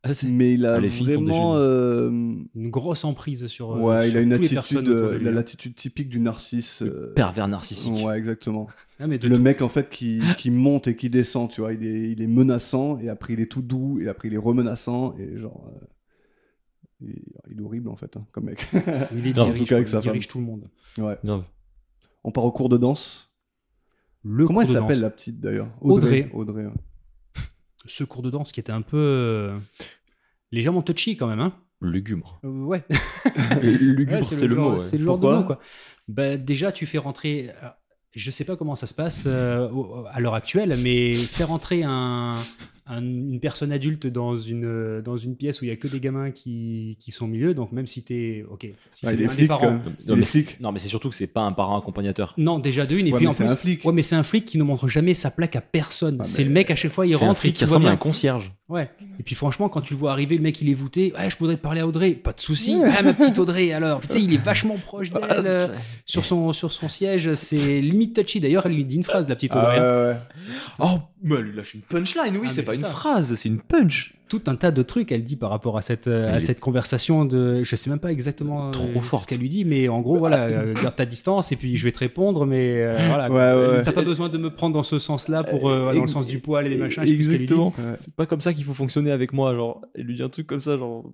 [SPEAKER 3] Ah, c'est-
[SPEAKER 1] Mais il a
[SPEAKER 3] Les filles tombent des
[SPEAKER 1] vraiment.
[SPEAKER 3] genoux.
[SPEAKER 1] euh,
[SPEAKER 2] une grosse emprise sur. euh,
[SPEAKER 1] Ouais, il
[SPEAKER 2] sur
[SPEAKER 1] a une
[SPEAKER 2] toutes les
[SPEAKER 1] attitude,
[SPEAKER 2] personnes autour de
[SPEAKER 1] euh,
[SPEAKER 2] lui. hein.
[SPEAKER 1] il a l'attitude typique du narcisse. euh,
[SPEAKER 3] Pervers narcissique.
[SPEAKER 1] Ouais, exactement.
[SPEAKER 2] Ah, mais de
[SPEAKER 1] Le
[SPEAKER 2] tout.
[SPEAKER 1] mec en fait qui, qui monte et qui descend, tu vois, il est, il est menaçant et après il est tout doux et après il est remenaçant et genre euh, il, il est horrible en fait hein, comme mec.
[SPEAKER 2] Il est
[SPEAKER 3] Non, en
[SPEAKER 1] tout
[SPEAKER 2] dirige,
[SPEAKER 1] cas avec
[SPEAKER 2] il
[SPEAKER 1] sa
[SPEAKER 2] dirige tout le monde.
[SPEAKER 1] ouais.
[SPEAKER 3] Grave.
[SPEAKER 1] On part au cours de danse.
[SPEAKER 2] Le
[SPEAKER 1] Comment elle
[SPEAKER 2] cours de
[SPEAKER 1] s'appelle
[SPEAKER 2] danse.
[SPEAKER 1] la petite d'ailleurs
[SPEAKER 2] Audrey.
[SPEAKER 1] Audrey. ouais.
[SPEAKER 2] Ce cours de danse qui était un peu euh, légèrement touchy quand même. Hein
[SPEAKER 3] Lugubre.
[SPEAKER 2] Euh, ouais.
[SPEAKER 3] Lugubre,
[SPEAKER 2] Ouais,
[SPEAKER 3] c'est le
[SPEAKER 2] genre-
[SPEAKER 3] mot. ouais.
[SPEAKER 2] C'est le genre de
[SPEAKER 1] Pourquoi
[SPEAKER 2] mot, quoi. Bah, déjà, tu fais rentrer. alors, Je sais pas comment ça se passe euh, au- à l'heure actuelle, mais faire rentrer un, un- une personne adulte dans une, dans une pièce où il y a que des gamins qui, qui sont au milieu, donc même si t'es. Ok, si
[SPEAKER 1] Ah,
[SPEAKER 2] c'est
[SPEAKER 1] il est
[SPEAKER 2] un des
[SPEAKER 1] flic,
[SPEAKER 2] parents.
[SPEAKER 1] euh,
[SPEAKER 3] Non, mais-
[SPEAKER 1] il est flic.
[SPEAKER 3] Non, mais c'est surtout que c'est pas un parent accompagnateur.
[SPEAKER 2] Non, déjà d'une, et
[SPEAKER 1] Ouais,
[SPEAKER 2] puis
[SPEAKER 1] mais
[SPEAKER 2] en
[SPEAKER 1] c'est
[SPEAKER 2] plus.
[SPEAKER 1] un flic.
[SPEAKER 2] Ouais, mais c'est un flic qui ne montre jamais sa plaque à personne.
[SPEAKER 1] Ah,
[SPEAKER 2] c'est
[SPEAKER 1] mais-
[SPEAKER 2] le mec, à chaque fois, il
[SPEAKER 3] C'est un
[SPEAKER 2] rentre et
[SPEAKER 3] flic qui
[SPEAKER 2] qui voit
[SPEAKER 3] ressemble à un
[SPEAKER 2] bien.
[SPEAKER 3] concierge.
[SPEAKER 2] Ouais. Et puis franchement, quand tu le vois arriver, le mec il est voûté. Ouais, je voudrais te parler à Audrey. Pas de souci. Ah ma petite Audrey. Alors, tu sais, il est vachement proche
[SPEAKER 3] Ah,
[SPEAKER 2] d'elle. euh, sur son sur son siège, c'est limite touchy. D'ailleurs, elle lui dit une phrase, la petite Audrey.
[SPEAKER 3] Euh.
[SPEAKER 2] hein.
[SPEAKER 1] Ah, ouais, ouais.
[SPEAKER 3] Oh, mais elle lui lâche une punchline, oui,
[SPEAKER 2] Ah,
[SPEAKER 3] c'est
[SPEAKER 2] mais
[SPEAKER 3] pas
[SPEAKER 2] c'est
[SPEAKER 3] une
[SPEAKER 2] ça.
[SPEAKER 3] phrase, c'est une punch.
[SPEAKER 2] Tout un tas de trucs elle dit par rapport à cette euh, à
[SPEAKER 3] Elle est-
[SPEAKER 2] cette conversation de. Je sais même pas exactement euh,
[SPEAKER 3] Trop
[SPEAKER 2] ce
[SPEAKER 3] forte. Ah.
[SPEAKER 2] qu'elle lui dit, mais en gros, voilà, euh, garde ta distance et puis je vais te répondre. Mais euh, voilà,
[SPEAKER 1] Ouais, ouais, ouais.
[SPEAKER 2] t'as pas besoin de me prendre dans ce sens-là pour euh, dans le
[SPEAKER 3] Ex-
[SPEAKER 2] sens du poil et des machins. je sais plus ce qu'elle lui dit.
[SPEAKER 3] Exactement.
[SPEAKER 1] Ouais.
[SPEAKER 3] C'est pas comme ça qu'il faut fonctionner avec moi, genre, et lui dit un truc comme ça, genre.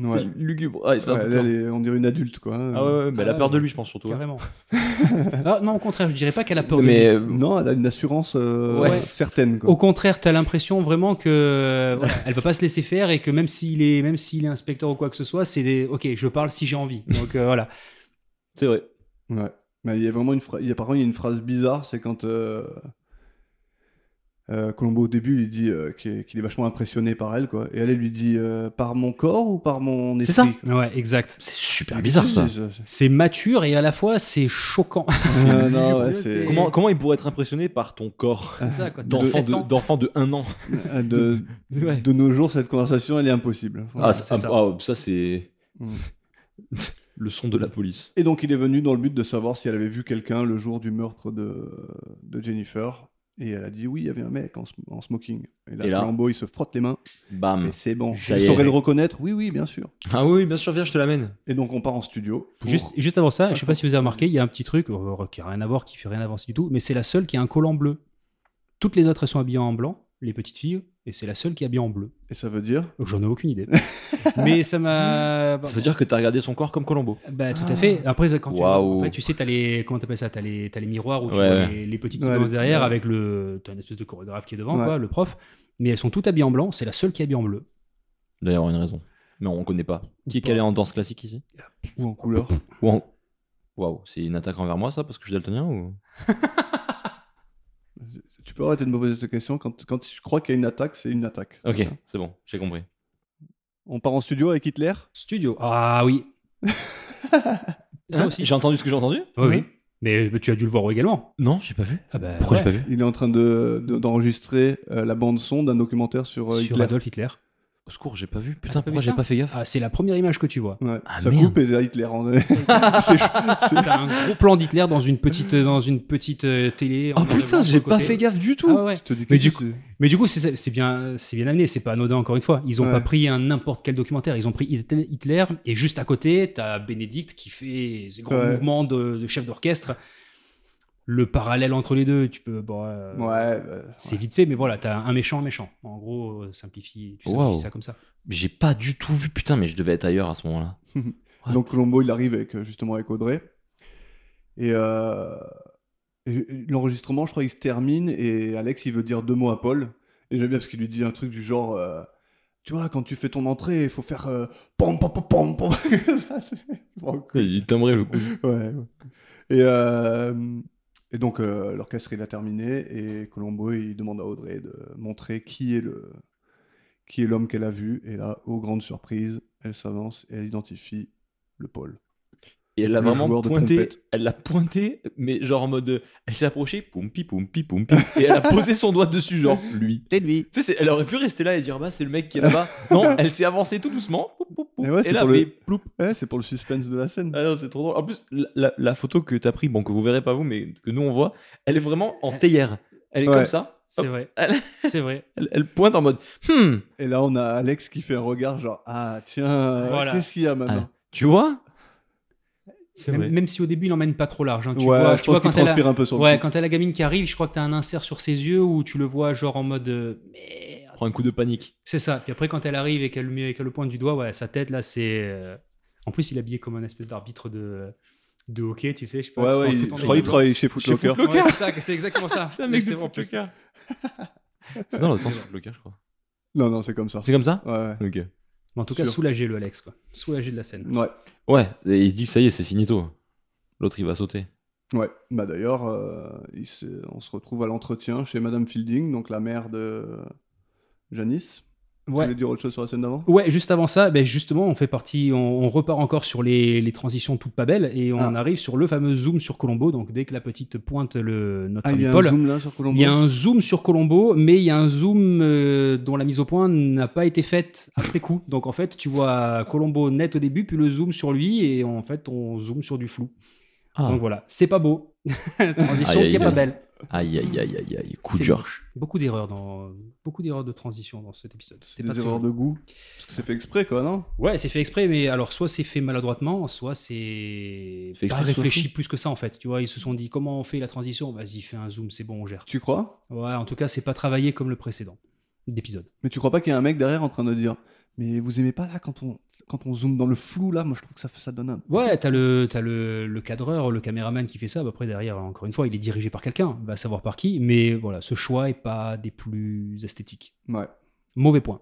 [SPEAKER 3] C'est
[SPEAKER 1] Ouais.
[SPEAKER 3] lugubre. Ah, c'est un
[SPEAKER 1] Ouais,
[SPEAKER 3] peu
[SPEAKER 1] elle,
[SPEAKER 3] peur.
[SPEAKER 1] elle est- on dirait une adulte, quoi.
[SPEAKER 3] Ah ouais, ouais, mais elle
[SPEAKER 2] Ah
[SPEAKER 3] a peur de
[SPEAKER 2] ouais.
[SPEAKER 3] lui, je pense surtout. hein.
[SPEAKER 2] Carrément. ah, non, au contraire, je dirais pas qu'elle a peur de
[SPEAKER 3] Mais
[SPEAKER 2] lui.
[SPEAKER 3] euh,
[SPEAKER 1] Non, elle a une assurance euh,
[SPEAKER 3] Ouais.
[SPEAKER 1] certaine, quoi.
[SPEAKER 2] Au contraire, t'as l'impression vraiment que euh, voilà, elle va pas se laisser faire et que même s'il est même s'il est inspecteur ou quoi que ce soit, c'est des ok, je parle si j'ai envie. Donc euh, voilà.
[SPEAKER 3] c'est vrai.
[SPEAKER 1] Ouais. Mais il y a vraiment une phrase. Apparemment, il y a une phrase bizarre, c'est quand euh, euh, Colombo au début, il dit euh, qu'il est, qu'il est vachement impressionné par elle, quoi. Et elle, elle lui dit euh, par mon corps ou par mon
[SPEAKER 3] C'est
[SPEAKER 1] esprit.
[SPEAKER 3] ça.
[SPEAKER 2] Ouais, exact.
[SPEAKER 3] C'est super bizarre ça.
[SPEAKER 1] Je- je-
[SPEAKER 2] C'est mature et à la fois c'est choquant.
[SPEAKER 1] Euh, non, ouais,
[SPEAKER 2] C'est-
[SPEAKER 1] c'est-
[SPEAKER 3] Comment, comment il pourrait être impressionné par ton corps
[SPEAKER 2] C'est ça quoi. T'as
[SPEAKER 3] d'enfant
[SPEAKER 2] sept
[SPEAKER 3] de,
[SPEAKER 2] ans.
[SPEAKER 3] d'enfant de 1 an
[SPEAKER 1] Euh, de,
[SPEAKER 3] Ouais.
[SPEAKER 1] de nos jours, cette conversation, elle est impossible.
[SPEAKER 3] Ah,
[SPEAKER 2] c'est
[SPEAKER 3] c'est- ah,
[SPEAKER 2] ça.
[SPEAKER 3] ah, ça c'est
[SPEAKER 1] Mm.
[SPEAKER 3] le son de la police.
[SPEAKER 1] Et donc, il est venu dans le but de savoir si elle avait vu quelqu'un le jour du meurtre de, de Jennifer. Et elle a dit oui, il y avait un mec en, sm- en smoking. Et là,
[SPEAKER 3] Et là-
[SPEAKER 1] Colombo, il se frotte les mains.
[SPEAKER 3] Bam.
[SPEAKER 2] Mm.
[SPEAKER 1] Et c'est bon. Je
[SPEAKER 3] Ça y est.
[SPEAKER 1] saurais le reconnaître. Oui, oui, bien sûr.
[SPEAKER 3] Ah oui, oui, bien sûr, viens, je te l'amène.
[SPEAKER 1] Et donc, on part en studio. pour-
[SPEAKER 2] Juste, juste avant ça, je sais pas si vous avez remarqué, il y a un petit truc euh, qui a rien à voir, qui fait rien avancer du tout, mais c'est la seule qui a un collant bleu. Toutes les autres elles sont habillées en blanc, les petites filles, et c'est la seule qui est habillée en bleu.
[SPEAKER 1] Et ça veut dire
[SPEAKER 2] J'en ai aucune idée. mais ça m'a.
[SPEAKER 3] Ça veut dire que t'as regardé son corps comme Colombo.
[SPEAKER 2] Bah, tout à fait. Après, quand tu,
[SPEAKER 3] Waouh.
[SPEAKER 2] après, tu sais, t'as les. Comment t'appelles ça T'as les, t'as les miroirs où tu
[SPEAKER 3] Ouais,
[SPEAKER 2] vois
[SPEAKER 3] ouais.
[SPEAKER 2] les, les petites
[SPEAKER 1] Ouais,
[SPEAKER 2] danses
[SPEAKER 1] les petits-
[SPEAKER 2] derrière
[SPEAKER 1] ouais.
[SPEAKER 2] avec le. T'as une espèce de chorégraphe qui est devant,
[SPEAKER 1] Ouais.
[SPEAKER 2] quoi, le prof. Mais elles sont toutes habillées en blanc. C'est la seule qui est habillée en bleu.
[SPEAKER 3] D'ailleurs, une raison. Mais on connaît pas. Qui est calé en danse classique ici
[SPEAKER 1] ou en couleur.
[SPEAKER 3] Ou en- Waouh, c'est une attaque envers moi ça parce que je suis daltonien ou
[SPEAKER 1] Tu peux arrêter de me poser cette question. Quand, quand tu crois qu'il y a une attaque, c'est une attaque.
[SPEAKER 3] Ok,
[SPEAKER 1] Voilà.
[SPEAKER 3] c'est bon, j'ai compris.
[SPEAKER 1] On part en studio avec Hitler.
[SPEAKER 2] Studio. Ah oui. ça
[SPEAKER 3] Hein
[SPEAKER 2] aussi.
[SPEAKER 3] J'ai entendu ce que j'ai entendu
[SPEAKER 2] Ouais, oui. Mais mais tu as dû le voir également.
[SPEAKER 3] Non, j'ai pas vu.
[SPEAKER 2] Ah bah,
[SPEAKER 3] Pourquoi
[SPEAKER 2] ouais.
[SPEAKER 3] j'ai pas vu
[SPEAKER 1] Il est en train de- de- d'enregistrer de, la bande-son d'un documentaire sur, euh,
[SPEAKER 2] Sur
[SPEAKER 1] Hitler.
[SPEAKER 2] Adolf Hitler.
[SPEAKER 3] Au secours, j'ai pas vu. Putain,
[SPEAKER 2] t'as pas vu
[SPEAKER 3] pourquoi j'ai
[SPEAKER 2] ça
[SPEAKER 3] pas fait gaffe
[SPEAKER 2] Ah, c'est la première image que tu vois.
[SPEAKER 1] Ouais.
[SPEAKER 3] Ah,
[SPEAKER 1] ça
[SPEAKER 3] merde.
[SPEAKER 1] coupe et là, Hitler. en- c'est chaud.
[SPEAKER 2] T'as un gros plan d'Hitler dans une petite, dans une petite euh, télé. en
[SPEAKER 3] Oh
[SPEAKER 2] enlevant
[SPEAKER 3] putain,
[SPEAKER 2] sur
[SPEAKER 3] j'ai
[SPEAKER 2] le
[SPEAKER 3] pas
[SPEAKER 2] côté.
[SPEAKER 3] fait gaffe du tout.
[SPEAKER 2] Ah ouais.
[SPEAKER 1] Je te dis que
[SPEAKER 2] Mais
[SPEAKER 1] si,
[SPEAKER 2] du coup-
[SPEAKER 1] c'est-
[SPEAKER 2] Mais du coup, c'est c'est bien, c'est bien amené, c'est pas anodin encore une fois. Ils ont
[SPEAKER 1] Ouais.
[SPEAKER 2] pas pris un n'importe quel documentaire, ils ont pris Hitler Hitler, et juste à côté, t'as Bénédicte qui fait ces grands
[SPEAKER 1] Ouais.
[SPEAKER 2] mouvements de, de chef d'orchestre. Le parallèle entre les deux, tu peux, bon, euh,
[SPEAKER 1] Ouais, bah,
[SPEAKER 2] c'est vite fait, mais voilà, t'as un méchant, un méchant. En gros, euh, simplifie, tu simplifies
[SPEAKER 3] Wow.
[SPEAKER 2] ça comme ça.
[SPEAKER 3] J'ai pas du tout vu. Putain, mais je devais être ailleurs à ce moment-là. Ouais.
[SPEAKER 1] Donc Colombo, il arrive avec, euh, justement avec Audrey. Et, euh, et- et l'enregistrement, je crois, il se termine et Alex, il veut dire deux mots à Paul. Et j'aime bien parce qu'il lui dit un truc du genre, euh, tu vois, quand tu fais ton entrée, il faut faire euh, pom pom pom pom. pom. Bon, cool.
[SPEAKER 3] Il t'aimerait le coup.
[SPEAKER 1] ouais, ouais. Et, euh, et donc euh, l'orchestre, il a terminé et Colombo, il demande à Audrey de montrer qui est le qui est l'homme qu'elle a vu. Et là, aux grandes surprises, elle s'avance et elle identifie le Paul.
[SPEAKER 3] Et elle l'a
[SPEAKER 1] Le
[SPEAKER 3] vraiment
[SPEAKER 1] joueur de
[SPEAKER 3] pointé.
[SPEAKER 1] trompette.
[SPEAKER 3] Elle l'a pointé, mais genre en mode. euh, Elle s'est approchée, poumpi, poumpi, poumpi. Et elle a posé son doigt dessus, genre lui.
[SPEAKER 1] C'est lui.
[SPEAKER 3] Tu sais, c'est- elle aurait pu rester là et dire bah c'est le mec qui est là-bas. non, elle s'est avancée tout doucement. poup, poup, poup,
[SPEAKER 1] Mais ouais,
[SPEAKER 3] et
[SPEAKER 1] c'est
[SPEAKER 3] là,
[SPEAKER 1] pour
[SPEAKER 3] mais
[SPEAKER 1] le-
[SPEAKER 3] ploup.
[SPEAKER 1] Ouais, c'est pour le suspense de la scène.
[SPEAKER 3] Ah non, c'est trop drôle. En plus, la, la- la photo que t'as pris, bon, que vous verrez pas vous, mais que nous on voit, elle est vraiment en théière. Elle est
[SPEAKER 1] Ouais.
[SPEAKER 3] comme ça.
[SPEAKER 2] C'est
[SPEAKER 3] Hop.
[SPEAKER 2] vrai,
[SPEAKER 3] Elle,
[SPEAKER 2] c'est vrai.
[SPEAKER 3] elle- elle pointe en mode hmm.
[SPEAKER 1] Et là, on a Alex qui fait un regard genre Ah, tiens,
[SPEAKER 2] Voilà.
[SPEAKER 1] qu'est-ce qu'il y a maintenant
[SPEAKER 3] Tu vois C'est
[SPEAKER 2] Même,
[SPEAKER 3] vrai.
[SPEAKER 2] même si au début, il emmène pas trop large. hein. Tu
[SPEAKER 1] Ouais,
[SPEAKER 2] vois,
[SPEAKER 1] je
[SPEAKER 2] tu vois
[SPEAKER 1] pense qu'il
[SPEAKER 2] quand elle a-
[SPEAKER 1] transpire un peu sur
[SPEAKER 2] Ouais,
[SPEAKER 1] le coup.
[SPEAKER 2] quand t'as la gamine qui arrive, je crois que t'as un insert sur ses yeux où tu le vois genre en mode euh, merde.
[SPEAKER 3] Prends un coup de panique.
[SPEAKER 2] C'est ça. Puis après, quand elle arrive et qu'elle le met- qu'elle le pointe du doigt, ouais, sa tête là, c'est. euh, En plus, il est habillé comme un espèce d'arbitre de... de hockey, tu sais. Je sais pas,
[SPEAKER 1] Ouais,
[SPEAKER 2] tout
[SPEAKER 1] ouais,
[SPEAKER 2] en-
[SPEAKER 1] il-
[SPEAKER 2] tout en
[SPEAKER 1] je croyais qu'il
[SPEAKER 2] ayant
[SPEAKER 1] travaillait chez
[SPEAKER 2] blanc. Chez
[SPEAKER 1] Footlocker.
[SPEAKER 2] Footlocker. Ouais, c'est ça, c'est exactement ça.
[SPEAKER 3] C'est un mec de
[SPEAKER 2] Excellent, en plus.
[SPEAKER 3] Footlocker. C'est dans le sens Footlocker, je crois.
[SPEAKER 1] Non, non, c'est comme ça.
[SPEAKER 3] C'est comme ça
[SPEAKER 1] Ouais, ouais.
[SPEAKER 3] Ok.
[SPEAKER 2] Mais en tout cas,
[SPEAKER 1] Sûr.
[SPEAKER 2] soulagé le Alex, quoi. Soulagé de la scène.
[SPEAKER 1] Ouais,
[SPEAKER 3] Ouais, c'est- il se dit ça y est, c'est finito. L'autre il va sauter.
[SPEAKER 1] ouais. Bah d'ailleurs, euh, il se- on se retrouve à l'entretien chez Madame Fielding, donc la mère de Janice. Tu
[SPEAKER 2] Ouais.
[SPEAKER 1] voulais dire autre chose sur la scène d'avant
[SPEAKER 2] Ouais, juste avant ça, ben justement, on fait partie, on, on repart encore sur les, les transitions toutes pas belles et on
[SPEAKER 1] Ah.
[SPEAKER 2] arrive sur le fameux zoom sur Colombo. Donc dès que la petite pointe le notre
[SPEAKER 1] Ah, il
[SPEAKER 2] ami
[SPEAKER 1] y a
[SPEAKER 2] Paul,
[SPEAKER 1] un zoom là sur Colombo
[SPEAKER 2] Il y a un zoom sur Colombo, mais il y a un zoom euh, dont la mise au point n'a pas été faite après coup. Donc en fait, tu vois Colombo net au début, puis le zoom sur lui, et en fait, on zoom sur du flou.
[SPEAKER 3] Ah.
[SPEAKER 2] Donc voilà, c'est pas beau. transition
[SPEAKER 3] Aïe, aïe,
[SPEAKER 2] qui est pas
[SPEAKER 3] aïe.
[SPEAKER 2] belle.
[SPEAKER 3] Aïe aïe aïe aïe aïe, coup
[SPEAKER 2] C'est
[SPEAKER 3] dur.
[SPEAKER 2] Beaucoup d'erreurs dans beaucoup d'erreurs de transition dans cet épisode.
[SPEAKER 1] C'est
[SPEAKER 2] C'était pas
[SPEAKER 1] des
[SPEAKER 2] très
[SPEAKER 1] erreurs
[SPEAKER 2] joli.
[SPEAKER 1] de goût. Parce que c'est fait exprès, quoi, non
[SPEAKER 2] Ouais, c'est fait exprès, mais alors soit c'est fait maladroitement, soit c'est
[SPEAKER 3] Fait
[SPEAKER 2] pas
[SPEAKER 3] exprès, soit
[SPEAKER 2] réfléchi
[SPEAKER 3] flou.
[SPEAKER 2] plus que ça en fait. Tu vois, ils se sont dit comment on fait la transition Vas-y, fais un zoom, c'est bon, on gère.
[SPEAKER 1] Tu crois
[SPEAKER 2] Ouais, en tout cas, c'est pas travaillé comme le précédent d'épisode.
[SPEAKER 1] Mais tu crois pas qu'il y a un mec derrière en train de dire Mais vous aimez pas là quand on, quand on zoome dans le flou là Moi je trouve que ça, ça donne un.
[SPEAKER 2] Ouais, t'as le, t'as le, le cadreur, le caméraman qui fait ça. Bah, après, derrière, encore une fois, il est dirigé par quelqu'un, va savoir par qui. Mais voilà, ce choix est pas des plus esthétiques.
[SPEAKER 1] Ouais.
[SPEAKER 2] Mauvais point.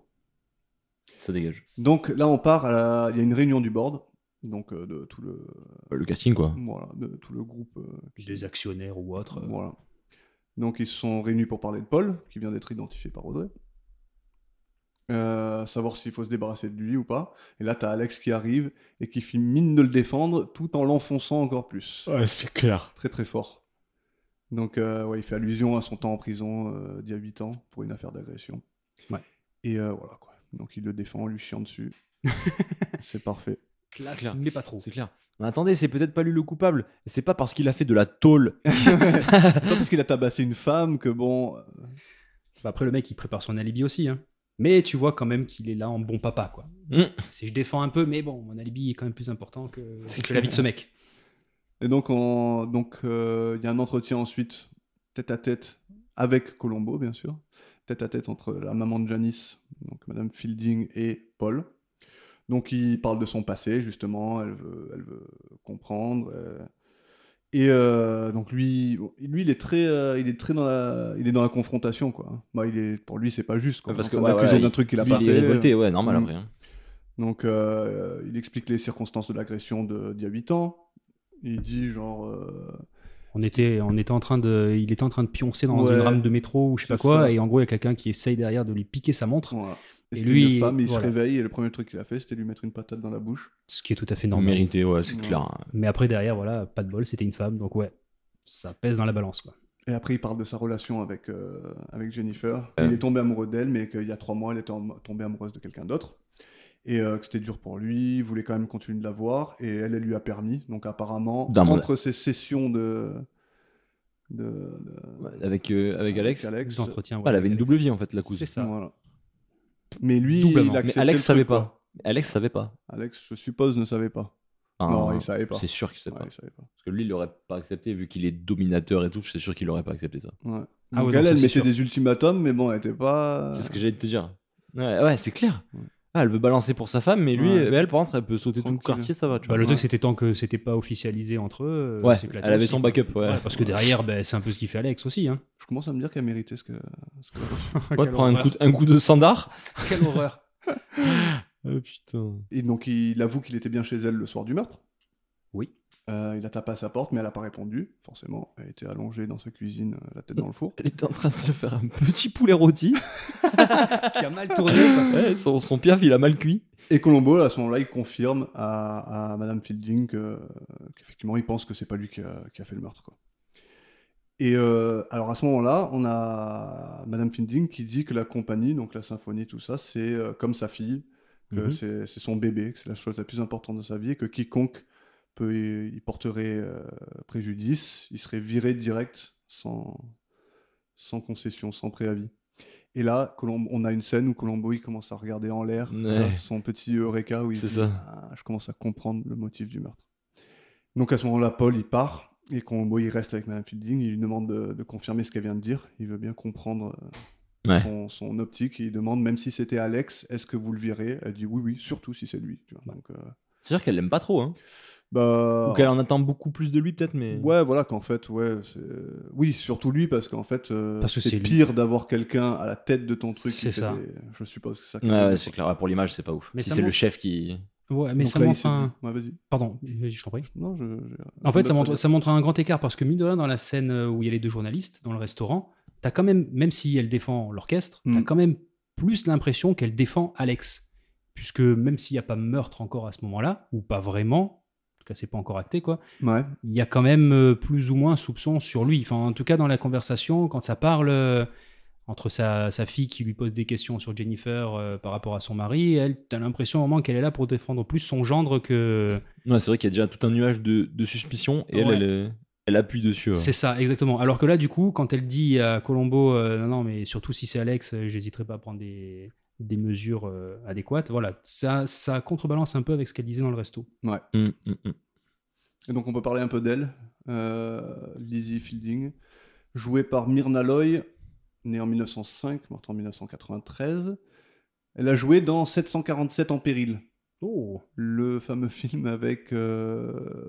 [SPEAKER 3] Ça dégage.
[SPEAKER 1] Donc là on part, à la- il y a une réunion du board, donc euh, de tout le,
[SPEAKER 3] Le casting, quoi.
[SPEAKER 1] voilà, de tout le groupe. euh,
[SPEAKER 2] Des actionnaires ou autres. euh,
[SPEAKER 1] Voilà. Donc ils se sont réunis pour parler de Paul, qui vient d'être identifié par Audrey. Euh, savoir s'il faut se débarrasser de lui ou pas. Et là, t'as Alex qui arrive et qui fait mine de le défendre tout en l'enfonçant encore plus.
[SPEAKER 7] Ouais, c'est clair.
[SPEAKER 1] Très très fort. Donc, euh, ouais, il fait allusion à son temps en prison euh, d'il y a 8 ans pour une affaire d'agression.
[SPEAKER 2] Ouais.
[SPEAKER 1] Et euh, voilà quoi. Donc il le défend en lui chiant dessus. C'est parfait.
[SPEAKER 2] Classe,
[SPEAKER 3] clair.
[SPEAKER 2] mais pas trop.
[SPEAKER 3] C'est clair. Mais attendez, c'est peut-être pas lui le coupable. Et C'est pas parce qu'il a fait de la tôle.
[SPEAKER 1] C'est pas parce qu'il a tabassé une femme que bon. euh,
[SPEAKER 2] Bah, après, le mec, il prépare son alibi aussi. hein. Mais tu vois quand même qu'il est là en bon papa, quoi.
[SPEAKER 3] Mm.
[SPEAKER 2] Si je défends un peu, mais bon, mon alibi est quand même plus important que,
[SPEAKER 7] C'est
[SPEAKER 2] que la vie de ce mec.
[SPEAKER 1] Et donc, on- donc, euh, il y a un entretien ensuite, tête à tête, avec Colombo, bien sûr, tête à tête entre la maman de Janice, donc Madame Fielding, et Paul. Donc, il parle de son passé, justement, elle veut, elle veut comprendre. euh, et euh, donc, lui, lui il, est très, euh, il est très dans la, il est dans la confrontation, quoi. Bah, il est, pour lui, c'est pas juste, quoi.
[SPEAKER 3] Parce que
[SPEAKER 1] On
[SPEAKER 3] ouais,
[SPEAKER 1] l'accuse
[SPEAKER 3] ouais,
[SPEAKER 1] d'un truc qu'il a
[SPEAKER 3] lui,
[SPEAKER 1] pas
[SPEAKER 3] il est
[SPEAKER 1] fait.
[SPEAKER 3] révolté, ouais, normal
[SPEAKER 1] Mm.
[SPEAKER 3] après. hein.
[SPEAKER 1] Donc, euh, il explique les circonstances de l'agression de- d'il y a 8 ans. Il dit, genre... euh,
[SPEAKER 2] On était, on était en train de, il était en train de pioncer dans
[SPEAKER 1] Ouais.
[SPEAKER 2] une rame de métro ou je sais pas
[SPEAKER 1] C'est
[SPEAKER 2] quoi,
[SPEAKER 1] ça.
[SPEAKER 2] et en gros, il y a quelqu'un qui essaye derrière de lui piquer sa montre,
[SPEAKER 1] Voilà. Et
[SPEAKER 2] Et
[SPEAKER 1] c'était
[SPEAKER 2] lui,
[SPEAKER 1] une femme, il se
[SPEAKER 2] voilà.
[SPEAKER 1] réveille et le premier truc qu'il a fait, c'était lui mettre une patate dans la bouche.
[SPEAKER 2] ce qui est tout à fait normal.
[SPEAKER 3] Mérité, ouais, c'est
[SPEAKER 1] Ouais.
[SPEAKER 3] clair. hein.
[SPEAKER 2] Mais après, derrière, voilà, pas de bol, c'était une femme, donc ouais, ça pèse dans la balance, quoi.
[SPEAKER 1] Et après, il parle de sa relation avec, euh, avec Jennifer. Il est tombé amoureux d'elle, mais qu'il y a trois mois, elle était am- tombée amoureuse de quelqu'un d'autre. Et euh, que c'était dur pour lui, il voulait quand même continuer de la voir, et elle, elle lui a permis. Donc apparemment,
[SPEAKER 3] D'un
[SPEAKER 1] entre ces sessions de... de, de-
[SPEAKER 3] Ouais, Avec, euh, avec Alex.
[SPEAKER 2] L'entretien,
[SPEAKER 3] Ouais, Ah, elle
[SPEAKER 2] voilà,
[SPEAKER 3] avait une
[SPEAKER 2] Alex.
[SPEAKER 3] double vie en fait, la
[SPEAKER 2] C'est
[SPEAKER 3] cousine.
[SPEAKER 2] ça.
[SPEAKER 1] voilà. Mais lui, il
[SPEAKER 2] Double amant. Mais
[SPEAKER 1] acceptait
[SPEAKER 3] Mais Alex
[SPEAKER 1] le
[SPEAKER 3] savait
[SPEAKER 1] truc,
[SPEAKER 3] pas. Alex savait pas.
[SPEAKER 1] quoi. Alex, je suppose, ne savait pas.
[SPEAKER 3] Enfin,
[SPEAKER 1] non, il savait pas.
[SPEAKER 3] Ah, C'est sûr qu'il savait
[SPEAKER 1] Ouais,
[SPEAKER 3] pas.
[SPEAKER 1] il savait pas.
[SPEAKER 3] Parce que lui, il l'aurait pas accepté vu qu'il est dominateur et tout. C'est sûr qu'il aurait pas accepté ça.
[SPEAKER 1] Ouais.
[SPEAKER 2] Ah
[SPEAKER 1] Donc elle,
[SPEAKER 2] ouais, donc ça,
[SPEAKER 1] elle
[SPEAKER 2] c'est
[SPEAKER 1] mettait
[SPEAKER 2] sûr.
[SPEAKER 1] des ultimatums, mais bon, elle était pas...
[SPEAKER 3] C'est ce que j'allais te dire. Ouais, ouais, c'est clair.
[SPEAKER 1] Ouais.
[SPEAKER 3] Ah, elle veut balancer pour sa femme, mais lui,
[SPEAKER 1] Ouais.
[SPEAKER 3] elle, elle, par contre, elle peut sauter tout le
[SPEAKER 1] Tranquille.
[SPEAKER 3] quartier, ça va. Tu
[SPEAKER 2] Bah,
[SPEAKER 3] vois.
[SPEAKER 2] le truc, c'était tant que c'était pas officialisé entre eux. euh,
[SPEAKER 3] Ouais,
[SPEAKER 2] c'est que la
[SPEAKER 3] elle avait
[SPEAKER 2] tête,
[SPEAKER 3] son
[SPEAKER 2] c'est-
[SPEAKER 3] backup, ouais.
[SPEAKER 2] Ouais, parce que derrière, ben, c'est un peu ce qu'il fait Alex aussi. Hein.
[SPEAKER 1] Je commence à me dire qu'elle méritait ce que. ce que-
[SPEAKER 3] Ouais,
[SPEAKER 2] Quelle
[SPEAKER 3] prend un
[SPEAKER 2] horreur.
[SPEAKER 3] coup, de- un coup de sandar.
[SPEAKER 2] Quelle horreur.
[SPEAKER 3] Oh putain.
[SPEAKER 1] Et donc il avoue qu'il était bien chez elle le soir du meurtre.
[SPEAKER 2] Oui.
[SPEAKER 1] Euh, il a tapé à sa porte, mais elle n'a pas répondu. Forcément, elle était allongée dans sa cuisine, euh, la tête dans le four.
[SPEAKER 3] Elle était en train de se faire un petit poulet rôti.
[SPEAKER 2] Qui a mal tourné. quoi.
[SPEAKER 3] Ouais, son, son piaf, il a mal cuit.
[SPEAKER 1] Et Colombo, à ce moment-là, il confirme à, à Madame Fielding que- qu'effectivement, il pense que c'est pas lui qui a, qui a fait le meurtre. quoi. Et euh, alors à ce moment-là, on a Madame Fielding qui dit que la compagnie, donc la symphonie, tout ça, c'est euh, comme sa fille, que
[SPEAKER 2] Mhm.
[SPEAKER 1] c'est c'est son bébé, que c'est la chose la plus importante de sa vie, et que quiconque peut y, y porterait euh, préjudice, il serait viré direct, sans, sans concession, sans préavis. Et là, Colom- on a une scène où Colombo il commence à regarder en l'air
[SPEAKER 3] Ouais.
[SPEAKER 1] tu vois, son petit eureka où il
[SPEAKER 3] C'est
[SPEAKER 1] dit,
[SPEAKER 3] ça.
[SPEAKER 1] Ah, je commence à comprendre le motif du meurtre. Donc à ce moment-là, Paul il part et Colombo il reste avec Madame Fielding. Il lui demande de, de confirmer ce qu'elle vient de dire. Il veut bien comprendre euh,
[SPEAKER 3] Ouais.
[SPEAKER 1] son, son optique. Il demande même si c'était Alex, est-ce que vous le virez Elle dit oui, oui, surtout si c'est lui. tu vois. Donc, euh,
[SPEAKER 3] C'est-à-dire qu'elle l'aime pas trop. Hein. Oh.
[SPEAKER 1] bah,
[SPEAKER 3] Ou qu'elle en attend beaucoup plus de lui, peut-être, mais.
[SPEAKER 1] Ouais, voilà, qu'en fait, ouais, c'est- euh, oui, surtout lui, parce qu'en fait, euh,
[SPEAKER 2] Parce que
[SPEAKER 1] c'est
[SPEAKER 2] c'est lui.
[SPEAKER 1] pire d'avoir quelqu'un à la tête de ton truc. qui
[SPEAKER 2] C'est
[SPEAKER 1] fait
[SPEAKER 2] ça.
[SPEAKER 1] des- Je suppose que c'est ça. qu'il
[SPEAKER 3] Ouais,
[SPEAKER 1] veut
[SPEAKER 3] ouais,
[SPEAKER 1] dire,
[SPEAKER 3] c'est
[SPEAKER 1] quoi.
[SPEAKER 3] clair. Ouais, pour l'image, c'est pas ouf.
[SPEAKER 2] Mais
[SPEAKER 3] si
[SPEAKER 2] ça
[SPEAKER 3] c'est le
[SPEAKER 2] montre-
[SPEAKER 3] chef qui.
[SPEAKER 2] Ouais, mais
[SPEAKER 1] Donc
[SPEAKER 2] ça
[SPEAKER 1] là, il
[SPEAKER 2] montre
[SPEAKER 1] s'est
[SPEAKER 2] un.
[SPEAKER 1] dit- Ouais, vas-y.
[SPEAKER 2] Pardon, je t'en prie.
[SPEAKER 1] Non, je- j'ai-
[SPEAKER 2] En fait, ça
[SPEAKER 1] Note-
[SPEAKER 2] montre, ça montre un grand écart parce que, mine de rien, dans la scène euh, où il y a les deux journalistes dans le restaurant, t'as quand même, même si elle défend l'orchestre,
[SPEAKER 1] Mm.
[SPEAKER 2] t'as quand même plus l'impression qu'elle défend Alex. Puisque même s'il n'y a pas meurtre encore à ce moment-là, ou pas vraiment, en tout cas, c'est pas encore acté, quoi,
[SPEAKER 1] Ouais.
[SPEAKER 2] il y a quand même euh, plus ou moins soupçon sur lui. Enfin, en tout cas, dans la conversation, quand ça parle euh, entre sa, sa fille qui lui pose des questions sur Jennifer euh, par rapport à son mari, elle, t'as l'impression au moment qu'elle est là pour défendre plus son gendre que.
[SPEAKER 3] Ouais, c'est vrai qu'il y a déjà tout un nuage de, de suspicion et elle,
[SPEAKER 2] Ouais.
[SPEAKER 3] elle, euh, elle appuie dessus. ouais.
[SPEAKER 2] C'est ça, exactement. Alors que là, du coup, quand elle dit à Colombo, euh, non, non, mais surtout si c'est Alex, euh, j'hésiterai pas à prendre des, des mesures euh, adéquates, voilà, ça, ça contrebalance un peu avec ce qu'elle disait dans le resto.
[SPEAKER 3] Mm, mm, mm.
[SPEAKER 1] Et donc on peut parler un peu d'elle, euh, Lizzie Fielding, jouée par Myrna Loy, née en 1905, morte en 1993. Elle a joué dans 747 en péril,
[SPEAKER 2] Oh,
[SPEAKER 1] le fameux film avec euh,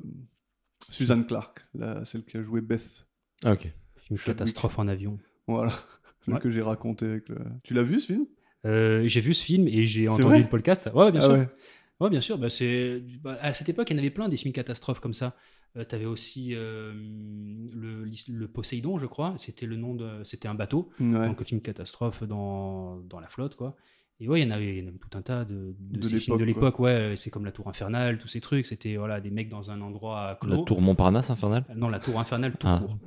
[SPEAKER 1] Suzanne Clark, la- celle qui a joué Beth.
[SPEAKER 3] Ah, ok.
[SPEAKER 2] une
[SPEAKER 1] Chadwick.
[SPEAKER 2] catastrophe en avion.
[SPEAKER 1] Voilà, le
[SPEAKER 2] Ouais.
[SPEAKER 1] que j'ai raconté. Avec le... Tu l'as vu ce film
[SPEAKER 2] Euh, j'ai vu ce film et j'ai
[SPEAKER 1] vrai
[SPEAKER 2] entendu le podcast. Ouais, bien
[SPEAKER 1] Ah
[SPEAKER 2] sûr.
[SPEAKER 1] ouais.
[SPEAKER 2] Ouais, bien sûr. Bah, c'est... bah, à cette époque, il y en avait plein des films catastrophes comme ça. tu avais aussi euh, le, l'is- le Poséidon, je crois. C'était le nom de. C'était un bateau.
[SPEAKER 1] Ouais.
[SPEAKER 2] Donc, film catastrophe dans, dans la flotte, quoi. Et ouais, il y en avait, il y en avait tout un tas de, de
[SPEAKER 1] De
[SPEAKER 2] ces films de
[SPEAKER 1] l'époque,
[SPEAKER 2] l'époque. Ouais, euh, c'est comme La Tour Infernale, tous ces trucs. C'était voilà, des mecs dans un endroit
[SPEAKER 3] La
[SPEAKER 2] clos. Euh,
[SPEAKER 3] tour Montparnasse infernale
[SPEAKER 2] Non, La Tour Infernale, tout
[SPEAKER 3] Ah.
[SPEAKER 2] court.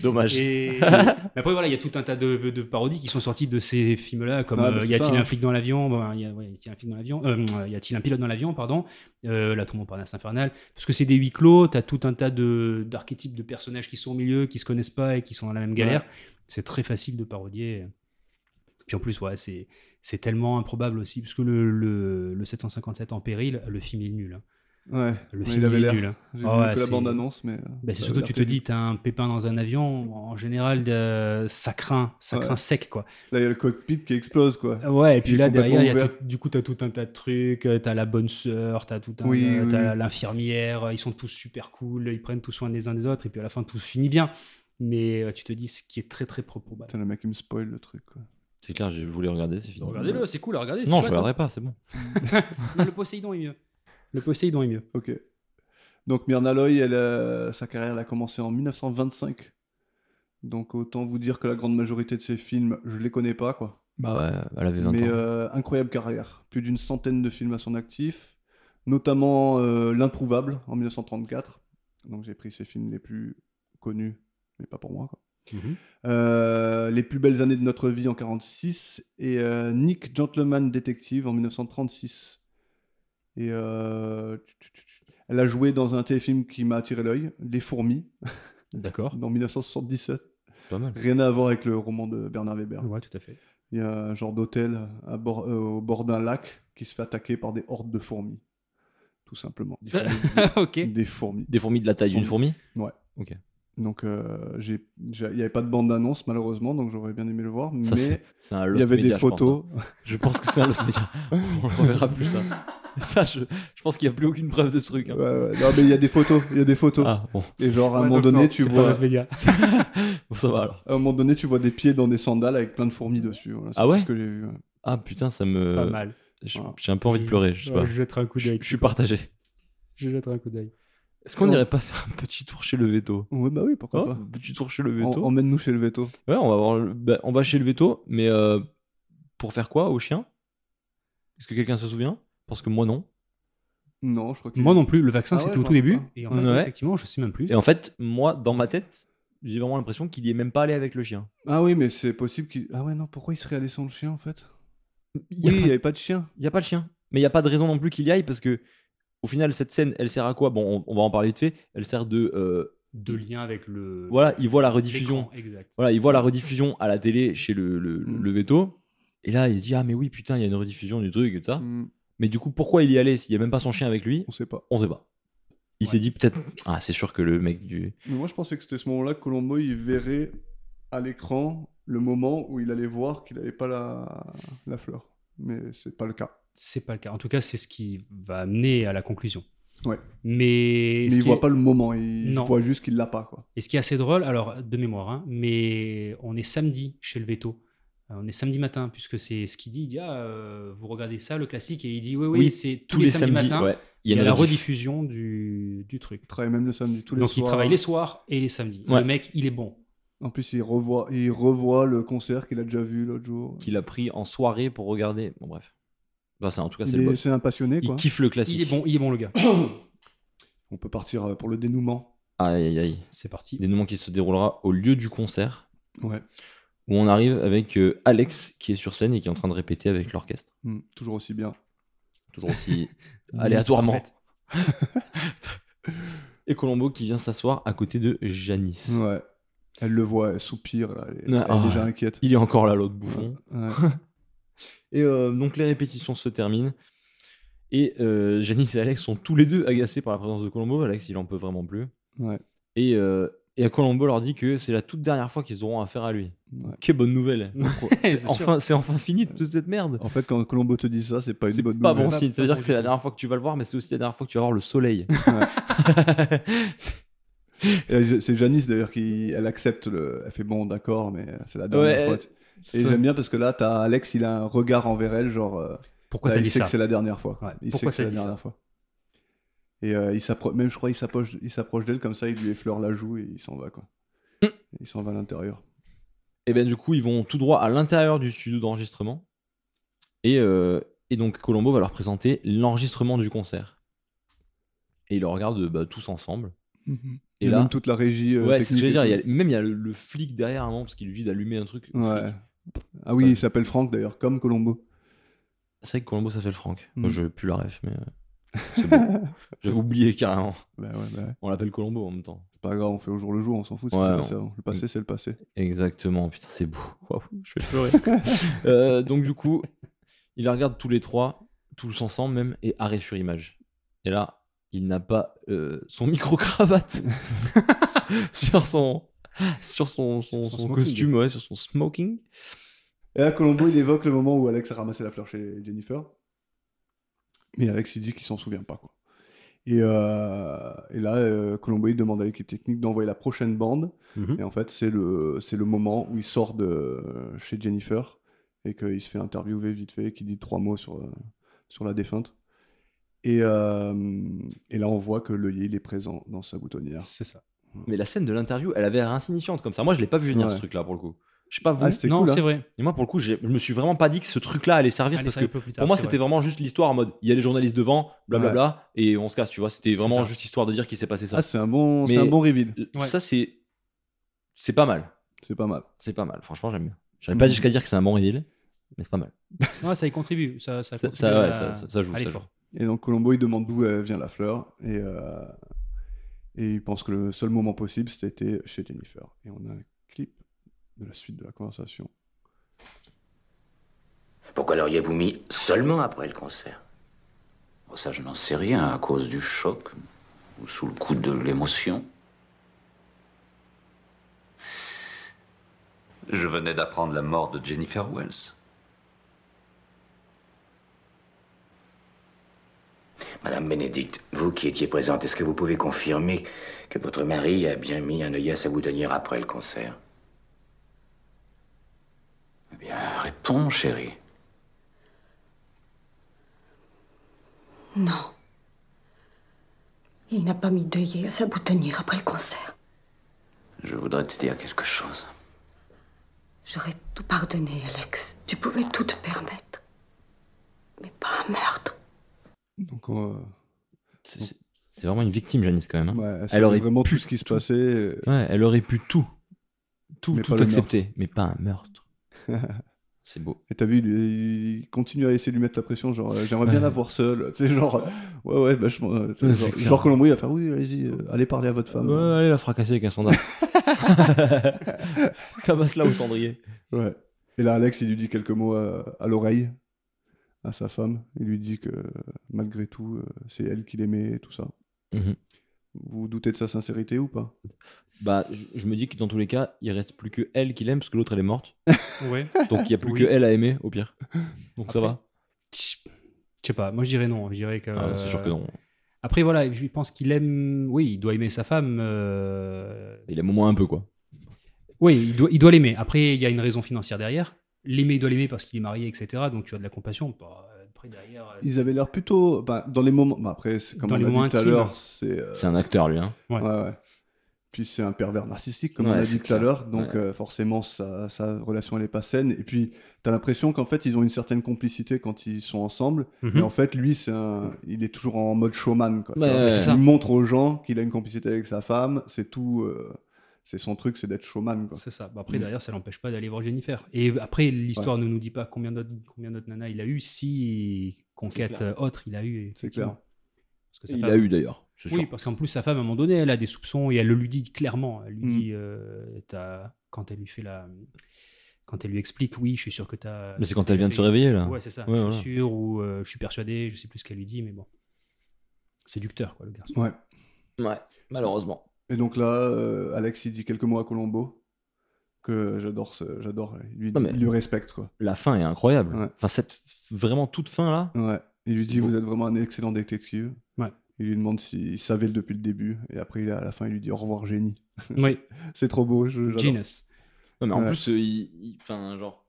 [SPEAKER 3] Dommage.
[SPEAKER 2] Et... Mais après, voilà, il y a tout un tas de, de parodies qui sont sorties de ces films-là, comme
[SPEAKER 1] Ah,
[SPEAKER 2] euh,
[SPEAKER 1] bah, c'est
[SPEAKER 2] Y a-t-il
[SPEAKER 1] ça,
[SPEAKER 2] un
[SPEAKER 1] hein.
[SPEAKER 2] flic dans l'avion Bon, y a- ouais, Y a-t-il un flic dans l'avion Euh, euh, Y a-t-il un pilote dans l'avion Pardon. Euh, La Tour Montparnasse infernale. Parce que c'est des huis clos, t'as tout un tas de d'archétypes de personnages qui sont au milieu, qui se connaissent pas et qui sont dans la même galère. C'est très facile de parodier. Puis en plus, ouais, c'est c'est tellement improbable aussi, parce que le, le, le 757 en péril, le film est nul. hein.
[SPEAKER 1] Ouais.
[SPEAKER 2] Le
[SPEAKER 1] Ouais,
[SPEAKER 2] film
[SPEAKER 1] il avait
[SPEAKER 2] est
[SPEAKER 1] l'air.
[SPEAKER 2] nul. hein.
[SPEAKER 1] J'ai
[SPEAKER 2] Ah
[SPEAKER 1] vu
[SPEAKER 2] ouais,
[SPEAKER 1] que la
[SPEAKER 2] c'est-
[SPEAKER 1] bande-annonce, mais. euh,
[SPEAKER 2] Ben, c'est
[SPEAKER 1] ça avait
[SPEAKER 2] surtout,
[SPEAKER 1] l'air
[SPEAKER 2] tu te
[SPEAKER 1] terrible.
[SPEAKER 2] dis, t'as un pépin dans un avion, en général, euh, ça craint, ça
[SPEAKER 1] Ouais.
[SPEAKER 2] craint sec, quoi.
[SPEAKER 1] Là, il y a le cockpit qui explose, quoi.
[SPEAKER 2] Ah Ouais, et
[SPEAKER 1] Il
[SPEAKER 2] puis
[SPEAKER 1] est
[SPEAKER 2] là, derrière, il y a
[SPEAKER 1] complètement
[SPEAKER 2] tout- du coup, t'as tout un tas de trucs, euh, t'as la bonne sœur, t'as tout un,
[SPEAKER 1] Oui,
[SPEAKER 2] euh,
[SPEAKER 1] oui,
[SPEAKER 2] t'as
[SPEAKER 1] oui.
[SPEAKER 2] l'infirmière, euh, ils sont tous super cool, ils prennent tout soin des uns des autres, et puis à la fin, tout se finit bien. Mais euh, tu te dis ce qui est très, très pro- probable.
[SPEAKER 1] Putain, le mec, il me spoil le truc, quoi.
[SPEAKER 3] C'est clair, je voulais regarder, c'est fini.
[SPEAKER 2] Regardez-le, c'est cool, regardez. c'est
[SPEAKER 3] Non, je
[SPEAKER 2] chouette,
[SPEAKER 3] regarderai pas, c'est bon.
[SPEAKER 2] hein. Mais Le Poséidon est mieux. Le Poséidon est mieux.
[SPEAKER 1] Ok. Donc Myrna Loy, elle, euh, sa carrière elle a commencé en 1925. Donc autant vous dire que la grande majorité de ses films, je les connais pas quoi.
[SPEAKER 3] Bah ouais, elle avait 20
[SPEAKER 1] Mais
[SPEAKER 3] ans.
[SPEAKER 1] euh, incroyable carrière, plus d'une centaine de films à son actif, notamment euh, L'introuvable en 1934. Donc j'ai pris ses films les plus connus, mais pas pour moi. quoi. Euh, les plus belles années de notre vie en 46 et euh, Nick Gentleman Detective en 1936. Et euh, tu- tu- tu- tu- elle a joué dans un téléfilm qui m'a attiré l'œil, Les fourmis,
[SPEAKER 2] D'accord.
[SPEAKER 1] dans 1977.
[SPEAKER 3] Pas mal.
[SPEAKER 1] Rien à voir avec le roman de Bernard Weber.
[SPEAKER 2] Ouais, tout à fait.
[SPEAKER 1] Il y a un genre d'hôtel à bord- euh, au bord d'un lac qui se fait attaquer par des hordes de fourmis. Tout simplement. Des fourmis.
[SPEAKER 2] ok.
[SPEAKER 1] des fourmis.
[SPEAKER 3] Des fourmis de la taille
[SPEAKER 1] Son-
[SPEAKER 3] d'une fourmi
[SPEAKER 1] Donc, euh, j'ai- j'ai- il n'y avait pas de bande-annonce, malheureusement, donc j'aurais bien aimé le voir.
[SPEAKER 3] Ça,
[SPEAKER 1] mais
[SPEAKER 3] c'est- c'est un
[SPEAKER 1] il
[SPEAKER 3] lost
[SPEAKER 1] y avait
[SPEAKER 3] media,
[SPEAKER 1] des
[SPEAKER 3] je pense,
[SPEAKER 1] photos.
[SPEAKER 3] hein. Je pense, que c'est un lost media. On ne reverra plus ça. Ça, je, je pense qu'il n'y a plus aucune preuve de ce truc. hein.
[SPEAKER 1] Ouais, ouais. Non, mais il y a des photos, il y a des photos.
[SPEAKER 3] Ah, bon.
[SPEAKER 1] Et genre, à un
[SPEAKER 2] Ouais,
[SPEAKER 1] moment
[SPEAKER 2] donc non,
[SPEAKER 1] donné, tu
[SPEAKER 2] c'est pas
[SPEAKER 1] vois,
[SPEAKER 2] Las Vegas.
[SPEAKER 3] Bon, ça va alors.
[SPEAKER 1] à un moment donné, tu vois des pieds dans des sandales avec plein de fourmis dessus. Voilà, c'est
[SPEAKER 3] Ah
[SPEAKER 1] tout
[SPEAKER 3] ouais
[SPEAKER 1] ce que j'ai vu. ouais.
[SPEAKER 3] Ah putain, ça
[SPEAKER 1] Euh,
[SPEAKER 2] Pas
[SPEAKER 3] me.
[SPEAKER 2] mal.
[SPEAKER 3] J'ai
[SPEAKER 1] Voilà.
[SPEAKER 3] j'ai un peu envie de pleurer, je sais
[SPEAKER 2] Ouais,
[SPEAKER 3] pas.
[SPEAKER 2] Je jetterai un coup
[SPEAKER 3] Je
[SPEAKER 2] d'œil.
[SPEAKER 3] je suis partagé.
[SPEAKER 2] Je jetterai un coup d'œil.
[SPEAKER 3] Est-ce qu'on
[SPEAKER 1] Ouais.
[SPEAKER 3] n'irait pas faire un petit tour chez le veto
[SPEAKER 1] Ouais, bah oui,
[SPEAKER 2] Oh.
[SPEAKER 1] pourquoi
[SPEAKER 3] Un petit tour chez le
[SPEAKER 1] pas. En-
[SPEAKER 3] veto
[SPEAKER 1] Emmène-nous chez le veto.
[SPEAKER 3] Ouais, on va, voir le- bah, on va chez le veto, mais euh, pour faire quoi Au chien Est-ce que quelqu'un se souvient Parce que moi non.
[SPEAKER 1] Non, je crois que.
[SPEAKER 2] Moi non plus, le vaccin
[SPEAKER 1] Ah
[SPEAKER 2] c'était
[SPEAKER 1] ouais,
[SPEAKER 2] au
[SPEAKER 1] je
[SPEAKER 2] tout début.
[SPEAKER 1] comprends pas.
[SPEAKER 2] Et en fait,
[SPEAKER 3] Ouais.
[SPEAKER 2] effectivement, je sais même plus.
[SPEAKER 3] Et en fait, moi, dans ma tête, j'ai vraiment l'impression qu'il y est même pas allé avec le chien.
[SPEAKER 1] Ah oui, mais c'est possible qu'il. Ah ouais, non, pourquoi il serait allé sans le chien en fait
[SPEAKER 3] Il y a
[SPEAKER 1] Oui, il
[SPEAKER 3] pas-
[SPEAKER 1] n'y avait pas de chien.
[SPEAKER 3] il n'y a pas le chien. Mais il n'y a pas de raison non plus qu'il y aille parce que, au final, cette scène, elle sert à quoi Bon, on, on va en parler de fait. Elle sert de. euh,
[SPEAKER 2] De lien avec le.
[SPEAKER 3] voilà, il voit la rediffusion.
[SPEAKER 2] l'écran, Exact.
[SPEAKER 3] Voilà, il voit la rediffusion à la télé chez le, le, le-
[SPEAKER 1] Mm.
[SPEAKER 3] le veto. Et là, il se dit Ah, mais oui, putain, il y a une rediffusion du truc et
[SPEAKER 2] Ah.
[SPEAKER 3] tout ça.
[SPEAKER 1] Hmm,
[SPEAKER 3] Mais du coup, pourquoi il y allait s'il n'y a même pas son chien avec lui
[SPEAKER 1] on sait pas.
[SPEAKER 3] On sait pas. Il
[SPEAKER 2] Ouais.
[SPEAKER 3] s'est dit peut-être. Ah, c'est sûr que le mec du.
[SPEAKER 1] Mais moi, je pensais que c'était ce moment-là que Colombo il verrait à l'écran le moment où il allait voir qu'il n'avait pas la... la fleur. Mais c'est pas le cas.
[SPEAKER 2] C'est pas le cas. En tout cas, c'est ce qui va amener à la conclusion.
[SPEAKER 1] Ouais.
[SPEAKER 2] Mais.
[SPEAKER 1] Mais
[SPEAKER 2] ce
[SPEAKER 1] il
[SPEAKER 2] qui
[SPEAKER 1] voit
[SPEAKER 2] est-
[SPEAKER 1] pas le moment, il
[SPEAKER 2] Non.
[SPEAKER 1] voit juste qu'il l'a pas quoi.
[SPEAKER 2] Et ce qui est assez drôle, alors de mémoire, hein, mais on est samedi chez le veto. Euh, On est samedi matin, puisque c'est ce qu'il dit. Il dit Ah, euh, vous regardez ça, le classique, et il dit Oui, oui,
[SPEAKER 3] Oui,
[SPEAKER 2] c'est tous, les, samedis, matins.
[SPEAKER 3] ouais,
[SPEAKER 2] Il y a
[SPEAKER 3] une
[SPEAKER 2] la
[SPEAKER 3] rediff.
[SPEAKER 2] rediffusion du, du truc.
[SPEAKER 1] Il travaille même le samedi, tous les
[SPEAKER 2] Donc
[SPEAKER 1] soirs.
[SPEAKER 2] il travaille les soirs et les samedis.
[SPEAKER 3] Ouais.
[SPEAKER 2] Le mec, il est bon.
[SPEAKER 1] En plus, il revoit, il revoit le concert qu'il a déjà vu l'autre jour.
[SPEAKER 3] Qu'il a pris en soirée pour regarder. Bon, bref. Enfin, Bah, c'est- en tout cas, c'est
[SPEAKER 1] Il
[SPEAKER 3] le
[SPEAKER 1] est-
[SPEAKER 3] boss.
[SPEAKER 1] C'est un passionné
[SPEAKER 3] Il
[SPEAKER 1] quoi.
[SPEAKER 3] kiffe le classique.
[SPEAKER 2] Il est bon, il est bon le gars.
[SPEAKER 1] On peut partir euh, pour le dénouement.
[SPEAKER 3] Aïe, aïe, aïe.
[SPEAKER 2] C'est parti.
[SPEAKER 3] dénouement qui se déroulera au lieu du concert,
[SPEAKER 1] Ouais.
[SPEAKER 3] où on arrive avec euh, Alex qui est sur scène et qui est en train de répéter avec l'orchestre.
[SPEAKER 1] Hmm, toujours aussi bien.
[SPEAKER 3] Toujours aussi Mmh. aléatoirement.
[SPEAKER 2] Parfaite.
[SPEAKER 3] Et Colombo qui vient s'asseoir à côté de Janice.
[SPEAKER 1] Ouais. Elle le voit, elle soupire, là, elle, elle
[SPEAKER 3] Ah,
[SPEAKER 1] est déjà
[SPEAKER 3] ouais.
[SPEAKER 1] inquiète.
[SPEAKER 3] Il est encore là, l'autre bouffon.
[SPEAKER 1] Ouais.
[SPEAKER 3] Et euh, donc les répétitions se terminent. Et euh, Janice et Alex sont tous les deux agacés par la présence de Colombo. Alex, il en peut vraiment plus.
[SPEAKER 1] Ouais.
[SPEAKER 3] Et euh, Et Colombo leur dit que c'est la toute dernière fois qu'ils auront affaire à lui.
[SPEAKER 1] Ouais.
[SPEAKER 3] Quelle bonne nouvelle
[SPEAKER 2] C'est
[SPEAKER 3] C'est
[SPEAKER 2] sûr.
[SPEAKER 3] enfin, c'est enfin fini toute cette merde
[SPEAKER 1] En fait, quand Colombo te dit ça, c'est pas une
[SPEAKER 3] C'est
[SPEAKER 1] bonne
[SPEAKER 3] pas
[SPEAKER 1] nouvelle.
[SPEAKER 3] bon signe, ça veut dire que c'est la dernière fois que tu vas le voir, mais c'est aussi la dernière fois que tu vas voir le soleil.
[SPEAKER 1] Et C'est Janice d'ailleurs qui elle accepte le. Elle fait bon, d'accord, mais euh, c'est la
[SPEAKER 3] Ouais,
[SPEAKER 1] dernière fois. Et
[SPEAKER 3] C'est-
[SPEAKER 1] j'aime bien parce que là, t'as Alex, il a un regard envers elle, genre. euh,
[SPEAKER 2] Pourquoi
[SPEAKER 1] bah,
[SPEAKER 2] t'as
[SPEAKER 1] il
[SPEAKER 2] dit
[SPEAKER 1] sait
[SPEAKER 2] ça
[SPEAKER 1] que c'est la dernière fois.
[SPEAKER 2] Ouais.
[SPEAKER 1] Il
[SPEAKER 2] Pourquoi
[SPEAKER 1] sait
[SPEAKER 2] t'as
[SPEAKER 1] que c'est la
[SPEAKER 2] dit ça
[SPEAKER 1] dernière fois. Et euh, il s'appro- même je crois il s'approche, il s'approche d'elle comme ça, il lui effleure la joue et il s'en va quoi.
[SPEAKER 3] Mm.
[SPEAKER 1] Il s'en va à l'intérieur.
[SPEAKER 3] Et ben du coup, ils vont tout droit à l'intérieur du studio d'enregistrement. Et, euh, et donc Colombo va leur présenter l'enregistrement du concert. Et ils le regardent bah, tous ensemble.
[SPEAKER 1] Et,
[SPEAKER 3] Et là,
[SPEAKER 1] même toute la régie. euh,
[SPEAKER 3] ouais, c'est ce que
[SPEAKER 1] technique
[SPEAKER 3] j'allais
[SPEAKER 1] et
[SPEAKER 3] dire. il y a-
[SPEAKER 1] tout.
[SPEAKER 3] même il y a le, le flic derrière un moment parce qu'il lui dit d'allumer un truc. Le
[SPEAKER 1] Ouais.
[SPEAKER 3] flic.
[SPEAKER 1] Ah oui,
[SPEAKER 3] Ouais.
[SPEAKER 1] il s'appelle Franck d'ailleurs, comme Colombo.
[SPEAKER 3] C'est vrai que Colombo s'appelle Franck.
[SPEAKER 1] Mm.
[SPEAKER 3] Moi, je plus la ref, mais euh, c'est bon. J'avais oublié carrément.
[SPEAKER 1] Bah ouais, bah ouais.
[SPEAKER 3] On l'appelle Colombo en même temps.
[SPEAKER 1] C'est pas grave, on fait au jour le jour, on s'en fout. de ce qui
[SPEAKER 3] Ouais,
[SPEAKER 1] s'est
[SPEAKER 3] on-
[SPEAKER 1] passé avant. Le passé, c'est le passé.
[SPEAKER 3] Exactement, putain, c'est beau. Waouh, je vais pleurer. Euh, donc, du coup, ils la regardent tous les trois, tous ensemble même, et arrêt sur image. Et là, il n'a pas euh, son micro-cravate sur son, sur son, son,
[SPEAKER 2] Sur son
[SPEAKER 3] son
[SPEAKER 2] smoking.
[SPEAKER 3] costume, ouais, sur son smoking.
[SPEAKER 1] Et là, Colombo, il évoque le moment où Alex a ramassé la fleur chez Jennifer. Mais Alex, il dit qu'il s'en souvient pas. Quoi. Et, euh, et là, euh, Colombo, il demande à l'équipe technique d'envoyer la prochaine bande.
[SPEAKER 2] Mhm.
[SPEAKER 1] Et en fait, c'est le, c'est le moment où il sort de euh, chez Jennifer et qu'il se fait interviewer vite fait, qu'il dit trois mots sur, euh, sur la défunte. Et, euh, et là, on voit que l'œillet, il est présent dans sa boutonnière.
[SPEAKER 2] C'est ça.
[SPEAKER 3] Mais la scène de l'interview, elle avait l'air insignifiante comme ça. Moi, je l'ai pas vu venir
[SPEAKER 1] Ouais.
[SPEAKER 3] ce truc-là pour le coup. Je sais pas vous.
[SPEAKER 1] Ah, c'était
[SPEAKER 2] Non,
[SPEAKER 1] cool. hein.
[SPEAKER 2] c'est vrai.
[SPEAKER 3] et moi, pour le coup, j'ai- je me suis vraiment pas dit que ce truc-là allait servir
[SPEAKER 2] Allez,
[SPEAKER 3] parce
[SPEAKER 2] ça,
[SPEAKER 3] que
[SPEAKER 2] un peu plus tard,
[SPEAKER 3] Pour moi,
[SPEAKER 2] c'est
[SPEAKER 3] c'était
[SPEAKER 2] vrai.
[SPEAKER 3] vraiment juste l'histoire en mode il y a les journalistes devant, blablabla, et on se casse, tu vois. C'était
[SPEAKER 2] ça.
[SPEAKER 3] vraiment juste histoire de dire qu'il s'est passé ça.
[SPEAKER 1] Ah, c'est un bon, c'est
[SPEAKER 3] Mais-
[SPEAKER 1] un bon reveal.
[SPEAKER 3] L-
[SPEAKER 2] Ouais.
[SPEAKER 3] Ça, c'est. C'est pas mal.
[SPEAKER 1] C'est pas mal.
[SPEAKER 3] C'est pas mal. Franchement, j'aime bien. J'aurais pas
[SPEAKER 1] Mhm.
[SPEAKER 3] jusqu'à dire que c'est un bon reveal, mais c'est pas mal.
[SPEAKER 2] Ouais, ça y contribue. Ça, ça,
[SPEAKER 3] Ça,
[SPEAKER 2] contribue
[SPEAKER 3] ça, ouais,
[SPEAKER 2] à-
[SPEAKER 3] ça- ça- ça joue.
[SPEAKER 2] à
[SPEAKER 3] ça
[SPEAKER 2] l'effort.
[SPEAKER 3] joue.
[SPEAKER 1] Et donc Colombo, il demande d'où euh, vient la fleur. Et, euh, et il pense que le seul moment possible, c'était chez Jennifer. Et on a un clip de la suite de la conversation.
[SPEAKER 5] Pourquoi l'auriez-vous mis seulement après le concert
[SPEAKER 4] Oh, ça, je n'en sais rien à cause du choc ou sous le coup de l'émotion.
[SPEAKER 7] Je venais d'apprendre la mort de Jennifer Wells.
[SPEAKER 5] Madame Bénédicte, vous qui étiez présente, est-ce que vous pouvez confirmer que votre mari a bien mis un œillet à sa boutonnière après le concert
[SPEAKER 4] Eh bien, réponds, chérie.
[SPEAKER 6] Non. Il n'a pas mis d'œillet à sa boutonnière après le concert.
[SPEAKER 4] Je voudrais te dire quelque chose.
[SPEAKER 6] J'aurais tout pardonné, Alex. Tu pouvais tout te permettre. Mais pas un meurtre.
[SPEAKER 1] Donc on, euh,
[SPEAKER 3] C'est- C'est c'est vraiment une victime, Janice, quand même. hein.
[SPEAKER 1] ouais, elle
[SPEAKER 3] Elle aurait
[SPEAKER 1] savait vraiment
[SPEAKER 3] pu
[SPEAKER 1] tout ce qui se
[SPEAKER 3] tout-
[SPEAKER 1] passait. euh,
[SPEAKER 3] Ouais, elle aurait pu tout. Tout,
[SPEAKER 1] Mais
[SPEAKER 3] tout
[SPEAKER 1] pas le
[SPEAKER 3] accepter, mais pas un meurtre. c'est beau.
[SPEAKER 1] Et t'as vu, lui, il continue à essayer de lui mettre la pression, genre euh, j'aimerais bien
[SPEAKER 3] Ouais.
[SPEAKER 1] la voir seule. Tu sais, genre, ouais, ouais, vachement. euh, tu sais,
[SPEAKER 3] Ouais, c'est
[SPEAKER 1] genre,
[SPEAKER 3] clair.
[SPEAKER 1] genre Colombo, il va faire oui, allez-y, euh, allez parler à votre femme.
[SPEAKER 3] Ouais, allez la fracasser avec un sondage. Tabasse-la au cendrier.
[SPEAKER 1] Ouais. Et là, Alex, il lui dit quelques mots à, à l'oreille, à sa femme. Il lui dit que malgré tout, euh, c'est elle qui l'aimait et tout ça.
[SPEAKER 3] Mhm.
[SPEAKER 1] Vous doutez de sa sincérité ou pas
[SPEAKER 3] Bah, je, je me dis que dans tous les cas, il reste plus que elle qui l'aime parce que l'autre elle est morte.
[SPEAKER 2] Ouais.
[SPEAKER 3] Donc il y a plus
[SPEAKER 2] Oui.
[SPEAKER 3] que elle à aimer au pire. Donc ça
[SPEAKER 2] Après, euh,
[SPEAKER 3] va.
[SPEAKER 2] Je sais pas. Moi, je dirais non. hein. Je dirais que.
[SPEAKER 3] Ah, c'est sûr que non.
[SPEAKER 2] Après, voilà, je pense qu'il aime. Oui, il doit aimer sa femme. euh,
[SPEAKER 3] Il aime au moins un peu quoi.
[SPEAKER 2] Oui, il doit, il doit l'aimer. Après, il y a une raison financière derrière. L'aimer, il doit l'aimer parce qu'il est marié, etc. Donc tu as de la compassion. Bah, Après, derrière. euh,
[SPEAKER 1] Ils avaient l'air plutôt. bah, dans les moments. bah, après, c'est- comme
[SPEAKER 2] Dans les
[SPEAKER 1] on
[SPEAKER 2] moments
[SPEAKER 1] l'a dit tout à
[SPEAKER 2] intimes.
[SPEAKER 1] l'heure, c'est. euh,
[SPEAKER 3] C'est un acteur lui. Hein.
[SPEAKER 1] Ouais, ouais. Puis c'est un pervers narcissique, comme
[SPEAKER 3] Ouais,
[SPEAKER 1] on l'a
[SPEAKER 3] c'est
[SPEAKER 1] dit tout à
[SPEAKER 3] clair.
[SPEAKER 1] l'heure. Donc
[SPEAKER 3] Ouais.
[SPEAKER 1] euh, forcément, sa, sa relation, elle est pas saine. Et puis, t'as l'impression qu'en fait, ils ont une certaine complicité quand ils sont ensemble.
[SPEAKER 2] mhm.
[SPEAKER 1] Mais en fait, lui, c'est un... il est toujours en mode showman. Quoi, tu
[SPEAKER 3] Ouais,
[SPEAKER 1] vois.
[SPEAKER 3] ouais,
[SPEAKER 1] il
[SPEAKER 3] c'est ça.
[SPEAKER 1] montre aux gens qu'il a une complicité avec sa femme. C'est tout. euh, C'est son truc, c'est d'être showman. Quoi.
[SPEAKER 2] C'est ça. Bah, après,
[SPEAKER 1] Mhm.
[SPEAKER 2] derrière, ça l'empêche pas d'aller voir Jennifer. Et après, l'histoire ne nous dit pas combien d'autres combien d'autres nanas il a eu, si conquête
[SPEAKER 3] clair.
[SPEAKER 2] euh, autre il a eu.
[SPEAKER 1] C'est
[SPEAKER 2] effectivement.
[SPEAKER 1] clair.
[SPEAKER 2] Parce que sa
[SPEAKER 3] Il
[SPEAKER 2] femme-
[SPEAKER 3] a eu d'ailleurs. c'est
[SPEAKER 2] Oui, bah,
[SPEAKER 3] sûr.
[SPEAKER 2] parce qu'en plus, sa femme, à un moment donné, elle a des soupçons et elle le lui dit clairement. Elle lui
[SPEAKER 1] Mm.
[SPEAKER 2] dit, euh, t'as- quand elle lui fait la. Quand elle lui explique, oui, je suis sûr que tu as.
[SPEAKER 3] Mais c'est quand elle vient de se réveiller là.
[SPEAKER 2] Ouais, c'est ça.
[SPEAKER 3] Ouais,
[SPEAKER 2] je suis
[SPEAKER 3] voilà.
[SPEAKER 2] sûr ou euh, je suis persuadé, je sais plus ce qu'elle lui dit, mais bon. Séducteur, quoi, le garçon.
[SPEAKER 1] Ouais.
[SPEAKER 3] Ouais, malheureusement.
[SPEAKER 1] Et donc là, euh, Alex, il dit quelques mots à Colombo que j'adore, ce- j'adore. Il lui,
[SPEAKER 3] Non, mais-
[SPEAKER 1] il lui respecte, quoi.
[SPEAKER 3] La fin est incroyable.
[SPEAKER 1] Ouais.
[SPEAKER 3] Enfin, cette vraiment toute fin là.
[SPEAKER 1] Ouais. Il lui
[SPEAKER 3] C'est
[SPEAKER 1] dit,
[SPEAKER 3] beau.
[SPEAKER 1] vous êtes vraiment un excellent détective.
[SPEAKER 2] Ouais.
[SPEAKER 1] Il lui demande s'il savait le depuis le début. Et après, il- à la fin, il lui dit au revoir, génie.
[SPEAKER 2] Oui,
[SPEAKER 1] C'est trop beau. je- j'adore.
[SPEAKER 2] Genius.
[SPEAKER 3] Non, mais en
[SPEAKER 1] Ouais.
[SPEAKER 3] plus, euh, il, il- enfin, genre,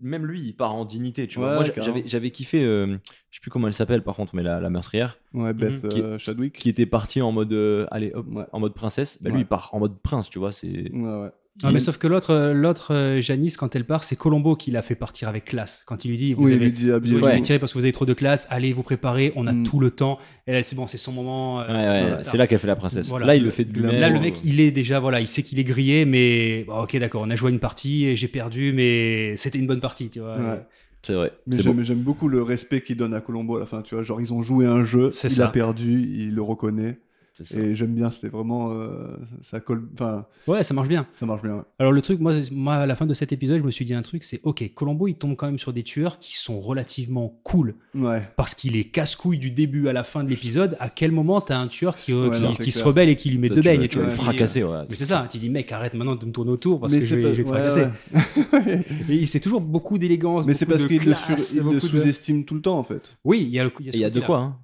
[SPEAKER 3] même lui, il part en dignité. Tu vois,
[SPEAKER 1] Ouais,
[SPEAKER 3] moi, j'a-
[SPEAKER 1] carrément.
[SPEAKER 3] j'avais, j'avais kiffé. euh, je sais plus comment elle s'appelle, par contre, mais la, la meurtrière
[SPEAKER 1] Ouais, Beth
[SPEAKER 3] Mhm. Qui-
[SPEAKER 1] euh, Chadwick.
[SPEAKER 3] qui était partie en mode, euh, allez, hop,
[SPEAKER 1] Ouais.
[SPEAKER 3] en mode princesse. Bah, lui,
[SPEAKER 1] Ouais.
[SPEAKER 3] il part en mode prince. Tu vois, c'est.
[SPEAKER 1] Ouais, ouais.
[SPEAKER 2] Ah,
[SPEAKER 3] Il-
[SPEAKER 2] mais sauf que l'autre, euh, l'autre euh, Janice, quand elle part, c'est Colombo qui l'a fait partir avec classe. Quand il lui dit, vous
[SPEAKER 1] Oui, il
[SPEAKER 2] avez,
[SPEAKER 1] lui dit
[SPEAKER 2] vous avez
[SPEAKER 1] habillez-vous.
[SPEAKER 2] jamais tiré parce que vous avez trop de classe, allez vous préparer, on a
[SPEAKER 1] Mm.
[SPEAKER 2] tout le temps. Et elle, c'est bon, c'est son moment. euh,
[SPEAKER 3] Ouais, ouais,
[SPEAKER 2] c'est la
[SPEAKER 3] ouais,
[SPEAKER 2] star.
[SPEAKER 3] c'est là qu'elle fait la princesse.
[SPEAKER 2] Voilà.
[SPEAKER 3] Là, il le fait de euh,
[SPEAKER 1] Là,
[SPEAKER 3] lui-même.
[SPEAKER 2] Là, le
[SPEAKER 1] Ouais.
[SPEAKER 2] mec, il est déjà, voilà, il sait qu'il est grillé, mais bon, ok, d'accord, on a joué une partie, et j'ai perdu, mais c'était une bonne partie, tu vois.
[SPEAKER 1] Ouais.
[SPEAKER 3] C'est vrai.
[SPEAKER 1] Mais
[SPEAKER 3] C'est beau.
[SPEAKER 1] j'aime j'aime beaucoup le respect qu'il donne à Colombo à la fin. Tu vois, genre, ils ont joué à un jeu, il
[SPEAKER 2] C'est
[SPEAKER 1] a
[SPEAKER 2] ça.
[SPEAKER 1] perdu, il le reconnaît.
[SPEAKER 3] C'est ça.
[SPEAKER 1] Et j'aime bien, c'est vraiment. euh, ça colle. Enfin,
[SPEAKER 2] Ouais, ça marche bien.
[SPEAKER 1] ça marche bien. ouais.
[SPEAKER 2] Alors le truc, moi, c'est- moi, à la fin de cet épisode, je me suis dit un truc, c'est ok, Colombo, il tombe quand même sur des tueurs qui sont relativement cool,
[SPEAKER 1] Ouais.
[SPEAKER 2] parce qu'il est casse-couille du début à la fin de l'épisode. À quel moment t'as un tueur qui, euh,
[SPEAKER 1] Ouais,
[SPEAKER 2] qui-
[SPEAKER 1] non, c'est
[SPEAKER 2] qui se
[SPEAKER 1] clair.
[SPEAKER 2] rebelle et qui lui met
[SPEAKER 3] Là,
[SPEAKER 2] deux
[SPEAKER 3] tu vas-
[SPEAKER 2] beignes et
[SPEAKER 3] tu vas
[SPEAKER 2] vois,
[SPEAKER 3] le
[SPEAKER 2] qui-
[SPEAKER 3] fracasser. ouais.
[SPEAKER 2] Mais c'est ça, tu dis mec, arrête maintenant de me tourner autour parce
[SPEAKER 1] Mais
[SPEAKER 2] que je
[SPEAKER 1] c'est
[SPEAKER 2] vais,
[SPEAKER 1] pas-
[SPEAKER 2] je vais te
[SPEAKER 1] ouais,
[SPEAKER 2] fracasser.
[SPEAKER 1] ouais.
[SPEAKER 2] Et il s'est toujours beaucoup d'élégance.
[SPEAKER 1] Mais c'est
[SPEAKER 2] beaucoup
[SPEAKER 1] parce
[SPEAKER 2] de
[SPEAKER 1] qu'il le,
[SPEAKER 2] classe,
[SPEAKER 1] sur- il le
[SPEAKER 2] beaucoup de-
[SPEAKER 1] sous-estime tout le temps, en fait.
[SPEAKER 2] Oui, il y a, le-
[SPEAKER 3] Et Il y a
[SPEAKER 2] ce
[SPEAKER 3] de
[SPEAKER 2] côté-là.
[SPEAKER 3] quoi. hein.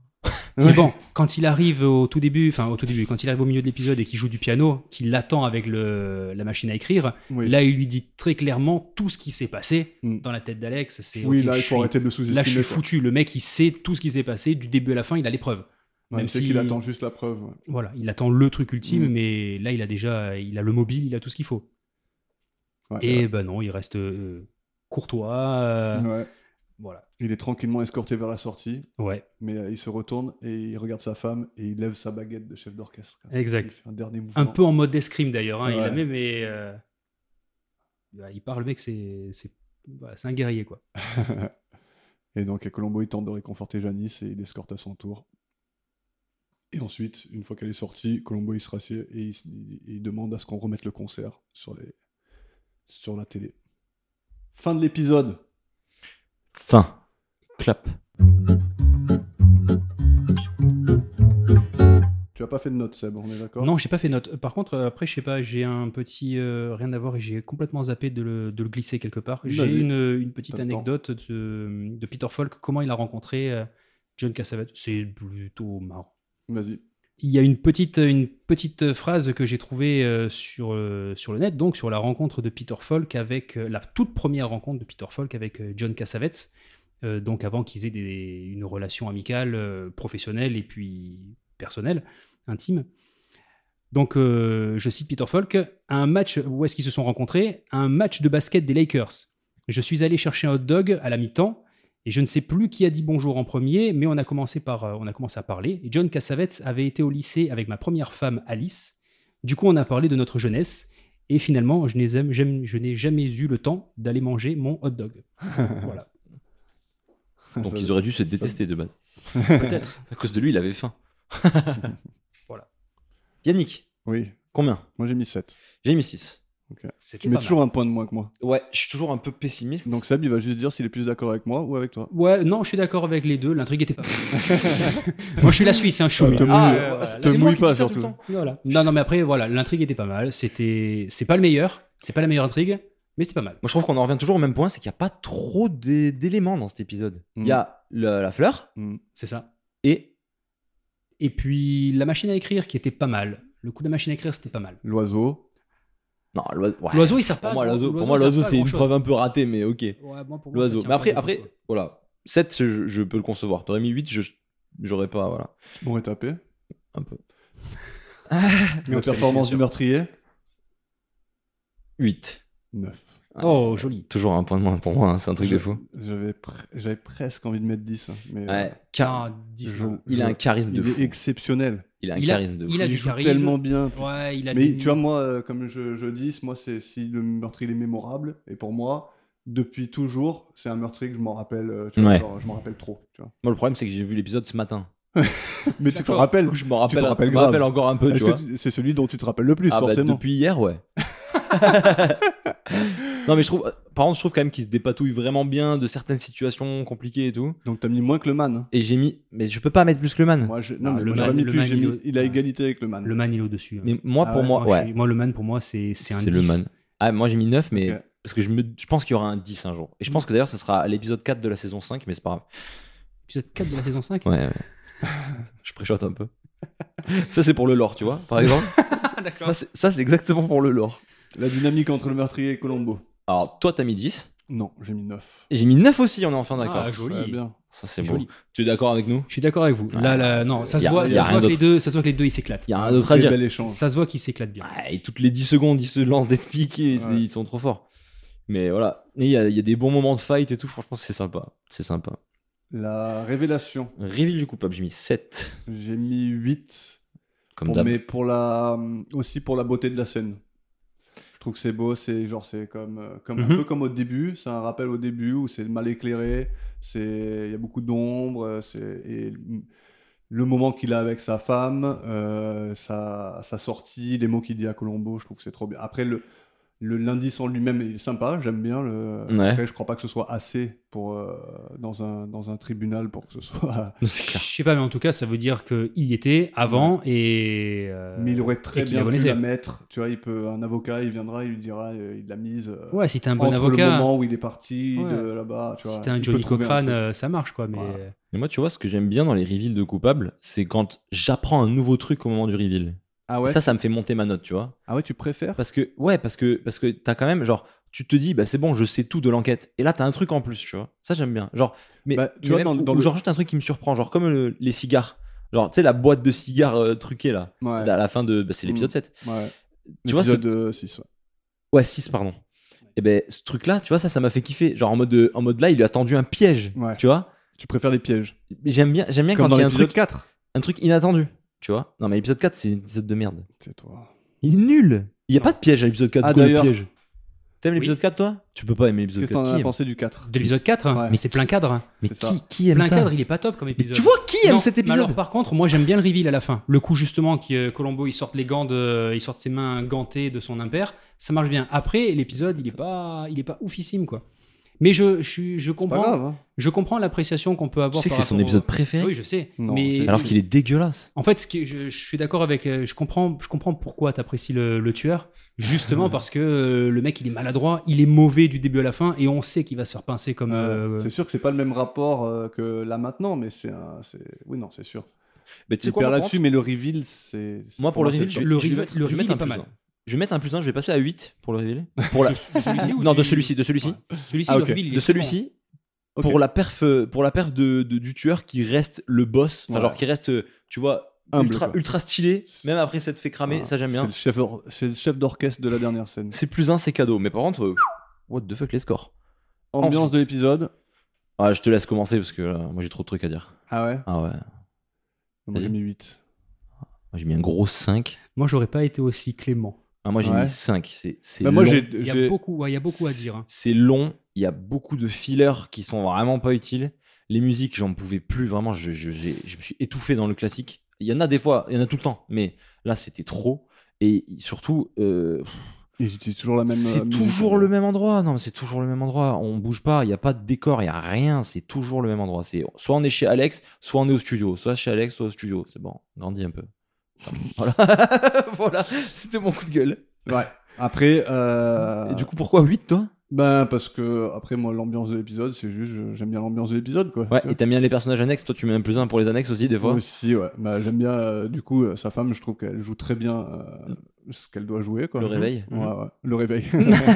[SPEAKER 2] Mais bon, quand il arrive au tout début, enfin au tout début, quand il arrive au milieu de l'épisode et qu'il joue du piano, qu'il l'attend avec le, la machine à écrire,
[SPEAKER 1] Oui,
[SPEAKER 2] là il lui dit très clairement tout ce qui s'est passé
[SPEAKER 1] Mm.
[SPEAKER 2] dans la tête d'Alex. C'est
[SPEAKER 1] oui
[SPEAKER 2] ok,
[SPEAKER 1] là,
[SPEAKER 2] je
[SPEAKER 1] il faut
[SPEAKER 2] suis-
[SPEAKER 1] arrêter de le
[SPEAKER 2] là, je
[SPEAKER 1] sous-estimer.
[SPEAKER 2] suis
[SPEAKER 1] quoi.
[SPEAKER 2] foutu. Le mec, il sait tout ce qui s'est passé du début à la fin. Il a l'épreuve.
[SPEAKER 1] Ouais,
[SPEAKER 2] même
[SPEAKER 1] il sait
[SPEAKER 2] si-
[SPEAKER 1] qu'il attend juste la preuve. ouais.
[SPEAKER 2] Voilà, il attend le truc ultime,
[SPEAKER 1] Mm.
[SPEAKER 2] mais là il a déjà, il a le mobile, il a tout ce qu'il faut.
[SPEAKER 1] Ouais, Ah, c'est Mm.
[SPEAKER 2] et ben non, il reste euh, courtois. euh,
[SPEAKER 1] vrai. Ouais.
[SPEAKER 2] Voilà.
[SPEAKER 1] Il est tranquillement escorté vers la sortie,
[SPEAKER 2] Ouais,
[SPEAKER 1] mais euh, il se retourne et il regarde sa femme et il lève sa baguette de chef d'orchestre. Il
[SPEAKER 2] exact.
[SPEAKER 1] fait un dernier mouvement.
[SPEAKER 2] Un peu en mode escrime d'ailleurs. hein, Il
[SPEAKER 1] Ouais.
[SPEAKER 2] la met, mais euh, bah, il parle, mec, c'est c'est bah, c'est un guerrier quoi.
[SPEAKER 1] Et donc, Colombo, il tente de réconforter Janice et il l'escorte à son tour. Et ensuite, une fois qu'elle est sortie, Colombo, il se rassied et il, il- il demande à ce qu'on remette le concert sur, les, sur la télé. Fin de l'épisode
[SPEAKER 3] Fin. Clap.
[SPEAKER 1] Tu as pas fait de notes, Seb, on est d'accord
[SPEAKER 2] Non, j'ai pas fait note. Par contre, euh, après, je sais pas, j'ai un petit euh, rien à voir et j'ai complètement zappé de le, de le glisser quelque part. J'ai
[SPEAKER 1] Vas-y.
[SPEAKER 2] une, une petite
[SPEAKER 1] T'as le temps.
[SPEAKER 2] anecdote de, de Peter Falk, comment il a rencontré euh, John Cassavetes. C'est plutôt marrant.
[SPEAKER 1] Vas-y.
[SPEAKER 2] Il y a une petite, une petite phrase que j'ai trouvée euh, sur, euh, sur le net, donc sur la rencontre de Peter Falk avec euh, la toute première rencontre de Peter Falk avec euh, John Cassavetes, euh, donc avant qu'ils aient des- une relation amicale, euh, professionnelle et puis personnelle, intime. Donc euh, je cite Peter Falk, un match où est-ce qu'ils se sont rencontrés Un match de basket des Lakers. Je suis allé chercher un hot dog à la mi-temps. Et je ne sais plus qui a dit bonjour en premier, mais on a commencé, par, euh, on a commencé à parler. Et John Cassavetes avait été au lycée avec ma première femme, Alice. Du coup, on a parlé de notre jeunesse. Et finalement, je n'ai zam- j'aime- je n'ai jamais eu le temps d'aller manger mon hot dog. voilà.
[SPEAKER 3] Donc
[SPEAKER 1] Ah, Ça-
[SPEAKER 3] ils auraient dû se
[SPEAKER 1] ça-
[SPEAKER 3] détester de base.
[SPEAKER 2] Peut-être.
[SPEAKER 3] À cause de lui, il avait faim. voilà. Yannick,
[SPEAKER 1] Oui,
[SPEAKER 3] combien
[SPEAKER 1] moi j'ai mis 7.
[SPEAKER 3] J'ai mis 6.
[SPEAKER 2] C'était
[SPEAKER 1] Tu mets
[SPEAKER 2] pas
[SPEAKER 1] toujours un point de moins que moi.
[SPEAKER 3] Ouais, je suis toujours un peu pessimiste.
[SPEAKER 1] Donc Seb, il va juste dire s'il est plus d'accord avec moi ou avec toi.
[SPEAKER 2] mal. Ouais, non, je suis d'accord avec les deux. L'intrigue était pas. Moi, je suis la Suisse, hein, je suis au
[SPEAKER 1] Te
[SPEAKER 2] milieu.
[SPEAKER 1] mouille-
[SPEAKER 2] Ah,
[SPEAKER 1] te
[SPEAKER 2] euh, voilà.
[SPEAKER 1] te
[SPEAKER 3] c'est moi
[SPEAKER 1] mouille
[SPEAKER 3] qui dis
[SPEAKER 1] pas
[SPEAKER 3] ça tout le
[SPEAKER 1] surtout.
[SPEAKER 3] temps.
[SPEAKER 2] Voilà. Non, non, mais après, voilà, l'intrigue était pas mal. C'était, c'est pas le meilleur, c'est pas la meilleure intrigue, mais c'était pas mal.
[SPEAKER 3] Moi, je trouve qu'on en revient toujours au même point, c'est qu'il n'y a pas trop d'é- d'éléments dans cet épisode. Il y a
[SPEAKER 2] Mm.
[SPEAKER 3] le- la fleur
[SPEAKER 2] C'est ça.
[SPEAKER 3] et
[SPEAKER 2] Et puis la machine à écrire qui était pas mal. Le coup de la machine à écrire, c'était pas mal.
[SPEAKER 1] L'oiseau.
[SPEAKER 3] non l'oiseau. ouais.
[SPEAKER 2] L'oiseau, il sert pas.
[SPEAKER 3] Pour
[SPEAKER 2] à
[SPEAKER 3] moi,
[SPEAKER 2] grand-
[SPEAKER 3] l'oiseau, pour moi, l'oiseau,
[SPEAKER 2] sert pas à
[SPEAKER 3] c'est une
[SPEAKER 2] grand-chose.
[SPEAKER 3] preuve un peu ratée, mais ok.
[SPEAKER 2] Ouais, moi, pour moi, ça
[SPEAKER 3] L'oiseau.
[SPEAKER 2] tient
[SPEAKER 3] Mais après,
[SPEAKER 2] pas
[SPEAKER 3] après,
[SPEAKER 2] beaucoup, quoi.
[SPEAKER 3] voilà. 7, je, je peux le concevoir. T'aurais mis 8, je j'aurais pas, voilà,
[SPEAKER 1] Tu m'aurais tapé.
[SPEAKER 3] un peu.
[SPEAKER 2] Ah,
[SPEAKER 1] La performance du meurtrier
[SPEAKER 3] 8.
[SPEAKER 1] 9.
[SPEAKER 2] Oh, joli.
[SPEAKER 3] Toujours un point de moins pour moi, hein, c'est un truc de fou.
[SPEAKER 2] Euh,
[SPEAKER 1] J'avais pre- j'avais presque envie de mettre 10. hein, Mais
[SPEAKER 3] Ouais,
[SPEAKER 1] euh,
[SPEAKER 3] car-
[SPEAKER 2] Ah, dix,
[SPEAKER 1] je-
[SPEAKER 2] non.
[SPEAKER 3] il a un charisme de
[SPEAKER 1] il
[SPEAKER 3] fou.
[SPEAKER 1] est exceptionnel.
[SPEAKER 3] Il a un
[SPEAKER 2] il a-
[SPEAKER 3] charisme de fou.
[SPEAKER 2] il a
[SPEAKER 1] il
[SPEAKER 2] du
[SPEAKER 1] joue
[SPEAKER 2] charisme.
[SPEAKER 1] tellement bien.
[SPEAKER 2] Ouais, il a
[SPEAKER 1] Mais
[SPEAKER 2] du-
[SPEAKER 1] tu vois, moi, euh, comme je, je dis, moi, c'est si le meurtrier est mémorable, et pour moi, depuis toujours, c'est un meurtrier que je m'en rappelle, euh, tu vois,
[SPEAKER 3] Ouais.
[SPEAKER 1] genre, je m'en rappelle trop. tu vois.
[SPEAKER 3] Moi, le problème, c'est que j'ai vu l'épisode ce matin.
[SPEAKER 1] Mais tu t'en
[SPEAKER 2] D'accord.
[SPEAKER 1] rappelles
[SPEAKER 3] Je m'en rappelle,
[SPEAKER 1] t'en rappelles
[SPEAKER 3] je m'en rappelle
[SPEAKER 1] grave.
[SPEAKER 3] encore un peu, tu
[SPEAKER 1] Est-ce
[SPEAKER 3] vois. bah,
[SPEAKER 1] que tu- C'est celui dont tu te rappelles le plus,
[SPEAKER 3] Ah bah,
[SPEAKER 1] forcément.
[SPEAKER 3] depuis hier, ouais. Non, mais je trouve, euh, par contre, je trouve quand même qu'il se dépatouille vraiment bien de certaines situations compliquées et tout.
[SPEAKER 1] Donc t'as mis moins que le man.
[SPEAKER 3] Et j'ai mis, mais je peux pas mettre plus que le man.
[SPEAKER 1] Moi, je... Non,
[SPEAKER 2] Non,
[SPEAKER 1] mais
[SPEAKER 2] Ah, le
[SPEAKER 1] moi, j'ai pas
[SPEAKER 2] man-
[SPEAKER 1] mis
[SPEAKER 2] le
[SPEAKER 1] plus,
[SPEAKER 2] man,
[SPEAKER 1] j'ai
[SPEAKER 2] il
[SPEAKER 1] mis-
[SPEAKER 2] est-
[SPEAKER 1] il a égalité avec le man.
[SPEAKER 2] Le man, il est au-dessus.
[SPEAKER 3] Mais moi,
[SPEAKER 1] Ah
[SPEAKER 3] pour
[SPEAKER 1] ouais,
[SPEAKER 3] moi,
[SPEAKER 2] je
[SPEAKER 3] ouais,
[SPEAKER 2] suis- moi, le man, pour moi, c'est c'est un
[SPEAKER 3] c'est le
[SPEAKER 2] 10.
[SPEAKER 3] man. Ah, moi j'ai mis 9, mais
[SPEAKER 1] Ok.
[SPEAKER 3] parce que je, me, je pense qu'il y aura un 10 un jour. Et je pense que d'ailleurs, ça sera à l'épisode 4 de la saison 5, mais c'est pas grave.
[SPEAKER 2] Épisode 4 de la saison 5
[SPEAKER 3] Ouais, ouais. je préchote un peu. ça, c'est pour le lore, tu vois, par exemple. ça, c'est- ça, c'est exactement pour le lore.
[SPEAKER 1] La dynamique entre le meurtrier et Colombo.
[SPEAKER 3] Alors, toi, t'as mis 10.
[SPEAKER 1] Non, j'ai mis 9.
[SPEAKER 3] Et j'ai mis 9 aussi, on est enfin d'accord.
[SPEAKER 2] Ah, joli.
[SPEAKER 1] Très bien.
[SPEAKER 3] ça, c'est
[SPEAKER 2] joli.
[SPEAKER 3] bon. Tu es d'accord avec nous
[SPEAKER 2] Je suis d'accord avec vous.
[SPEAKER 3] Ouais,
[SPEAKER 2] là, là,
[SPEAKER 3] ça,
[SPEAKER 2] non,
[SPEAKER 3] c'est-
[SPEAKER 2] ça
[SPEAKER 3] y
[SPEAKER 2] se
[SPEAKER 3] a-
[SPEAKER 2] voit,
[SPEAKER 3] y a
[SPEAKER 2] ça se
[SPEAKER 3] rien
[SPEAKER 2] voit que les
[SPEAKER 3] d'autre.
[SPEAKER 2] deux, ça se voit que les deux, ils s'éclatent.
[SPEAKER 3] Il y a
[SPEAKER 1] Ah,
[SPEAKER 3] rien d'autre à dire.
[SPEAKER 1] bel échange.
[SPEAKER 2] Ça se voit qu'ils s'éclatent bien.
[SPEAKER 3] Ouais, et toutes les 10 secondes, ils se lancent des piquets, c'est-
[SPEAKER 1] Ouais.
[SPEAKER 3] ils sont trop forts. Mais voilà, Et il y, a- il y a des bons moments de fight et tout, franchement, c'est sympa. C'est sympa.
[SPEAKER 1] La révélation,
[SPEAKER 3] Reveal du coupable, j'ai mis 7,
[SPEAKER 1] j'ai mis 8.
[SPEAKER 3] comme
[SPEAKER 1] Pour,
[SPEAKER 3] d'hab.
[SPEAKER 1] mais pour la, euh, aussi pour la beauté de la scène. Je trouve que c'est beau, c'est genre c'est comme, euh, comme un
[SPEAKER 2] Mhm.
[SPEAKER 1] peu comme au début, c'est un rappel au début où c'est mal éclairé, c'est il y a beaucoup d'ombre, euh, c'est et le moment qu'il a avec sa femme, euh, sa, sa sortie, les mots qu'il dit à Colombo, je trouve que c'est trop bien. Après le le l'indice en lui-même il est sympa, j'aime bien le.
[SPEAKER 3] Ouais.
[SPEAKER 1] Après je crois pas que ce soit assez pour euh, dans un dans un tribunal pour que ce soit.
[SPEAKER 3] C'est
[SPEAKER 2] Je
[SPEAKER 3] clair.
[SPEAKER 2] sais pas, mais en tout cas, ça veut dire qu'il y était avant et. euh,
[SPEAKER 1] Mais il aurait très
[SPEAKER 2] et qu'il
[SPEAKER 1] bien
[SPEAKER 2] la
[SPEAKER 1] pu
[SPEAKER 2] connaissait.
[SPEAKER 1] la mettre. Tu vois, il peut, un avocat, il viendra, il lui dira, euh, il l'a mise euh,
[SPEAKER 2] Ouais, si t'es un bon
[SPEAKER 1] entre le
[SPEAKER 2] avocat,
[SPEAKER 1] moment où il est parti
[SPEAKER 2] Ouais.
[SPEAKER 1] de là-bas. Tu vois,
[SPEAKER 2] si t'es un
[SPEAKER 1] Il peut
[SPEAKER 2] Johnny
[SPEAKER 1] trouver un
[SPEAKER 2] Cochrane,
[SPEAKER 1] truc.
[SPEAKER 2] euh, ça marche quoi. Mais
[SPEAKER 1] Voilà.
[SPEAKER 3] Mais moi, tu vois, ce que j'aime bien dans les reveals de coupables, c'est quand j'apprends un nouveau truc au moment du reveal.
[SPEAKER 1] Ah ouais,
[SPEAKER 3] Ça, ça me fait monter ma note, tu vois.
[SPEAKER 1] ah ouais, tu préfères
[SPEAKER 3] Parce que, ouais, parce que, parce que t'as quand même, genre, tu te dis, bah c'est bon, je sais tout de l'enquête. Et là, t'as un truc en plus, tu vois. Ça, j'aime bien. Genre, mais,
[SPEAKER 1] Bah, tu
[SPEAKER 3] mais
[SPEAKER 1] vois,
[SPEAKER 3] même-
[SPEAKER 1] dans-
[SPEAKER 3] ou-
[SPEAKER 1] dans
[SPEAKER 3] ou
[SPEAKER 1] le-
[SPEAKER 3] genre, juste un truc qui me surprend, genre, comme le- les cigares. Genre, tu sais, la boîte de cigares euh, truquée, là,
[SPEAKER 1] Ouais,
[SPEAKER 3] à la fin de. bah, c'est l'épisode
[SPEAKER 1] Mm.
[SPEAKER 3] 7.
[SPEAKER 1] ouais.
[SPEAKER 3] Tu vois, ce-
[SPEAKER 1] Épisode, euh, 6. ouais.
[SPEAKER 3] Ouais, 6, pardon. Et ben, ce truc-là, tu vois, ça, ça m'a fait kiffer. Genre, en mode, de- en mode là, il lui a tendu un piège,
[SPEAKER 1] Ouais.
[SPEAKER 3] tu vois.
[SPEAKER 1] Tu préfères les pièges.
[SPEAKER 3] J'aime bien, j'aime bien
[SPEAKER 1] Comme
[SPEAKER 3] quand
[SPEAKER 1] dans
[SPEAKER 3] il y a un
[SPEAKER 1] l'épisode
[SPEAKER 3] truc,
[SPEAKER 1] 4.
[SPEAKER 3] un truc inattendu, tu vois. Non, mais l'épisode 4, c'est un épisode de merde.
[SPEAKER 1] C'est toi.
[SPEAKER 3] Il est nul. Il n'y a pas de piège à l'épisode 4.
[SPEAKER 1] Ah,
[SPEAKER 3] c'est quoi le
[SPEAKER 1] d'ailleurs.
[SPEAKER 3] piège T'aimes
[SPEAKER 2] Oui.
[SPEAKER 3] l'épisode 4, toi Tu peux pas aimer l'épisode
[SPEAKER 1] Qu'est-ce que t'en
[SPEAKER 3] 4.
[SPEAKER 1] as
[SPEAKER 3] Qui aime
[SPEAKER 1] pensé du 4
[SPEAKER 2] de l'épisode 4, hein,
[SPEAKER 1] Ouais.
[SPEAKER 2] mais c'est plein cadre. hein.
[SPEAKER 3] mais
[SPEAKER 1] C'est ça.
[SPEAKER 3] qui, qui aime
[SPEAKER 2] Plein
[SPEAKER 3] ça
[SPEAKER 2] cadre, il est pas top comme
[SPEAKER 3] Mais
[SPEAKER 2] épisode.
[SPEAKER 3] Tu vois, qui aime
[SPEAKER 2] Non,
[SPEAKER 3] cet
[SPEAKER 2] mais
[SPEAKER 3] épisode
[SPEAKER 2] alors, par contre, moi j'aime bien le reveal à la fin. Le coup justement que euh, Colombo il sorte les gants de, il sorte ses mains gantées de son impair, ça marche bien. Après l'épisode, il est pas, il est pas oufissime quoi. Mais je, je, suis- je
[SPEAKER 1] C'est pas
[SPEAKER 2] comprends,
[SPEAKER 1] grave. hein.
[SPEAKER 2] je comprends l'appréciation qu'on peut
[SPEAKER 3] Tu
[SPEAKER 2] avoir.
[SPEAKER 3] sais que c'est
[SPEAKER 2] par
[SPEAKER 3] son
[SPEAKER 2] rapport au-
[SPEAKER 3] épisode préféré
[SPEAKER 2] Oui, je sais.
[SPEAKER 1] Non,
[SPEAKER 2] mais
[SPEAKER 1] c'est-
[SPEAKER 3] Alors qu'il est dégueulasse.
[SPEAKER 2] en fait, ce qui, je, je suis d'accord avec, euh, je comprends, je comprends pourquoi t'apprécies le, le tueur, justement parce que euh, le mec il est maladroit, il est mauvais du début à la fin, et on sait qu'il va se faire pincer comme. euh,
[SPEAKER 1] C'est sûr que c'est pas le même rapport euh, que là maintenant, mais c'est un. c'est- Oui, non, c'est sûr.
[SPEAKER 3] Mais tu sais
[SPEAKER 1] Tu
[SPEAKER 3] quoi
[SPEAKER 1] perds
[SPEAKER 3] moi,
[SPEAKER 1] là-dessus, mais le reveal, c'est.
[SPEAKER 3] pour- Moi, pour le
[SPEAKER 1] moi,
[SPEAKER 3] reveal,
[SPEAKER 1] c'est
[SPEAKER 3] je
[SPEAKER 1] le
[SPEAKER 3] vais,
[SPEAKER 2] Le
[SPEAKER 3] je vais
[SPEAKER 2] reveal-
[SPEAKER 3] mettre-
[SPEAKER 2] le
[SPEAKER 3] je vais
[SPEAKER 2] reveal
[SPEAKER 3] mettre
[SPEAKER 2] est
[SPEAKER 3] un
[SPEAKER 2] pas
[SPEAKER 3] plus
[SPEAKER 2] mal.
[SPEAKER 3] un. Je vais mettre un plus 1, je vais passer à 8 pour le reveal. Pour la-
[SPEAKER 2] celui-ci ou
[SPEAKER 3] non, de
[SPEAKER 2] du-
[SPEAKER 3] celui-ci, de celui-ci.
[SPEAKER 2] Ouais. Celui-ci,
[SPEAKER 1] Ah,
[SPEAKER 2] le
[SPEAKER 1] ok.
[SPEAKER 2] reveal, il est
[SPEAKER 3] De
[SPEAKER 2] très bon.
[SPEAKER 3] celui-ci,
[SPEAKER 1] top.
[SPEAKER 3] pour
[SPEAKER 1] Ok.
[SPEAKER 3] la perf, euh, pour la perf de, de- du tueur qui reste le boss, enfin
[SPEAKER 1] Ouais.
[SPEAKER 3] genre qui reste, euh, tu vois,
[SPEAKER 1] Humble,
[SPEAKER 3] ultra,
[SPEAKER 1] quoi.
[SPEAKER 3] ultra stylé, même après s'être fait cramer,
[SPEAKER 1] Voilà.
[SPEAKER 3] ça j'aime bien.
[SPEAKER 1] Ah, C'est le chef or- C'est le chef d'orchestre de la dernière scène.
[SPEAKER 3] C'est plus un, c'est cadeau. Mais par contre, euh, what the fuck les scores
[SPEAKER 1] Ambiance
[SPEAKER 3] Ensuite.
[SPEAKER 1] de l'épisode.
[SPEAKER 3] Ah, je te laisse commencer parce que là, moi j'ai trop de trucs à dire.
[SPEAKER 1] Ah ouais
[SPEAKER 3] Ah ouais, moi
[SPEAKER 1] Moi, J'ai mis 8.
[SPEAKER 3] j'ai mis un gros 5.
[SPEAKER 2] Moi, j'aurais pas été aussi clément.
[SPEAKER 3] Ah, moi j'ai
[SPEAKER 1] Ouais.
[SPEAKER 3] mis 5. C'est c'est
[SPEAKER 1] Bah, moi,
[SPEAKER 3] long.
[SPEAKER 1] j'ai.
[SPEAKER 2] Il y a
[SPEAKER 1] j'ai-
[SPEAKER 2] beaucoup, ouais, il y a beaucoup à dire. hein.
[SPEAKER 3] C'est long, il y a beaucoup de fillers qui sont vraiment pas utiles. Les musiques, j'en pouvais plus, vraiment, je, je- j'ai- je me suis étouffé dans le classique. Il y en a des fois, il y en a tout le temps, mais là c'était trop. Et surtout, euh,
[SPEAKER 1] Ils utilisent toujours la même. euh,
[SPEAKER 3] c'est
[SPEAKER 1] musique,
[SPEAKER 3] toujours
[SPEAKER 1] euh,
[SPEAKER 3] le même endroit. Non, mais c'est toujours le même endroit. On bouge pas, il n'y a pas de décor, il n'y a rien. C'est toujours le même endroit. C'est Soit on est chez Alex, soit on est au studio. Soit chez Alex, soit au studio. C'est bon, grandis un peu. Voilà, voilà. c'était mon coup de gueule.
[SPEAKER 1] Ouais. Après, euh,
[SPEAKER 3] Et du coup, pourquoi 8 toi
[SPEAKER 1] ben parce que après moi l'ambiance de l'épisode, c'est juste je- j'aime bien l'ambiance de l'épisode quoi.
[SPEAKER 3] Ouais,
[SPEAKER 1] Tu
[SPEAKER 3] et t'aimes bien les personnages annexes. Toi, tu mets un plus un pour les annexes aussi, des
[SPEAKER 1] vois.
[SPEAKER 3] fois.
[SPEAKER 1] Moi aussi ouais. Bah, j'aime bien euh, du coup euh, sa femme, je trouve qu'elle joue très bien euh, ce qu'elle doit jouer quoi.
[SPEAKER 3] Le réveil.
[SPEAKER 1] Ouais, ouais. Le réveil.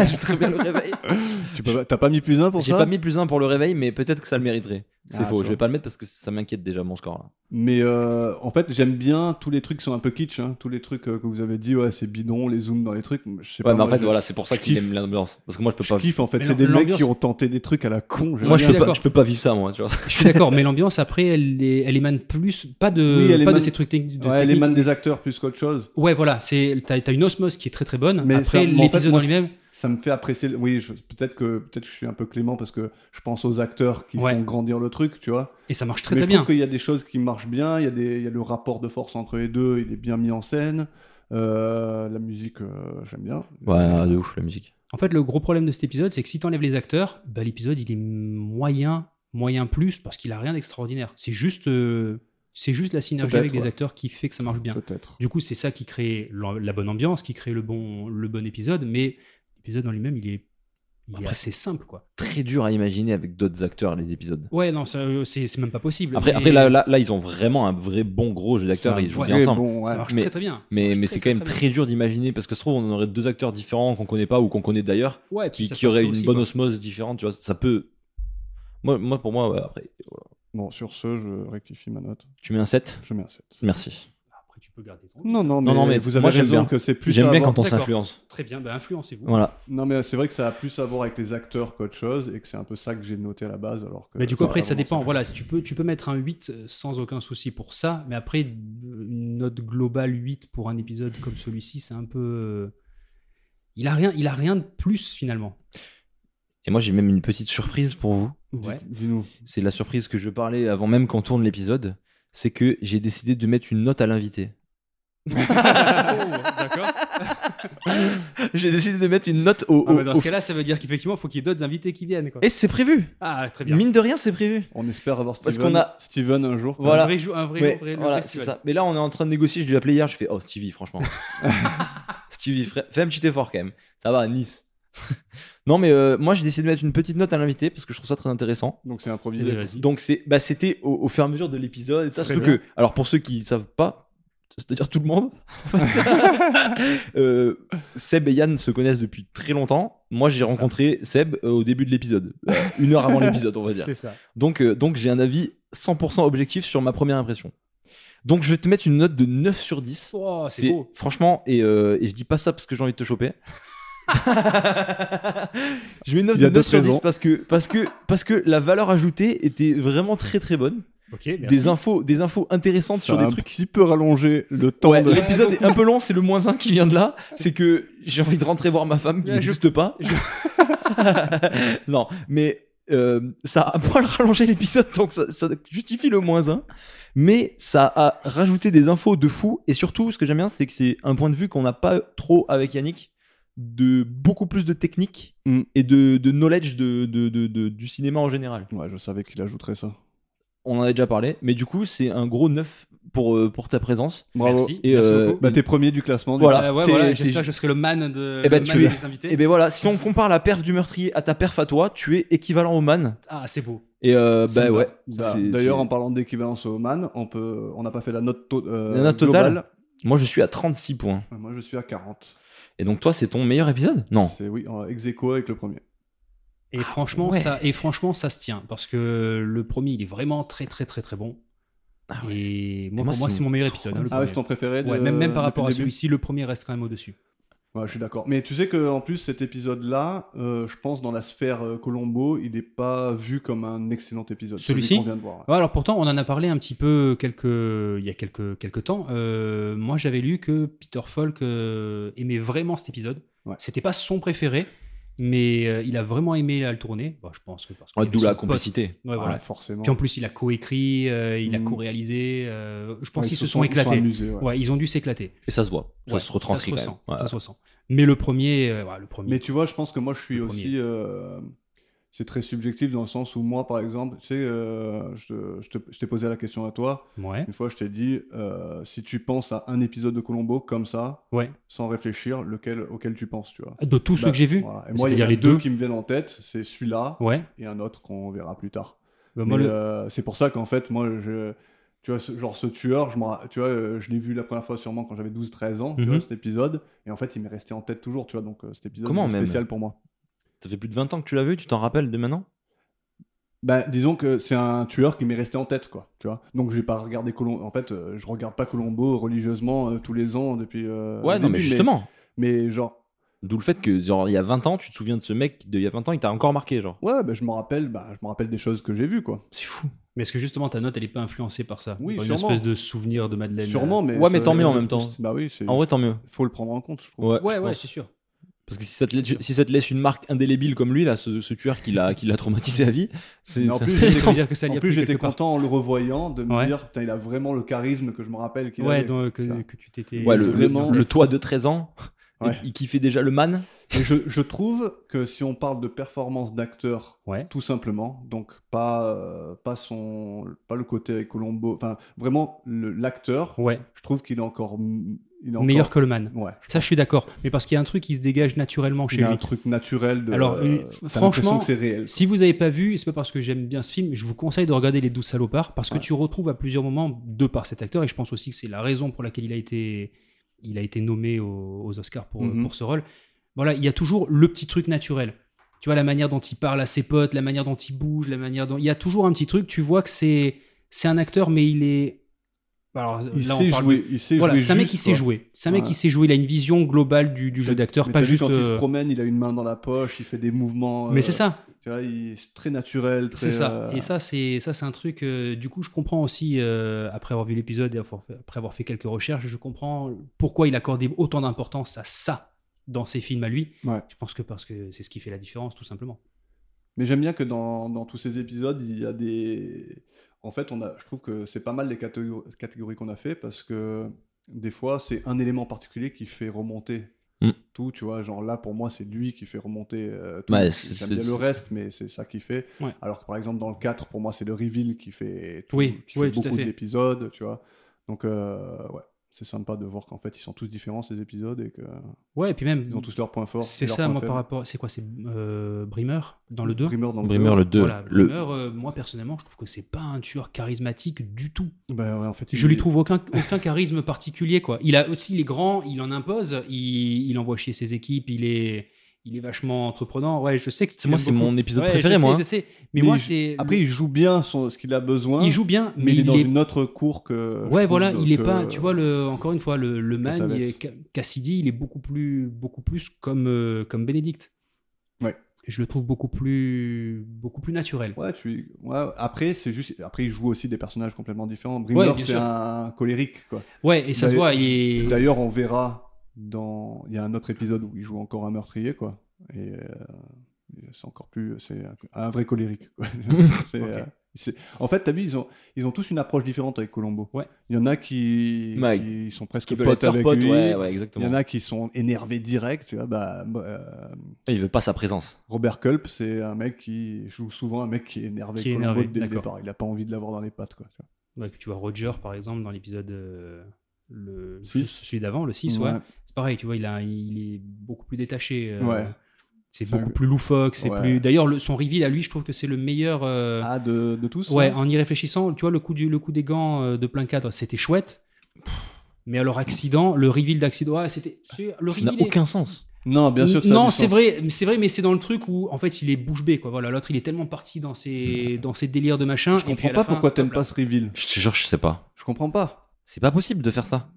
[SPEAKER 3] J'ai très bien le réveil.
[SPEAKER 1] tu peux pas- t'as pas mis plus un pour
[SPEAKER 3] J'ai
[SPEAKER 1] ça
[SPEAKER 3] pas mis plus un pour le réveil, mais peut-être que ça le mériterait. C'est
[SPEAKER 1] Ah,
[SPEAKER 3] faux,
[SPEAKER 1] tu
[SPEAKER 3] je
[SPEAKER 1] vois.
[SPEAKER 3] vais pas le mettre parce que ça m'inquiète déjà mon score là.
[SPEAKER 1] Mais euh, en fait, j'aime bien tous les trucs qui sont un peu kitsch, hein. tous les trucs euh, que vous avez dit, ouais, c'est bidon, les zooms dans les trucs. Je sais
[SPEAKER 3] Ouais,
[SPEAKER 1] pas,
[SPEAKER 3] mais en
[SPEAKER 1] moi,
[SPEAKER 3] fait,
[SPEAKER 1] je-
[SPEAKER 3] voilà, c'est pour ça
[SPEAKER 1] je
[SPEAKER 3] qu'il
[SPEAKER 1] kiffe.
[SPEAKER 3] aime l'ambiance. Parce que moi, je peux
[SPEAKER 1] Je
[SPEAKER 3] pas.
[SPEAKER 1] kiffe en fait,
[SPEAKER 2] Mais
[SPEAKER 1] c'est
[SPEAKER 2] non,
[SPEAKER 1] des mecs
[SPEAKER 2] l'ambiance-
[SPEAKER 1] qui ont tenté des trucs à la con. j'aime
[SPEAKER 3] Moi, je
[SPEAKER 1] bien.
[SPEAKER 3] peux pas,
[SPEAKER 2] d'accord.
[SPEAKER 3] je peux pas vivre ça, moi. Tu vois.
[SPEAKER 2] Je suis d'accord, mais l'ambiance après, elle, est- elle émane plus, pas de,
[SPEAKER 1] Oui, elle
[SPEAKER 2] pas de
[SPEAKER 1] émane-
[SPEAKER 2] ces trucs techniques. de
[SPEAKER 1] Ouais, les
[SPEAKER 2] technique.
[SPEAKER 1] man des acteurs plus qu'autre chose.
[SPEAKER 2] Ouais, voilà, c'est t'as as une osmose qui est très très bonne.
[SPEAKER 1] Mais ça-
[SPEAKER 2] après,
[SPEAKER 1] mais en fait,
[SPEAKER 2] l'épisode
[SPEAKER 1] moi,
[SPEAKER 2] en lui-même,
[SPEAKER 1] c- Ça me fait apprécier. le- Oui, je- peut-être que peut-être que je suis un peu clément parce que je pense aux acteurs qui
[SPEAKER 2] Ouais.
[SPEAKER 1] font grandir le truc, tu vois.
[SPEAKER 2] et ça marche très
[SPEAKER 1] Mais
[SPEAKER 2] très
[SPEAKER 1] je
[SPEAKER 2] bien.
[SPEAKER 1] trouve qu'il y a des choses qui marchent bien. Il y a des, il y a le rapport de force entre les deux. Il est bien mis en scène. Euh, la musique, euh, j'aime bien.
[SPEAKER 3] Ouais, de ouf la musique.
[SPEAKER 2] En fait, le gros problème de cet épisode, c'est que si t'enlèves les acteurs, bah, l'épisode, il est moyen, moyen plus, parce qu'il a rien d'extraordinaire. C'est juste, euh, c'est juste la synergie
[SPEAKER 1] Peut-être,
[SPEAKER 2] avec les
[SPEAKER 1] ouais.
[SPEAKER 2] acteurs qui fait que ça marche bien.
[SPEAKER 1] Peut-être.
[SPEAKER 2] Du coup, c'est ça qui crée l'am- la bonne ambiance, qui crée le bon, le bon épisode, mais l'épisode en lui-même, il est, il est
[SPEAKER 3] Après,
[SPEAKER 2] assez simple, quoi.
[SPEAKER 3] Très dur à imaginer avec d'autres acteurs les épisodes.
[SPEAKER 2] Ouais, non, ça, euh, c'est c'est même pas possible.
[SPEAKER 3] Après,
[SPEAKER 2] mais
[SPEAKER 3] après là, là, là, ils ont vraiment un vrai bon gros jeu d'acteurs
[SPEAKER 1] C'est
[SPEAKER 3] et
[SPEAKER 1] un
[SPEAKER 3] ils jouent
[SPEAKER 2] vrai
[SPEAKER 3] bien ensemble.
[SPEAKER 1] bon, ouais.
[SPEAKER 2] ça marche
[SPEAKER 3] mais-
[SPEAKER 2] très très bien. Ça
[SPEAKER 3] Mais,
[SPEAKER 2] marche
[SPEAKER 3] mais
[SPEAKER 2] très,
[SPEAKER 3] c'est quand
[SPEAKER 2] très,
[SPEAKER 3] même
[SPEAKER 2] très
[SPEAKER 3] très dur d'imaginer parce que ça se trouve, on aurait deux acteurs différents qu'on connaît pas ou qu'on connaît d'ailleurs
[SPEAKER 2] bien. Ouais, puis
[SPEAKER 3] qui,
[SPEAKER 2] ça
[SPEAKER 3] qui auraient
[SPEAKER 2] passerait
[SPEAKER 3] une
[SPEAKER 2] aussi,
[SPEAKER 3] bonne
[SPEAKER 2] quoi.
[SPEAKER 3] osmose différente. Tu vois, ça peut. Moi, moi pour moi, ouais, après, voilà.
[SPEAKER 1] Bon, sur ce, je rectifie ma note.
[SPEAKER 3] tu mets un 7.
[SPEAKER 1] Je mets un 7.
[SPEAKER 3] Merci.
[SPEAKER 2] Après, tu peux garder ton.
[SPEAKER 1] Non, non, mais,
[SPEAKER 3] non, mais
[SPEAKER 1] vous avez
[SPEAKER 3] moi, j'aime
[SPEAKER 1] raison
[SPEAKER 3] bien.
[SPEAKER 1] que c'est plus. à
[SPEAKER 3] J'aime bien
[SPEAKER 1] avoir-
[SPEAKER 3] quand on
[SPEAKER 2] D'accord.
[SPEAKER 3] s'influence.
[SPEAKER 2] Très bien, bah, influencez-vous.
[SPEAKER 3] Voilà.
[SPEAKER 1] Non, mais c'est vrai que ça a plus à voir avec les acteurs qu'autre chose et que c'est un peu ça que j'ai noté à la base. Alors que
[SPEAKER 2] Mais du coup,
[SPEAKER 1] ça
[SPEAKER 2] après, ça
[SPEAKER 1] vraiment
[SPEAKER 2] dépend. Voilà, si tu peux, tu peux mettre un 8 euh, sans aucun souci pour ça, mais après, une note globale 8 pour un épisode comme celui-ci, c'est un peu. euh, Il a rien, il a rien de plus finalement.
[SPEAKER 3] Et moi, j'ai même une petite surprise pour vous.
[SPEAKER 1] Dites-
[SPEAKER 2] Ouais.
[SPEAKER 1] Dis-nous.
[SPEAKER 3] C'est la surprise que je parlais avant même qu'on tourne l'épisode. C'est que j'ai décidé de mettre une note à l'invité.
[SPEAKER 2] Oh, D'accord.
[SPEAKER 3] j'ai décidé de mettre une note au. au-
[SPEAKER 2] Ah, bah, dans
[SPEAKER 3] au-
[SPEAKER 2] ce cas-là, ça veut dire qu'effectivement, il faut qu'il y ait d'autres invités qui viennent. Quoi.
[SPEAKER 3] Et c'est prévu.
[SPEAKER 2] Ah, très bien.
[SPEAKER 3] Mine de rien, c'est prévu.
[SPEAKER 1] On espère avoir Steven,
[SPEAKER 3] Parce qu'on a-
[SPEAKER 1] Steven un jour. quand
[SPEAKER 3] Voilà.
[SPEAKER 2] Un vrai jour, un vrai,
[SPEAKER 3] Ouais,
[SPEAKER 2] jour, vrai- le
[SPEAKER 3] voilà,
[SPEAKER 2] vrai
[SPEAKER 3] c'est
[SPEAKER 2] Steven.
[SPEAKER 3] ça. Mais là, on est en train de négocier. Je lui ai appelé hier. Je fais Oh, Stevie, franchement. Stevie, frais- fais un petit effort quand même. Ça va, Nice. non, mais euh, moi, j'ai décidé de mettre une petite note à l'invité parce que je trouve ça très intéressant.
[SPEAKER 1] même. Donc c'est
[SPEAKER 2] Eh ben,
[SPEAKER 1] improvisé.
[SPEAKER 2] vas-y.
[SPEAKER 3] Donc, c'est, bah, c'était au, au fur et à mesure de l'épisode. Et ça,
[SPEAKER 2] Très
[SPEAKER 3] surtout
[SPEAKER 2] bien.
[SPEAKER 3] que, alors, pour ceux qui savent pas, c'est-à-dire tout le monde, euh, Seb et Yann se connaissent depuis très longtemps. Moi, j'ai
[SPEAKER 2] C'est ça.
[SPEAKER 3] rencontré Seb euh, au début de l'épisode, Euh, une heure avant l'épisode, on va dire.
[SPEAKER 2] C'est ça.
[SPEAKER 3] Donc, euh, donc j'ai un avis 100% objectif sur ma première impression. Donc je vais te mettre une note de 9 sur 10.
[SPEAKER 1] Ah,
[SPEAKER 2] Oh, c'est beau.
[SPEAKER 3] Franchement, et, euh, et je dis pas ça parce que j'ai envie de te choper. je mets une note
[SPEAKER 1] Il y
[SPEAKER 3] de
[SPEAKER 1] a
[SPEAKER 3] 9
[SPEAKER 1] d'autres
[SPEAKER 3] sur 10
[SPEAKER 1] raisons.
[SPEAKER 3] parce que, parce, que, parce que la valeur ajoutée était vraiment très très bonne.
[SPEAKER 2] Ok, merci.
[SPEAKER 3] Des infos, des infos intéressantes
[SPEAKER 1] Ça
[SPEAKER 3] sur
[SPEAKER 1] a
[SPEAKER 3] des
[SPEAKER 1] un
[SPEAKER 3] trucs.
[SPEAKER 1] petit peu rallongé le temps
[SPEAKER 3] Ouais,
[SPEAKER 1] de.
[SPEAKER 3] L'épisode est un peu long, c'est le moins 1 qui vient de là. C'est que j'ai envie de rentrer voir ma femme qui
[SPEAKER 2] Ouais, je-
[SPEAKER 3] n'existe pas. non, mais euh, ça a un poil rallongé l'épisode, donc ça, ça justifie le moins 1. Mais ça a rajouté des infos de fou. Et surtout, ce que j'aime bien, c'est que c'est un point de vue qu'on n'a pas trop avec Yannick de beaucoup plus de technique
[SPEAKER 1] Mm.
[SPEAKER 3] et de, de knowledge de, de- de- de- du cinéma en général.
[SPEAKER 1] Ouais, je savais qu'il ajouterait ça.
[SPEAKER 3] On en a déjà parlé, mais du coup, c'est un gros 9 pour, euh, pour ta présence.
[SPEAKER 1] Bravo.
[SPEAKER 2] Merci.
[SPEAKER 3] Et, euh,
[SPEAKER 2] beaucoup.
[SPEAKER 1] Bah t'es premier du classement. du
[SPEAKER 3] Voilà.
[SPEAKER 2] Euh, ouais,
[SPEAKER 3] t'es-
[SPEAKER 2] voilà,
[SPEAKER 3] t'es-
[SPEAKER 2] J'espère que je serai le man, de,
[SPEAKER 3] Eh ben,
[SPEAKER 2] le
[SPEAKER 3] tu
[SPEAKER 2] man
[SPEAKER 3] l'es.
[SPEAKER 2] des invités.
[SPEAKER 3] Et ben voilà, si on compare la perf du meurtrier à ta perf à toi, tu es équivalent au man.
[SPEAKER 2] Ah, c'est beau.
[SPEAKER 3] Et euh,
[SPEAKER 1] Ça
[SPEAKER 3] bah
[SPEAKER 1] me va.
[SPEAKER 3] ouais.
[SPEAKER 1] Bah,
[SPEAKER 3] c'est-
[SPEAKER 1] D'ailleurs,
[SPEAKER 3] c'est-
[SPEAKER 1] en parlant d'équivalence au man, on peut, on n'a pas fait la note, to- euh,
[SPEAKER 3] La note totale
[SPEAKER 1] globale.
[SPEAKER 3] moi je suis à 36 points.
[SPEAKER 1] Moi, je suis à 40.
[SPEAKER 3] Et donc toi, c'est ton meilleur épisode Non.
[SPEAKER 1] C'est oui, en ex aequo avec le premier. Ah
[SPEAKER 2] Et franchement, ça, et franchement, ça se tient parce que le premier, il est vraiment très, très, très, très bon.
[SPEAKER 3] Ah
[SPEAKER 2] Et moi,
[SPEAKER 3] moi,
[SPEAKER 2] pour moi,
[SPEAKER 3] c'est
[SPEAKER 2] c'est mon meilleur
[SPEAKER 3] trop
[SPEAKER 2] épisode.
[SPEAKER 3] bien.
[SPEAKER 2] hein, le
[SPEAKER 1] Ah ouais,
[SPEAKER 2] premier.
[SPEAKER 1] c'est ton préféré. de-
[SPEAKER 2] Ouais, même, même par
[SPEAKER 1] euh, depuis
[SPEAKER 2] rapport
[SPEAKER 1] le
[SPEAKER 2] à
[SPEAKER 1] début
[SPEAKER 2] celui-ci, le premier reste quand même au-dessus.
[SPEAKER 1] Ouais, je suis d'accord. Mais tu sais que en plus cet épisode-là, euh, je pense dans la sphère euh, Colombo, il n'est pas vu comme un excellent épisode.
[SPEAKER 2] Celui-ci
[SPEAKER 1] qu'on vient de voir. ouais.
[SPEAKER 2] Ouais, alors pourtant, on en a parlé un petit peu quelques, il y a quelques, quelques temps. Euh, moi, j'avais lu que Peter Falk euh, aimait vraiment cet épisode.
[SPEAKER 1] Ouais.
[SPEAKER 2] C'était pas son préféré, mais euh, il a vraiment aimé à le tourner. Bah, je pense que parce que
[SPEAKER 3] Ouais, Ah, D'où la complicité.
[SPEAKER 2] Ouais,
[SPEAKER 1] Ouais,
[SPEAKER 2] voilà.
[SPEAKER 1] forcément.
[SPEAKER 2] Puis en plus, il a coécrit, euh, il a
[SPEAKER 1] Mhm.
[SPEAKER 2] co-réalisé. euh, je pense
[SPEAKER 1] Ouais,
[SPEAKER 2] qu'ils se sont éclatés.
[SPEAKER 1] amusés, ouais.
[SPEAKER 2] Ouais, ils ont dû s'éclater.
[SPEAKER 3] Et ça se voit. Ça
[SPEAKER 2] Ouais,
[SPEAKER 3] se retranscrit.
[SPEAKER 2] Ça se
[SPEAKER 3] quand
[SPEAKER 2] ressent.
[SPEAKER 3] même. Ouais.
[SPEAKER 2] ça se ressent. Mais le premier, euh, ouais, le premier.
[SPEAKER 1] Mais tu vois, je pense que moi, je suis
[SPEAKER 2] Le
[SPEAKER 1] aussi. euh, c'est très subjectif dans le sens où moi, par exemple, tu sais, euh, je, te- je te- je t'ai posé la question à toi.
[SPEAKER 2] Ouais,
[SPEAKER 1] Une fois, je t'ai dit, euh, si tu penses à un épisode de Colombo comme ça,
[SPEAKER 2] ouais.
[SPEAKER 1] sans réfléchir, lequel, auquel tu penses, tu vois.
[SPEAKER 2] De tous ceux
[SPEAKER 1] Bah,
[SPEAKER 2] que j'ai vus.
[SPEAKER 1] voilà. Et moi, il y
[SPEAKER 2] C'est-à-dire
[SPEAKER 1] a
[SPEAKER 2] les
[SPEAKER 1] les deux,
[SPEAKER 2] deux.
[SPEAKER 1] qui me viennent en tête. C'est celui-là
[SPEAKER 2] Ouais.
[SPEAKER 1] et un autre qu'on verra plus tard.
[SPEAKER 2] Bah, moi,
[SPEAKER 1] Mais,
[SPEAKER 2] le-
[SPEAKER 1] euh, c'est pour ça qu'en fait, moi, je, tu vois, ce, genre ce tueur, je, me ra- tu vois, euh, je l'ai vu la première fois sûrement quand j'avais 12-13 ans, tu
[SPEAKER 2] Mhm.
[SPEAKER 1] vois, cet épisode. Et en fait, il m'est resté en tête toujours, tu vois. Donc, euh, cet épisode
[SPEAKER 3] Comment
[SPEAKER 1] est
[SPEAKER 3] même
[SPEAKER 1] spécial pour moi.
[SPEAKER 3] Ça fait plus de 20 ans que tu l'as vu, tu t'en rappelles de maintenant
[SPEAKER 1] Bah, disons que c'est un tueur qui m'est resté en tête, quoi. Tu vois. Donc, j'ai pas regardé Colombo. En fait, euh, je regarde pas Colombo religieusement euh, tous les ans depuis. euh,
[SPEAKER 3] Ouais,
[SPEAKER 1] le
[SPEAKER 3] non, mais
[SPEAKER 1] début,
[SPEAKER 3] justement.
[SPEAKER 1] Mais, genre,
[SPEAKER 3] D'où le fait que, genre, il y a 20 ans, tu te souviens de ce mec d'il y a 20 ans, il t'a encore marqué, genre.
[SPEAKER 1] ouais, bah, je me rappelle, bah, je me rappelle des choses que j'ai vues, quoi.
[SPEAKER 3] C'est fou.
[SPEAKER 2] Mais est-ce que justement ta note, elle est pas influencée par ça
[SPEAKER 1] Oui,
[SPEAKER 2] Par Une
[SPEAKER 1] sûrement.
[SPEAKER 2] espèce de souvenir de Madeleine. euh,
[SPEAKER 1] Sûrement, mais.
[SPEAKER 3] Ouais, mais
[SPEAKER 1] ça-
[SPEAKER 3] tant mieux en même temps.
[SPEAKER 1] Bah oui, c'est.
[SPEAKER 3] En vrai, tant mieux.
[SPEAKER 1] Faut le prendre en compte, je trouve.
[SPEAKER 3] Ouais,
[SPEAKER 2] euh, Ouais,
[SPEAKER 3] je
[SPEAKER 2] ouais,
[SPEAKER 3] pense.
[SPEAKER 2] c'est sûr.
[SPEAKER 3] Parce que si ça, te laisse, si ça te laisse une marque indélébile comme lui, là, ce, ce tueur qui l'a qui l'a traumatisé à vie, c'est
[SPEAKER 1] Mais en
[SPEAKER 3] c'est
[SPEAKER 1] plus, il est
[SPEAKER 2] Ça
[SPEAKER 3] intéressant.
[SPEAKER 2] veut dire que ça l'y
[SPEAKER 1] En
[SPEAKER 2] a
[SPEAKER 1] plus,
[SPEAKER 2] plu
[SPEAKER 1] j'étais
[SPEAKER 2] quelque part.
[SPEAKER 1] content en le revoyant de me
[SPEAKER 2] Ouais.
[SPEAKER 1] dire, putain, il a vraiment le charisme que je me rappelle qu'il
[SPEAKER 2] Ouais,
[SPEAKER 1] avait.
[SPEAKER 2] donc,
[SPEAKER 1] ça.
[SPEAKER 2] que, que tu t'étais.
[SPEAKER 3] Ouais, le, le-
[SPEAKER 1] Vraiment.
[SPEAKER 3] le toit de 13 ans, et
[SPEAKER 1] Ouais.
[SPEAKER 3] il kiffait déjà le man.
[SPEAKER 1] Et je, je trouve que si on parle de performance d'acteur,
[SPEAKER 2] Ouais.
[SPEAKER 1] tout simplement, donc pas, euh, pas, son, pas le côté Colombo, enfin vraiment le- l'acteur,
[SPEAKER 2] Ouais,
[SPEAKER 1] je trouve qu'il est encore. m- Il est
[SPEAKER 2] meilleur
[SPEAKER 1] encore-
[SPEAKER 2] que le man.
[SPEAKER 1] Ouais.
[SPEAKER 2] Ça, je suis d'accord. Mais parce qu'il y a un truc qui se dégage naturellement chez
[SPEAKER 1] Il a un
[SPEAKER 2] lui.
[SPEAKER 1] truc naturel de.
[SPEAKER 2] Alors, euh,
[SPEAKER 1] t'as l'impression
[SPEAKER 2] franchement,
[SPEAKER 1] que c'est réel.
[SPEAKER 2] Si vous n'avez pas vu, et c'est pas parce que j'aime bien ce film, je vous conseille de regarder Les 12 salopards parce que
[SPEAKER 1] Ouais.
[SPEAKER 2] tu retrouves à plusieurs moments, de par cet acteur, et je pense aussi que c'est la raison pour laquelle il a été, il a été nommé aux, aux Oscars pour,
[SPEAKER 1] Mhm.
[SPEAKER 2] pour ce rôle. Voilà, il y a toujours le petit truc naturel. Tu vois, la manière dont il parle à ses potes, la manière dont il bouge, la manière dont. Il y a toujours un petit truc, tu vois que c'est, c'est un acteur, mais il est. Alors,
[SPEAKER 1] Il
[SPEAKER 2] là, on
[SPEAKER 1] sait
[SPEAKER 2] parle-
[SPEAKER 1] jouer. Il sait
[SPEAKER 2] Voilà,
[SPEAKER 1] jouer
[SPEAKER 2] c'est un mec
[SPEAKER 1] juste,
[SPEAKER 2] qui sait
[SPEAKER 1] quoi.
[SPEAKER 2] jouer. C'est un mec
[SPEAKER 1] Ouais.
[SPEAKER 2] qui sait jouer. Il a une vision globale du, du jeu
[SPEAKER 1] T'as-
[SPEAKER 2] d'acteur,
[SPEAKER 1] mais
[SPEAKER 2] pas
[SPEAKER 1] t'as vu
[SPEAKER 2] juste.
[SPEAKER 1] Quand il se
[SPEAKER 2] euh,
[SPEAKER 1] promène, il a une main dans la poche, il fait des mouvements.
[SPEAKER 2] Mais
[SPEAKER 1] euh,
[SPEAKER 2] c'est ça.
[SPEAKER 1] Tu vois, il- c'est très naturel. très,
[SPEAKER 2] C'est ça.
[SPEAKER 1] euh,
[SPEAKER 2] Et ça, c'est ça, c'est un truc. euh, du coup, je comprends aussi euh, après avoir vu l'épisode et avoir fait- après avoir fait quelques recherches, je comprends pourquoi il accordait autant d'importance à ça dans ses films à lui.
[SPEAKER 1] Ouais.
[SPEAKER 2] Je pense que parce que c'est ce qui fait la différence, tout simplement.
[SPEAKER 1] Mais j'aime bien que dans, dans tous ces épisodes, il y a des. En fait, on a, je trouve que c'est pas mal les catégories, catégories qu'on a fait parce que des fois, c'est un élément particulier qui fait remonter
[SPEAKER 3] Mm.
[SPEAKER 1] tout. Tu vois, genre là, pour moi, c'est lui qui fait remonter euh, tout.
[SPEAKER 3] Ouais, c'est-
[SPEAKER 1] J'aime
[SPEAKER 3] c'est-
[SPEAKER 1] bien le reste, mais c'est ça qui fait.
[SPEAKER 2] Ouais.
[SPEAKER 1] Alors que par exemple, dans le 4, pour moi, c'est le reveal qui fait, tout-
[SPEAKER 2] Oui,
[SPEAKER 1] qui
[SPEAKER 2] ouais,
[SPEAKER 1] fait
[SPEAKER 2] tout à
[SPEAKER 1] beaucoup
[SPEAKER 2] fait.
[SPEAKER 1] d'épisodes. Tu vois, donc euh, ouais, c'est sympa de voir qu'en fait, ils sont tous différents ces épisodes et qu'ils
[SPEAKER 2] Ouais, et puis même.
[SPEAKER 1] ont tous leurs points forts.
[SPEAKER 2] Mm. C'est
[SPEAKER 1] leurs
[SPEAKER 2] ça,
[SPEAKER 1] points
[SPEAKER 2] moi, par
[SPEAKER 1] faibles.
[SPEAKER 2] rapport. C'est quoi C'est euh, Brimmer dans le 2
[SPEAKER 1] Brimmer dans le
[SPEAKER 3] Brimmer, le 2.
[SPEAKER 2] Voilà,
[SPEAKER 3] le...
[SPEAKER 2] Brimmer, euh, moi personnellement, je trouve que c'est pas un tueur charismatique du tout.
[SPEAKER 1] deux. Ben ouais, en fait,
[SPEAKER 2] Je lui
[SPEAKER 1] il-
[SPEAKER 2] trouve aucun, aucun charisme particulier, quoi. Il a aussi, il est grand, il en impose, il, il envoie chier ses équipes, il est, il est vachement entreprenant. Ouais, je sais que tu
[SPEAKER 3] Moi,
[SPEAKER 2] l'aimes
[SPEAKER 3] c'est
[SPEAKER 2] beaucoup.
[SPEAKER 3] mon épisode
[SPEAKER 2] Ouais, je
[SPEAKER 3] préféré,
[SPEAKER 2] sais,
[SPEAKER 3] moi. hein.
[SPEAKER 2] Je sais, mais,
[SPEAKER 1] Mais
[SPEAKER 2] moi,
[SPEAKER 1] il-
[SPEAKER 2] c'est.
[SPEAKER 1] Après, il joue bien son, ce qu'il a besoin.
[SPEAKER 2] il joue bien,
[SPEAKER 1] mais il est dans
[SPEAKER 2] est-
[SPEAKER 1] une autre cour que. je
[SPEAKER 2] Ouais,
[SPEAKER 1] trouve, euh,
[SPEAKER 2] voilà, il est
[SPEAKER 1] que-
[SPEAKER 2] pas, tu vois, le, encore une fois, le, le man,
[SPEAKER 1] Cassavetes.
[SPEAKER 2] il est- Ca- Cassidy, il est beaucoup plus, beaucoup plus comme, euh, comme Bénédicte.
[SPEAKER 1] Ouais.
[SPEAKER 2] Je le trouve beaucoup plus, beaucoup plus naturel.
[SPEAKER 1] Ouais, tu. ouais, après, c'est juste. Après, il joue aussi des personnages complètement différents. Brimmer,
[SPEAKER 2] bien
[SPEAKER 1] c'est
[SPEAKER 2] sûr.
[SPEAKER 1] un colérique, quoi.
[SPEAKER 2] Ouais, et ça se
[SPEAKER 1] D'ailleurs-
[SPEAKER 2] voit, il est.
[SPEAKER 1] D'ailleurs, on verra dans. Il y a un autre épisode où il joue encore un meurtrier, quoi. Et euh, c'est encore plus. C'est un, un vrai colérique. quoi. C'est,
[SPEAKER 2] Ok.
[SPEAKER 1] euh, c'est- En fait, t'as vu, ils ont, ils ont tous une approche différente avec Colombo.
[SPEAKER 2] Ouais.
[SPEAKER 1] Il y en a qui,
[SPEAKER 3] Ouais.
[SPEAKER 1] qui sont presque
[SPEAKER 3] Qui veulent être
[SPEAKER 1] potes
[SPEAKER 3] leur
[SPEAKER 1] avec
[SPEAKER 3] pote,
[SPEAKER 1] lui.
[SPEAKER 3] ouais, ouais,
[SPEAKER 1] Il
[SPEAKER 3] exactement.
[SPEAKER 1] y en a qui sont énervés direct. Tu vois, bah, euh,
[SPEAKER 3] Il veut pas sa présence.
[SPEAKER 1] Robert Culp, c'est un mec qui joue souvent un mec qui est énervé,
[SPEAKER 2] Qui est
[SPEAKER 1] Columbo
[SPEAKER 2] énervé,
[SPEAKER 1] dès le
[SPEAKER 2] d'accord.
[SPEAKER 1] départ. Il n'a pas envie de l'avoir dans les pattes. Quoi, tu vois.
[SPEAKER 2] Ouais, que tu vois Roger, par exemple, dans l'épisode. euh, le
[SPEAKER 1] Six.
[SPEAKER 2] celui d'avant le 6 ouais,
[SPEAKER 1] Ouais.
[SPEAKER 2] c'est pareil, tu vois, il, a, il est beaucoup plus détaché. euh,
[SPEAKER 1] Ouais.
[SPEAKER 2] C'est
[SPEAKER 1] Ça,
[SPEAKER 2] beaucoup
[SPEAKER 1] je-
[SPEAKER 2] plus loufoque. C'est
[SPEAKER 1] Ouais.
[SPEAKER 2] plus. D'ailleurs, le- son reveal à lui, je trouve que c'est le meilleur. euh,
[SPEAKER 1] Ah, de, de tous
[SPEAKER 2] ouais,
[SPEAKER 1] hein
[SPEAKER 2] en y réfléchissant, tu vois, le coup, du, le coup des gants euh, de plein cadre, c'était chouette. Mais alors, accident, le reveal d'accident, ouais, c'était. c'est- Le
[SPEAKER 3] Ça n'a
[SPEAKER 2] reveal. est-
[SPEAKER 3] aucun sens.
[SPEAKER 1] Non, bien sûr que ça a
[SPEAKER 2] non,
[SPEAKER 1] du
[SPEAKER 2] c'est
[SPEAKER 1] sens.
[SPEAKER 2] vrai, c'est vrai, mais c'est dans le truc où en fait il est bouche bée quoi. Voilà, l'autre il est tellement parti dans ses dans ses délires de machin.
[SPEAKER 1] Je
[SPEAKER 2] et puis à
[SPEAKER 1] comprends
[SPEAKER 2] la
[SPEAKER 1] pas
[SPEAKER 2] fin,
[SPEAKER 1] pourquoi
[SPEAKER 2] hop
[SPEAKER 1] t'aimes
[SPEAKER 2] là.
[SPEAKER 1] pas ce reveal.
[SPEAKER 3] Je te jure, je sais pas.
[SPEAKER 1] Je comprends pas.
[SPEAKER 3] C'est pas possible de faire ça.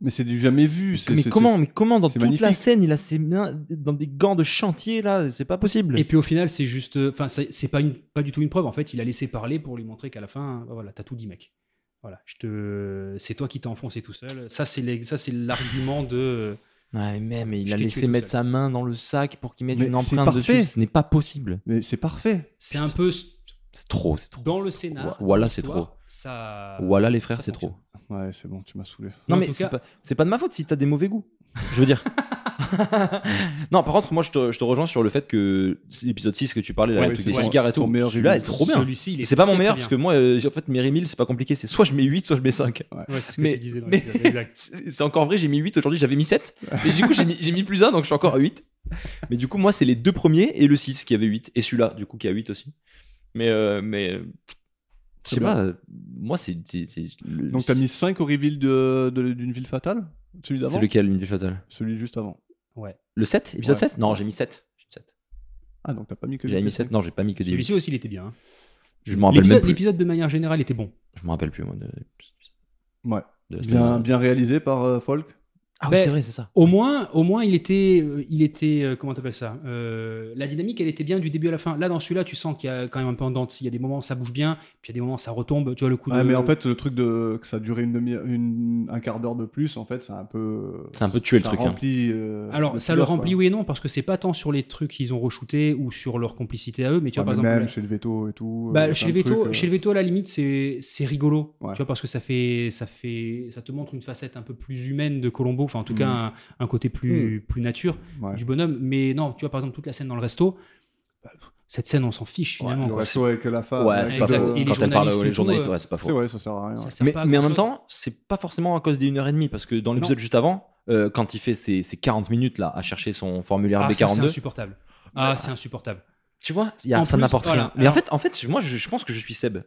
[SPEAKER 1] Mais c'est du jamais vu. c'est-
[SPEAKER 3] Mais
[SPEAKER 1] c'est-
[SPEAKER 3] comment, mais comment dans
[SPEAKER 1] c'est
[SPEAKER 3] toute la
[SPEAKER 1] magnifique.
[SPEAKER 3] scène, il a ses mains dans des gants de chantier là C'est pas possible.
[SPEAKER 2] Et puis au final, c'est juste. euh, Enfin, c'est c'est pas, une- pas du tout une preuve. En fait, il a laissé parler pour lui montrer qu'à la fin, bah voilà, t'as tout dit, mec. Voilà, je te... c'est toi qui t'es enfoncé tout seul. Ça, c'est les- ça, c'est l'argument de.
[SPEAKER 3] Ouais, mais même, il
[SPEAKER 2] Je
[SPEAKER 3] a
[SPEAKER 2] t'ai tué
[SPEAKER 3] laissé
[SPEAKER 2] tout
[SPEAKER 3] mettre
[SPEAKER 2] seul.
[SPEAKER 3] sa main dans le sac pour qu'il mette
[SPEAKER 1] Mais
[SPEAKER 3] une
[SPEAKER 1] c'est
[SPEAKER 3] empreinte dessus.
[SPEAKER 1] parfait.
[SPEAKER 3] Ce n'est pas possible.
[SPEAKER 1] C'est- Mais c'est parfait.
[SPEAKER 2] C'est un peu s-
[SPEAKER 3] C'est trop, c'est trop.
[SPEAKER 2] dans le scénar.
[SPEAKER 3] Voilà,
[SPEAKER 2] dans
[SPEAKER 3] c'est
[SPEAKER 2] l'histoire,
[SPEAKER 3] trop.
[SPEAKER 2] Ça.
[SPEAKER 3] Voilà, les frères,
[SPEAKER 2] ça
[SPEAKER 3] c'est
[SPEAKER 2] fonctionne.
[SPEAKER 3] trop.
[SPEAKER 1] Ouais, c'est bon, tu m'as saoulé.
[SPEAKER 3] Non,
[SPEAKER 2] En
[SPEAKER 3] mais
[SPEAKER 2] tout
[SPEAKER 3] c'est
[SPEAKER 2] cas-
[SPEAKER 3] pas, c'est pas de ma faute si t'as des mauvais goûts. Je veux dire. non, par contre, moi, je te, je te rejoins sur le fait que c'est l'épisode 6 que tu parlais, là,
[SPEAKER 2] Ouais,
[SPEAKER 3] avec
[SPEAKER 2] c'est-
[SPEAKER 3] des
[SPEAKER 2] ouais,
[SPEAKER 3] cigares
[SPEAKER 1] c'est
[SPEAKER 3] et
[SPEAKER 1] ton
[SPEAKER 3] tout,
[SPEAKER 1] meilleur
[SPEAKER 3] celui-là est
[SPEAKER 1] review.
[SPEAKER 3] trop bien.
[SPEAKER 2] Celui-ci, il est
[SPEAKER 3] C'est pas mon
[SPEAKER 2] très,
[SPEAKER 3] meilleur,
[SPEAKER 2] très
[SPEAKER 3] parce que
[SPEAKER 2] bien.
[SPEAKER 3] moi, euh, en fait, mes remills, c'est pas compliqué. C'est soit je mets 8, soit je mets 5.
[SPEAKER 2] Ouais, c'est ce que
[SPEAKER 3] Mais-
[SPEAKER 2] tu disais dans
[SPEAKER 3] mais-
[SPEAKER 2] l'épisode, exact.
[SPEAKER 3] C'est c'est encore vrai, j'ai mis 8 aujourd'hui, j'avais mis 7. Mais du coup, j'ai mis, j'ai mis plus 1, donc je suis encore à 8. Mais du coup, moi, c'est les deux premiers et le 6 qui avait 8. Et celui-là, du coup, qui a 8 aussi. Mais. euh, mais euh, je sais
[SPEAKER 1] Très bien.
[SPEAKER 3] pas, euh, moi, c'est. c'est- c'est le-
[SPEAKER 1] Donc t'as mis 5 au reveal de- de- d'une ville fatale Celui d'avant
[SPEAKER 3] C'est lequel, l'une du fatal
[SPEAKER 1] Celui juste avant.
[SPEAKER 3] Le 7 Épisode
[SPEAKER 1] Ouais.
[SPEAKER 3] 7 Non, j'ai mis 7. J'ai mis 7.
[SPEAKER 1] Ah, donc t'as pas mis que
[SPEAKER 3] J'avais
[SPEAKER 1] du
[SPEAKER 3] mis
[SPEAKER 1] P5.
[SPEAKER 3] 7. Non, j'ai pas mis que des 8.
[SPEAKER 2] Celui-ci aussi, il était bien. hein.
[SPEAKER 3] Je m'en rappelle même
[SPEAKER 2] L'épisode,
[SPEAKER 3] plus.
[SPEAKER 2] l'épisode, de manière générale était bon.
[SPEAKER 3] Je m'en rappelle plus, moi. De...
[SPEAKER 1] Ouais.
[SPEAKER 3] de la semaine
[SPEAKER 1] Bien,
[SPEAKER 3] dernière.
[SPEAKER 1] bien réalisé par euh, Folk
[SPEAKER 3] Ah
[SPEAKER 2] Ben,
[SPEAKER 3] oui, c'est vrai, c'est ça.
[SPEAKER 2] Au moins, au moins, il était, euh, il était, euh, comment t'appelles ça Euh, La dynamique, elle était bien du début à la fin. Là, dans celui-là, tu sens qu'il y a quand même un peu en dents. de scie. Il y a des moments où ça bouge bien, puis il y a des moments où ça retombe. Tu vois le coup
[SPEAKER 1] Ouais,
[SPEAKER 2] de.
[SPEAKER 1] mais en fait, le truc de que ça durait une demi, une, un quart d'heure de plus, en fait, ça a un peu.
[SPEAKER 3] C'est un peu tué le
[SPEAKER 1] ça
[SPEAKER 3] truc, hein.
[SPEAKER 1] Remplit, euh,
[SPEAKER 2] Alors, ça le
[SPEAKER 1] couleur,
[SPEAKER 2] remplit
[SPEAKER 1] quoi.
[SPEAKER 2] oui et non parce que c'est pas tant sur les trucs qu'ils ont re-shootés ou sur leur complicité à eux, mais tu
[SPEAKER 1] Ouais,
[SPEAKER 2] vois par
[SPEAKER 1] mais
[SPEAKER 2] exemple.
[SPEAKER 1] même
[SPEAKER 2] la-
[SPEAKER 1] chez le veto et tout.
[SPEAKER 2] Bah,
[SPEAKER 1] euh,
[SPEAKER 2] chez,
[SPEAKER 1] plein
[SPEAKER 2] le
[SPEAKER 1] de
[SPEAKER 2] veto,
[SPEAKER 1] trucs, euh,
[SPEAKER 2] chez le veto, à la limite, c'est c'est rigolo.
[SPEAKER 1] Ouais.
[SPEAKER 2] Tu vois, parce que ça fait, ça fait, ça te montre une facette un peu plus humaine de Colombo, enfin, en tout
[SPEAKER 1] Mm.
[SPEAKER 2] cas, un, un côté plus, plus nature
[SPEAKER 1] euh, ouais.
[SPEAKER 2] du bonhomme. Mais non, tu vois, par exemple, toute la scène dans le resto, bah, cette scène, on s'en fiche finalement.
[SPEAKER 1] Le
[SPEAKER 2] quoi.
[SPEAKER 1] resto avec la femme.
[SPEAKER 3] Ouais,
[SPEAKER 1] avec
[SPEAKER 3] c'est pas
[SPEAKER 1] le-
[SPEAKER 2] exact.
[SPEAKER 3] faux.
[SPEAKER 2] Et les
[SPEAKER 3] Quand elle parle
[SPEAKER 2] journalistes
[SPEAKER 3] aux
[SPEAKER 2] et tout,
[SPEAKER 3] journalistes,
[SPEAKER 2] euh,
[SPEAKER 3] ouais, c'est pas faux.
[SPEAKER 1] C'est vrai, ça sert à rien.
[SPEAKER 2] Ça
[SPEAKER 1] ouais.
[SPEAKER 2] sert
[SPEAKER 3] Mais,
[SPEAKER 2] pas à
[SPEAKER 3] mais en même
[SPEAKER 2] grand-chose.
[SPEAKER 3] temps, c'est pas forcément à cause des 1h30, parce que dans l'épisode juste avant, euh, quand il fait ses, ses 40 minutes là à chercher son formulaire
[SPEAKER 2] ah, ça, c'est
[SPEAKER 3] B42,
[SPEAKER 2] insupportable. Ah, c'est insupportable.
[SPEAKER 3] tu vois, il y a-
[SPEAKER 2] En
[SPEAKER 3] ça
[SPEAKER 2] plus,
[SPEAKER 3] n'apporte
[SPEAKER 2] voilà,
[SPEAKER 3] rien. Mais en
[SPEAKER 2] alors-
[SPEAKER 3] fait, en fait, moi je, je pense que je suis Seb.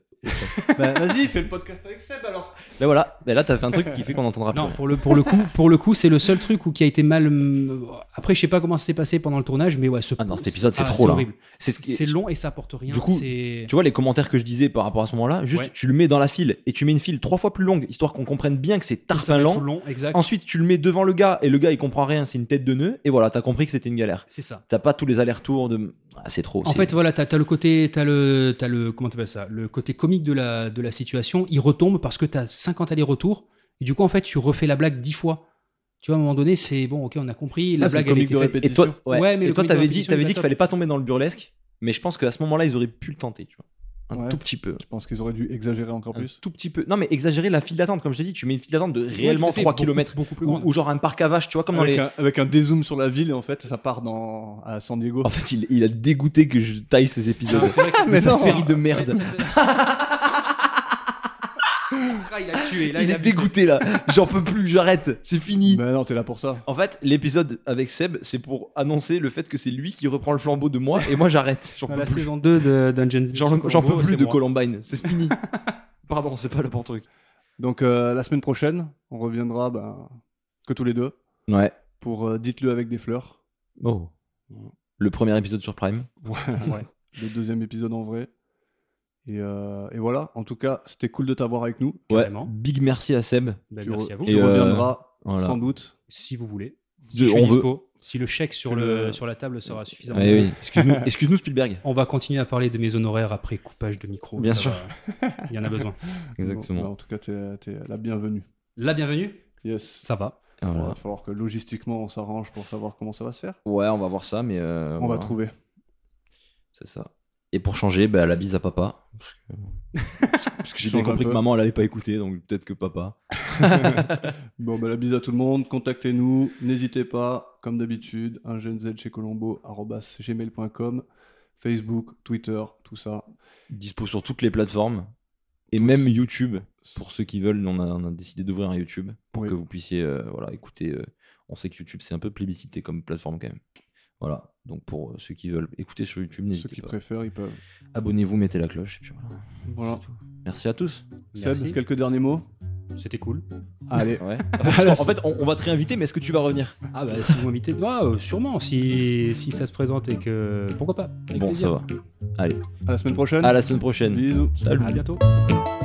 [SPEAKER 1] Bah, Vas-y, fais le podcast avec Seb alors.
[SPEAKER 3] Là voilà, mais là t'as fait un truc qui fait qu'on entendra plus.
[SPEAKER 2] Non,
[SPEAKER 3] rien.
[SPEAKER 2] pour le, pour le coup, pour le coup, c'est le seul truc où qui a été mal. euh, Après, je sais pas comment ça s'est passé pendant le tournage, mais ouais, ce.
[SPEAKER 3] Ah non, cet épisode, c'est
[SPEAKER 2] ah,
[SPEAKER 3] trop, là.
[SPEAKER 2] horrible.
[SPEAKER 3] C'est ce qui-
[SPEAKER 2] C'est long et ça apporte rien.
[SPEAKER 3] Du coup,
[SPEAKER 2] c'est-
[SPEAKER 3] Tu vois les commentaires que je disais par rapport à ce moment-là, juste
[SPEAKER 2] Ouais.
[SPEAKER 3] tu le mets dans la file et tu mets une file trois fois plus longue, histoire qu'on comprenne bien que c'est
[SPEAKER 2] ça
[SPEAKER 3] tarpin
[SPEAKER 2] va être
[SPEAKER 3] lent.
[SPEAKER 2] long, exact.
[SPEAKER 3] Ensuite, tu le mets devant le gars et le gars il comprend rien, c'est une tête de nœud. Et voilà, t'as compris que c'était une galère.
[SPEAKER 2] C'est ça.
[SPEAKER 3] T'as pas tous les allers-retours de. Ah, c'est trop.
[SPEAKER 2] En
[SPEAKER 3] c'est-
[SPEAKER 2] fait, voilà, t'as as le côté, t'as le, t'as le, comment t'appelles ça, le côté comique de la, de la situation. Il retombe parce que t'as 50 allers-retours. Et du coup, en fait, tu refais la blague 10 fois. Tu vois, à un moment donné, c'est bon, ok, on a compris. La
[SPEAKER 1] Ah, c'est
[SPEAKER 2] blague,
[SPEAKER 1] le
[SPEAKER 2] elle
[SPEAKER 1] comique
[SPEAKER 2] était
[SPEAKER 1] de
[SPEAKER 2] faite.
[SPEAKER 3] Et
[SPEAKER 1] répétition.
[SPEAKER 3] toi, ouais.
[SPEAKER 2] Ouais, mais
[SPEAKER 3] Et
[SPEAKER 2] le
[SPEAKER 3] toi,
[SPEAKER 2] comique de
[SPEAKER 3] t'avais
[SPEAKER 2] la
[SPEAKER 3] dit,
[SPEAKER 2] répétition,
[SPEAKER 3] t'avais
[SPEAKER 2] il
[SPEAKER 3] dit
[SPEAKER 2] est
[SPEAKER 3] qu'il
[SPEAKER 2] pas
[SPEAKER 3] fallait pas tomber dans le burlesque, mais je pense qu'à ce moment-là, ils auraient pu le tenter, tu vois. Un
[SPEAKER 1] Ouais.
[SPEAKER 3] tout petit peu.
[SPEAKER 1] Je pense qu'ils auraient dû exagérer encore
[SPEAKER 3] Un
[SPEAKER 1] plus.
[SPEAKER 3] tout petit peu. Non, mais exagérer la file d'attente, comme je t'ai dit, tu mets une file d'attente de
[SPEAKER 2] Ouais,
[SPEAKER 3] réellement
[SPEAKER 2] tout à fait,
[SPEAKER 3] 3
[SPEAKER 2] beaucoup-
[SPEAKER 3] km.
[SPEAKER 2] beaucoup plus
[SPEAKER 3] Ou,
[SPEAKER 2] grande.
[SPEAKER 3] ou genre un parc à vaches, tu vois, comme dans
[SPEAKER 1] Avec,
[SPEAKER 3] les.
[SPEAKER 1] un, avec un dézoom sur la ville et en fait ça part dans à San Diego.
[SPEAKER 3] En fait, il, il a dégoûté que je taille ces épisodes.
[SPEAKER 2] Non, Ah, c'est vrai que
[SPEAKER 3] Mais
[SPEAKER 2] ça,
[SPEAKER 3] non.
[SPEAKER 2] ça-
[SPEAKER 3] série de
[SPEAKER 2] ça-
[SPEAKER 3] merde.
[SPEAKER 2] ça- Ah, il a tué. Là,
[SPEAKER 3] il
[SPEAKER 2] a
[SPEAKER 3] est dégoûté là. J'en peux plus, j'arrête. C'est fini.
[SPEAKER 1] Bah non, t'es là pour ça.
[SPEAKER 3] En fait, l'épisode avec Seb, c'est pour annoncer le fait que c'est lui qui reprend le flambeau de moi et moi j'arrête. J'en
[SPEAKER 2] Dans
[SPEAKER 3] peux
[SPEAKER 2] la
[SPEAKER 3] plus.
[SPEAKER 2] saison 2 de Dungeons
[SPEAKER 3] J'en j'en peux plus de
[SPEAKER 2] Colombo.
[SPEAKER 3] Columbine. C'est fini. Pardon, c'est pas le bon truc.
[SPEAKER 1] Donc euh, la semaine prochaine, on reviendra ben, que tous les deux
[SPEAKER 3] Ouais.
[SPEAKER 1] pour euh, Dites-le avec des fleurs.
[SPEAKER 3] Oh. Le premier épisode sur Prime.
[SPEAKER 1] le deuxième épisode en vrai. Et, euh, et voilà, en tout cas, c'était cool de t'avoir avec nous.
[SPEAKER 2] Carrément.
[SPEAKER 3] Ouais. Big merci à Seb.
[SPEAKER 2] Ben,
[SPEAKER 1] tu
[SPEAKER 2] merci
[SPEAKER 1] re-
[SPEAKER 2] à vous.
[SPEAKER 1] tu
[SPEAKER 3] Et, euh,
[SPEAKER 1] reviendras
[SPEAKER 3] Voilà.
[SPEAKER 1] sans doute.
[SPEAKER 2] Si vous voulez. Si
[SPEAKER 3] Je-
[SPEAKER 2] je suis
[SPEAKER 3] on veut.
[SPEAKER 2] dispo, si le chèque sur,
[SPEAKER 1] Que
[SPEAKER 2] le,
[SPEAKER 1] le-
[SPEAKER 2] sur la table sera suffisamment.
[SPEAKER 3] Eh oui. Excuse-nous, excuse-nous, Spielberg.
[SPEAKER 2] On va continuer à parler de mes honoraires après coupage de micro.
[SPEAKER 3] Bien
[SPEAKER 2] ça
[SPEAKER 3] sûr.
[SPEAKER 2] va. Il y en a besoin.
[SPEAKER 1] Bon, bah, en tout cas, t'es, t'es la bienvenue.
[SPEAKER 2] La bienvenue,
[SPEAKER 1] Yes.
[SPEAKER 2] ça va.
[SPEAKER 1] Il
[SPEAKER 3] Ah, Voilà.
[SPEAKER 1] va falloir que logistiquement on s'arrange pour savoir comment ça va se faire.
[SPEAKER 3] Ouais, on va voir ça, mais euh,
[SPEAKER 1] On va
[SPEAKER 3] voilà.
[SPEAKER 1] trouver.
[SPEAKER 3] C'est ça. Et pour changer, bah, la bise à papa. Parce que, parce que j'ai bien
[SPEAKER 1] Change un
[SPEAKER 3] compris que
[SPEAKER 1] peu.
[SPEAKER 3] maman, elle allait pas écouter, donc peut-être que papa.
[SPEAKER 1] Bon, bah, la bise à tout le monde. Contactez-nous. N'hésitez pas, comme d'habitude, un jeune Z chez Colombo, arobase gmail.com, Facebook, Twitter, tout ça.
[SPEAKER 3] Dispo sur toutes les plateformes. Et même YouTube, pour ceux qui veulent, on a, on a décidé d'ouvrir un YouTube pour
[SPEAKER 1] Oui.
[SPEAKER 3] que vous puissiez euh, voilà, écouter. euh, on sait que YouTube, c'est un peu plébiscité comme plateforme quand même. Voilà, donc pour euh, ceux qui veulent écouter sur YouTube,
[SPEAKER 1] Ceux
[SPEAKER 3] n'hésitez
[SPEAKER 1] qui
[SPEAKER 3] pas.
[SPEAKER 1] préfèrent, ils peuvent.
[SPEAKER 3] Abonnez-vous, mettez la cloche. Et puis voilà.
[SPEAKER 1] Voilà.
[SPEAKER 3] Merci à tous.
[SPEAKER 2] Merci.
[SPEAKER 1] Seb, quelques derniers mots
[SPEAKER 2] C'était cool.
[SPEAKER 1] Allez.
[SPEAKER 3] Ouais. en fait, on, on va te réinviter, mais est-ce que tu vas revenir
[SPEAKER 2] Ah bah si vous m'invitez, ah, euh, sûrement, si, si ça se présente et que... Pourquoi pas avec
[SPEAKER 3] Bon,
[SPEAKER 2] plaisir.
[SPEAKER 3] ça va.
[SPEAKER 1] À la semaine prochaine.
[SPEAKER 3] À la semaine prochaine.
[SPEAKER 1] Bisous.
[SPEAKER 3] Salut.
[SPEAKER 2] À bientôt.
[SPEAKER 1] Salut.